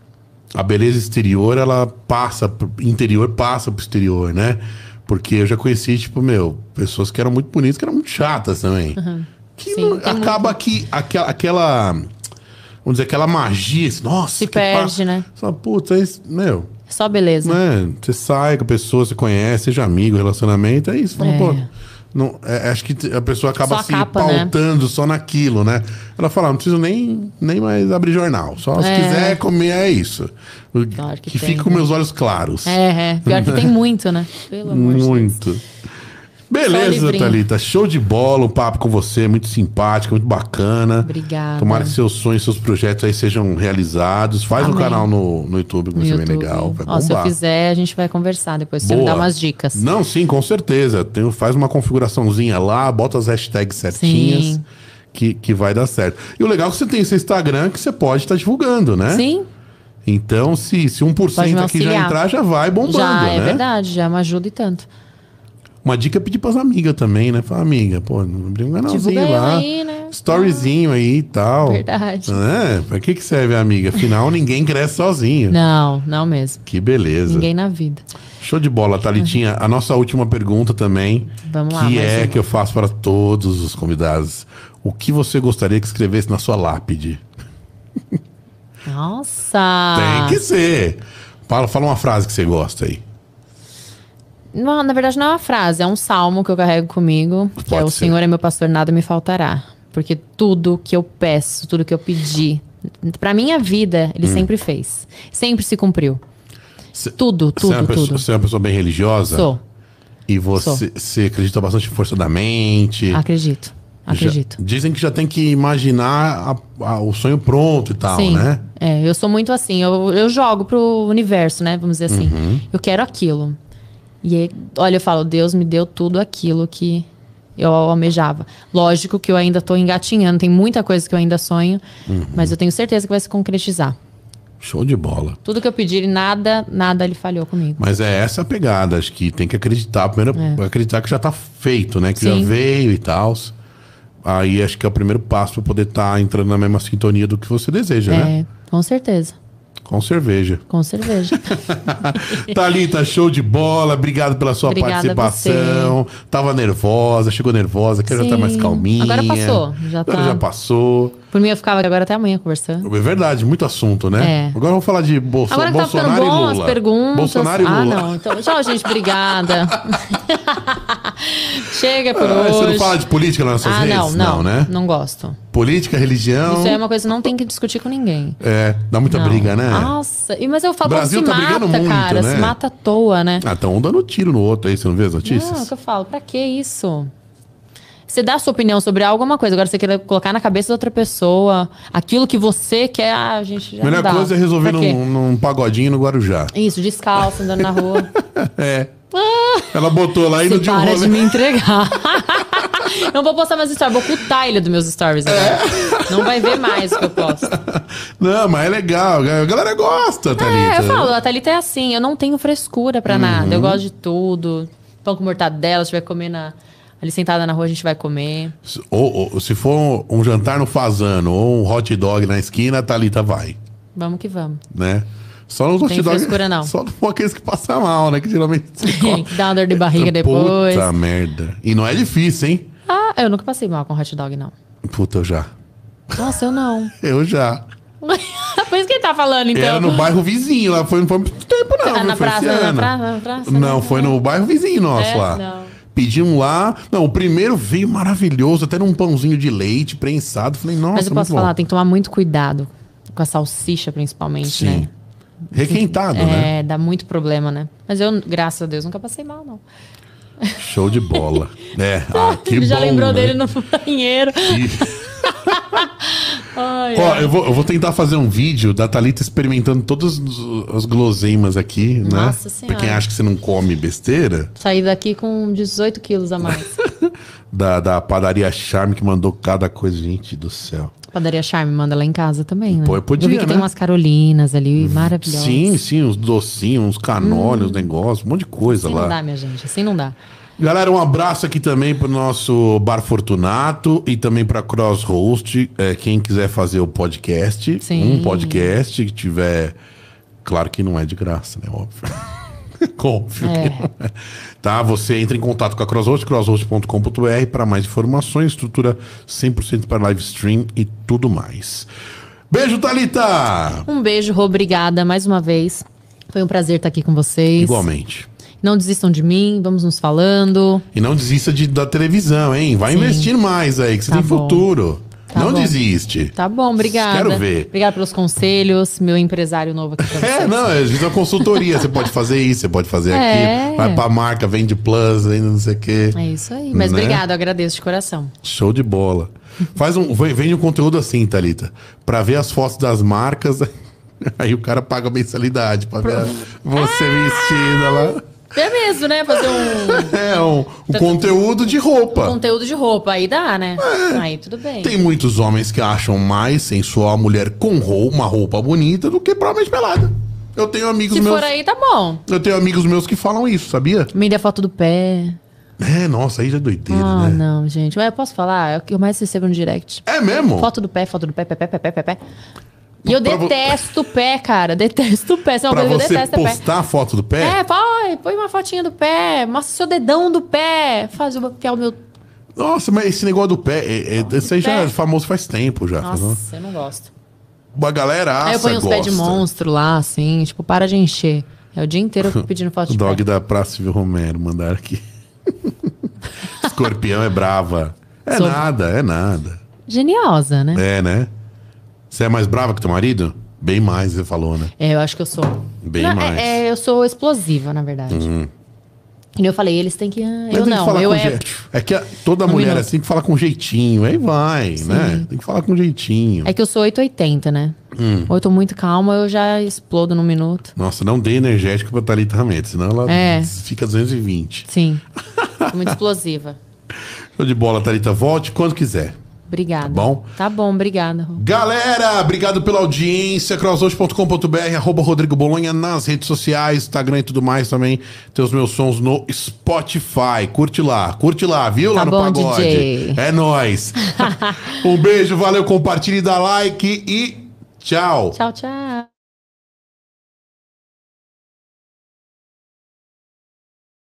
S1: a beleza exterior, ela passa, pro- interior passa pro exterior, né? Porque eu já conheci, tipo, meu, pessoas que eram muito bonitas, que eram muito chatas também. Que
S2: Sim,
S1: não-
S2: tem
S1: acaba que aquela, aquela, vamos dizer, aquela magia, assim, nossa.
S2: Se
S1: que pa-
S2: perde, né?
S1: Você fala, puta, isso, meu,
S2: É Só beleza.
S1: né? Você sai com a pessoa, você conhece, seja amigo, relacionamento, é isso. Fala,
S2: É.
S1: pô, não, é- acho que a pessoa acaba
S2: Só a
S1: se
S2: capa, né?
S1: pautando só naquilo, né? Ela fala, não preciso nem, nem mais abrir jornal. Só se
S2: É.
S1: quiser comer, é isso. O-
S2: Claro que
S1: que
S2: tem,
S1: fica com
S2: né?
S1: meus olhos claros.
S2: É, é. Pior que tem muito, né? Pelo amor de Deus.
S1: Muito. Beleza,
S2: livrinho.
S1: Thalita. Show de bola o papo com você. Muito simpática, muito bacana.
S2: Obrigada.
S1: Tomara que seus sonhos, seus projetos aí sejam realizados. Faz um
S2: Amém.
S1: canal no, no YouTube, que
S2: No
S1: vai ser é bem
S2: YouTube.
S1: legal. Vai
S2: Ó, se eu
S1: bombar.
S2: fizer, a gente vai conversar depois. Você me
S1: Boa. Né?
S2: dá umas dicas.
S1: Não, sim, com certeza. Tem, faz uma configuraçãozinha lá, bota as hashtags certinhas.
S2: Sim.
S1: Que, que vai dar certo. E o legal é que você tem esse Instagram que você pode estar divulgando, né?
S2: Sim,
S1: Então, se, se
S2: Pode
S1: 1%
S2: me
S1: aqui já
S2: auxiliar.
S1: entrar, já vai bombando,
S2: já
S1: né?
S2: é verdade, já me ajuda e tanto.
S1: Uma dica é pedir pras amigas também, né? Fala, amiga, pô, abri um
S2: Divulga
S1: canalzinho
S2: eu
S1: lá.
S2: aí, né?
S1: Storyzinho aí e tal.
S2: Verdade.
S1: É, pra que, que serve a amiga? Afinal, ninguém cresce sozinho.
S2: Não, não mesmo.
S1: Que beleza.
S2: Ninguém na vida.
S1: Show de bola, Thalitinha. A nossa última pergunta também,
S2: Vamos lá,
S1: que
S2: mais
S1: é
S2: uma.
S1: que eu faço para todos os convidados. O que você gostaria que escrevesse na sua lápide?
S2: Nossa!
S1: Tem que ser. Fala, fala uma frase que você gosta aí.
S2: Não, na verdade, não é uma frase, é um salmo que eu carrego comigo, que é
S1: Pode
S2: o
S1: ser.
S2: Senhor é meu pastor, nada me faltará. Porque tudo que eu peço, tudo que eu pedi, pra minha vida, ele sempre fez. Sempre se cumpriu.
S1: Hum. Cê-
S2: tudo,
S1: você, é
S2: tudo,
S1: uma pessoa,
S2: tudo.
S1: você é uma pessoa bem religiosa
S2: Sou,
S1: e você, você acredita bastante em força da mente.
S2: acredito.
S1: Já-
S2: Acredito.
S1: dizem que já tem que imaginar a- a- o sonho pronto e tal,
S2: Sim.
S1: né?
S2: É, eu sou muito assim, eu, eu jogo pro universo, né? Vamos dizer assim.
S1: Uhum.
S2: Eu quero aquilo. E aí, olha, eu falo, Deus me deu tudo aquilo que eu almejava. Lógico que eu ainda tô engatinhando, tem muita coisa que eu ainda sonho,
S1: Uhum.
S2: mas eu tenho certeza que vai se concretizar.
S1: Show de bola.
S2: Tudo que eu pedi, ele nada, nada ele falhou comigo.
S1: Mas é essa a pegada, acho que tem que acreditar. Primeiro, acreditar que já tá feito, né? Que
S2: É. Sim.
S1: já veio e tal. Aí acho que é o primeiro passo pra poder estar entrando na mesma sintonia do que você deseja, né?
S2: É, com certeza.
S1: Com cerveja.
S2: Com cerveja.
S1: Thalita, show de bola. Obrigado pela sua
S2: Obrigada a
S1: participação. Tava nervosa, chegou nervosa, que já tá
S2: Sim.
S1: mais calminha.
S2: Agora passou, já
S1: Agora
S2: tá-
S1: já passou.
S2: Por mim, eu ficava agora até amanhã conversando.
S1: É verdade, muito assunto, né?
S2: É.
S1: Agora vamos falar de Bolso...
S2: Agora que tá ficando
S1: Bolsonaro
S2: bom
S1: e
S2: as
S1: Lula.
S2: perguntas.
S1: Bolsonaro e Lula.
S2: Ah, não. Então, tchau, gente. Obrigada. Chega por
S1: Ah,
S2: hoje.
S1: Você não fala de política nas suas
S2: ah,
S1: redes?
S2: não, não, não,
S1: né?
S2: gosto.
S1: Política, religião.
S2: Isso aí é uma coisa que não tem que discutir com ninguém.
S1: É, dá muita
S2: Não. Ah,
S1: briga, né?
S2: Nossa, e- mas eu falo, pô,
S1: Brasil
S2: se
S1: tá brigando
S2: mata,
S1: muito,
S2: cara,
S1: né?
S2: se mata à toa, né?
S1: Ah, estão um dando tiro no outro aí, você não vê as
S2: Não, é o
S1: notícias?
S2: que eu falo, pra que isso? Você dá a sua opinião sobre alguma coisa, agora você quer colocar na cabeça da outra pessoa aquilo que você quer, ah, a gente já
S1: A Melhor
S2: não dá.
S1: coisa é resolver
S2: Pra quê?
S1: num, num pagodinho no Guarujá.
S2: Isso, descalço, andando na rua.
S1: É. Ela botou lá e não
S2: Você
S1: deu
S2: para de
S1: rolê.
S2: me entregar. não vou postar mais stories, vou ocultar ele dos meus stories agora. Não vai ver mais o que eu posto.
S1: Não, mas é legal. A galera gosta, Thalita.
S2: É, eu falo, a Thalita é assim, eu não tenho frescura pra nada. Eu gosto de tudo. Pão com mortadela, se tiver comer na- ali sentada na rua, a gente vai comer.
S1: Ou, ou se for um, um jantar no Fazano ou um hot dog na esquina, a Thalita vai,
S2: Vamos que vamos.
S1: né? Só nos hot
S2: Tem
S1: dogs.
S2: frescura, não.
S1: Só não for aqueles que passam mal, né? Que geralmente. você come.
S2: Dá uma dor de barriga depois.
S1: Puta merda. E não é difícil, hein?
S2: Ah, eu nunca passei mal com hot dog, não.
S1: Puta, eu já.
S2: Nossa, eu não.
S1: Eu já.
S2: Por isso que ele tá falando, então.
S1: Era no bairro vizinho lá, foi, não foi muito tempo, não.
S2: Ah,
S1: viu?
S2: na
S1: Foi
S2: praça,
S1: esse
S2: na
S1: ano.
S2: praça, na praça,
S1: Não,
S2: na
S1: foi no bairro vizinho nosso
S2: É?
S1: lá.
S2: Não.
S1: Pedimos lá. Não, o primeiro veio maravilhoso, até num pãozinho de leite prensado. Falei, nossa,
S2: Mas eu
S1: muito
S2: posso
S1: bom.
S2: falar, tem que tomar muito cuidado. Com a salsicha, principalmente,
S1: Sim.
S2: né?
S1: Requentado, né?
S2: É, dá muito problema, né? Mas eu, graças a Deus, nunca passei mal, não.
S1: Show de bola. é, ah, que
S2: Ele É. já
S1: bom,
S2: lembrou
S1: né?
S2: dele no banheiro. Ai,
S1: Ó,
S2: ai.
S1: eu vou, eu vou tentar fazer um vídeo da Thalita experimentando todas as guloseimas aqui, né?
S2: Nossa Senhora.
S1: Pra quem acha que você não come besteira,
S2: Saí daqui com 18 quilos a mais.
S1: da, da padaria Charme que mandou cada coisa, gente do céu.
S2: Padaria Charme manda lá em casa também, né?
S1: Pô, eu podia,
S2: vi que
S1: né? Hum,
S2: tem umas carolinas ali maravilhosas.
S1: Sim, sim, uns docinhos, uns canones, uns negócios, um monte de coisa
S2: Assim
S1: lá.
S2: não Hum. dá, minha gente. Assim não dá.
S1: Galera, um abraço aqui também pro nosso Bar Fortunato e também pra Crosshost. É, quem quiser fazer o podcast,
S2: Sim.
S1: um podcast que tiver. Claro que não é de graça, né? Óbvio. Óbvio que
S2: É.
S1: não é. Tá? Você entra em contato com a Crosshost, crosshost.com.br para mais informações, estrutura 100% para live stream e tudo mais. Beijo, Thalita!
S2: Um beijo, Rô. Obrigada mais uma vez. Foi um prazer estar aqui com vocês.
S1: Igualmente.
S2: Não desistam de mim. Vamos nos falando.
S1: E não desista de, da televisão, hein? Vai
S2: Sim.
S1: investir mais aí, que você
S2: Tá
S1: tem
S2: bom.
S1: futuro.
S2: Tá
S1: não
S2: bom.
S1: desiste.
S2: Tá bom, obrigada.
S1: Quero ver.
S2: Obrigada pelos conselhos. Meu empresário novo aqui pra vocês.
S1: É, não, a gente é uma consultoria. você pode fazer isso, você pode fazer
S2: É.
S1: aquilo. Vai pra marca, vende plus, ainda não sei o quê.
S2: É isso aí. Mas
S1: Né?
S2: obrigada, eu agradeço de coração.
S1: Show de bola. Faz um, vem- vende um conteúdo assim, Thalita. Pra ver as fotos das marcas, aí o cara paga mensalidade pra ver você vestida lá.
S2: É mesmo, né? Fazer um
S1: É um, um conteúdo de roupa.
S2: conteúdo de roupa. Aí dá, né? Aí tudo bem.
S1: É. Tem muitos homens que acham mais sensual a mulher com roupa, uma roupa bonita do que provavelmente pelada. Eu tenho amigos
S2: Se
S1: meus.
S2: for aí, tá bom.
S1: Eu tenho amigos meus que falam isso, sabia?
S2: Me dê a foto do pé.
S1: É, nossa, aí já é doideira,
S2: Ah,
S1: né?
S2: não, gente. Mas eu posso falar? É o que eu mais recebo no direct.
S1: É mesmo?
S2: Foto do pé, foto do pé, pé, pé, pé, pé, pé, pé. E eu
S1: Pra vo-
S2: detesto o pé, cara. Detesto o pé. Isso é uma
S1: pra
S2: coisa que eu
S1: você
S2: detesto é pé.
S1: postar a foto do pé?
S2: É, põe, põe uma fotinha do pé. Mostra seu dedão do pé. Faz o que é o meu.
S1: Tá Nossa, mas esse negócio do pé, é, é, esse aí já
S2: Pé.
S1: é famoso faz tempo já. Nossa.
S2: Nossa, eu não gosto.
S1: A galera acha
S2: Aí eu ponho uns pés de monstro lá, assim. Tipo, para de encher. É o dia inteiro eu fico pedindo foto
S1: O
S2: de
S1: dog
S2: pé.
S1: da Praça Silvio Romero mandaram aqui. Escorpião é brava. É
S2: Sou-
S1: nada, é nada.
S2: Geniosa, né?
S1: É, né? Você é mais brava que teu marido? Bem mais, você falou, né?
S2: É, eu acho que eu sou.
S1: Bem
S2: Não, é-
S1: mais. Uhum.
S2: É, eu sou explosiva, na verdade. E eu falei, eles têm que. ah,
S1: Mas tem
S2: eu
S1: que
S2: não,
S1: falar
S2: eu
S1: com
S2: é.
S1: je- É que a- toda
S2: Um
S1: mulher
S2: minuto.
S1: assim tem que falar com jeitinho, aí vai, né? Tem que falar com jeitinho.
S2: É que eu sou 880, né?
S1: Hum.
S2: Ou eu tô muito calma, eu já explodo num minuto.
S1: Nossa, não dê energético pra Thalita Rameto, senão ela
S2: É.
S1: fica 220.
S2: Sim. Sou muito explosiva.
S1: Show de bola, Thalita, volte quando quiser.
S2: Obrigada. Tá
S1: bom?
S2: Tá bom, obrigada. Rô.
S1: Galera, obrigado pela audiência. crosshoje.com.br, arroba Rodrigo Bolonha nas redes sociais, Instagram e tudo mais também. Tem os meus sons no Spotify. Curte lá, curte lá, viu? lá
S2: Tá
S1: no
S2: bom,
S1: pagode.
S2: DJ.
S1: É nóis. um beijo, valeu, compartilhe, dá like e tchau.
S2: Tchau, tchau.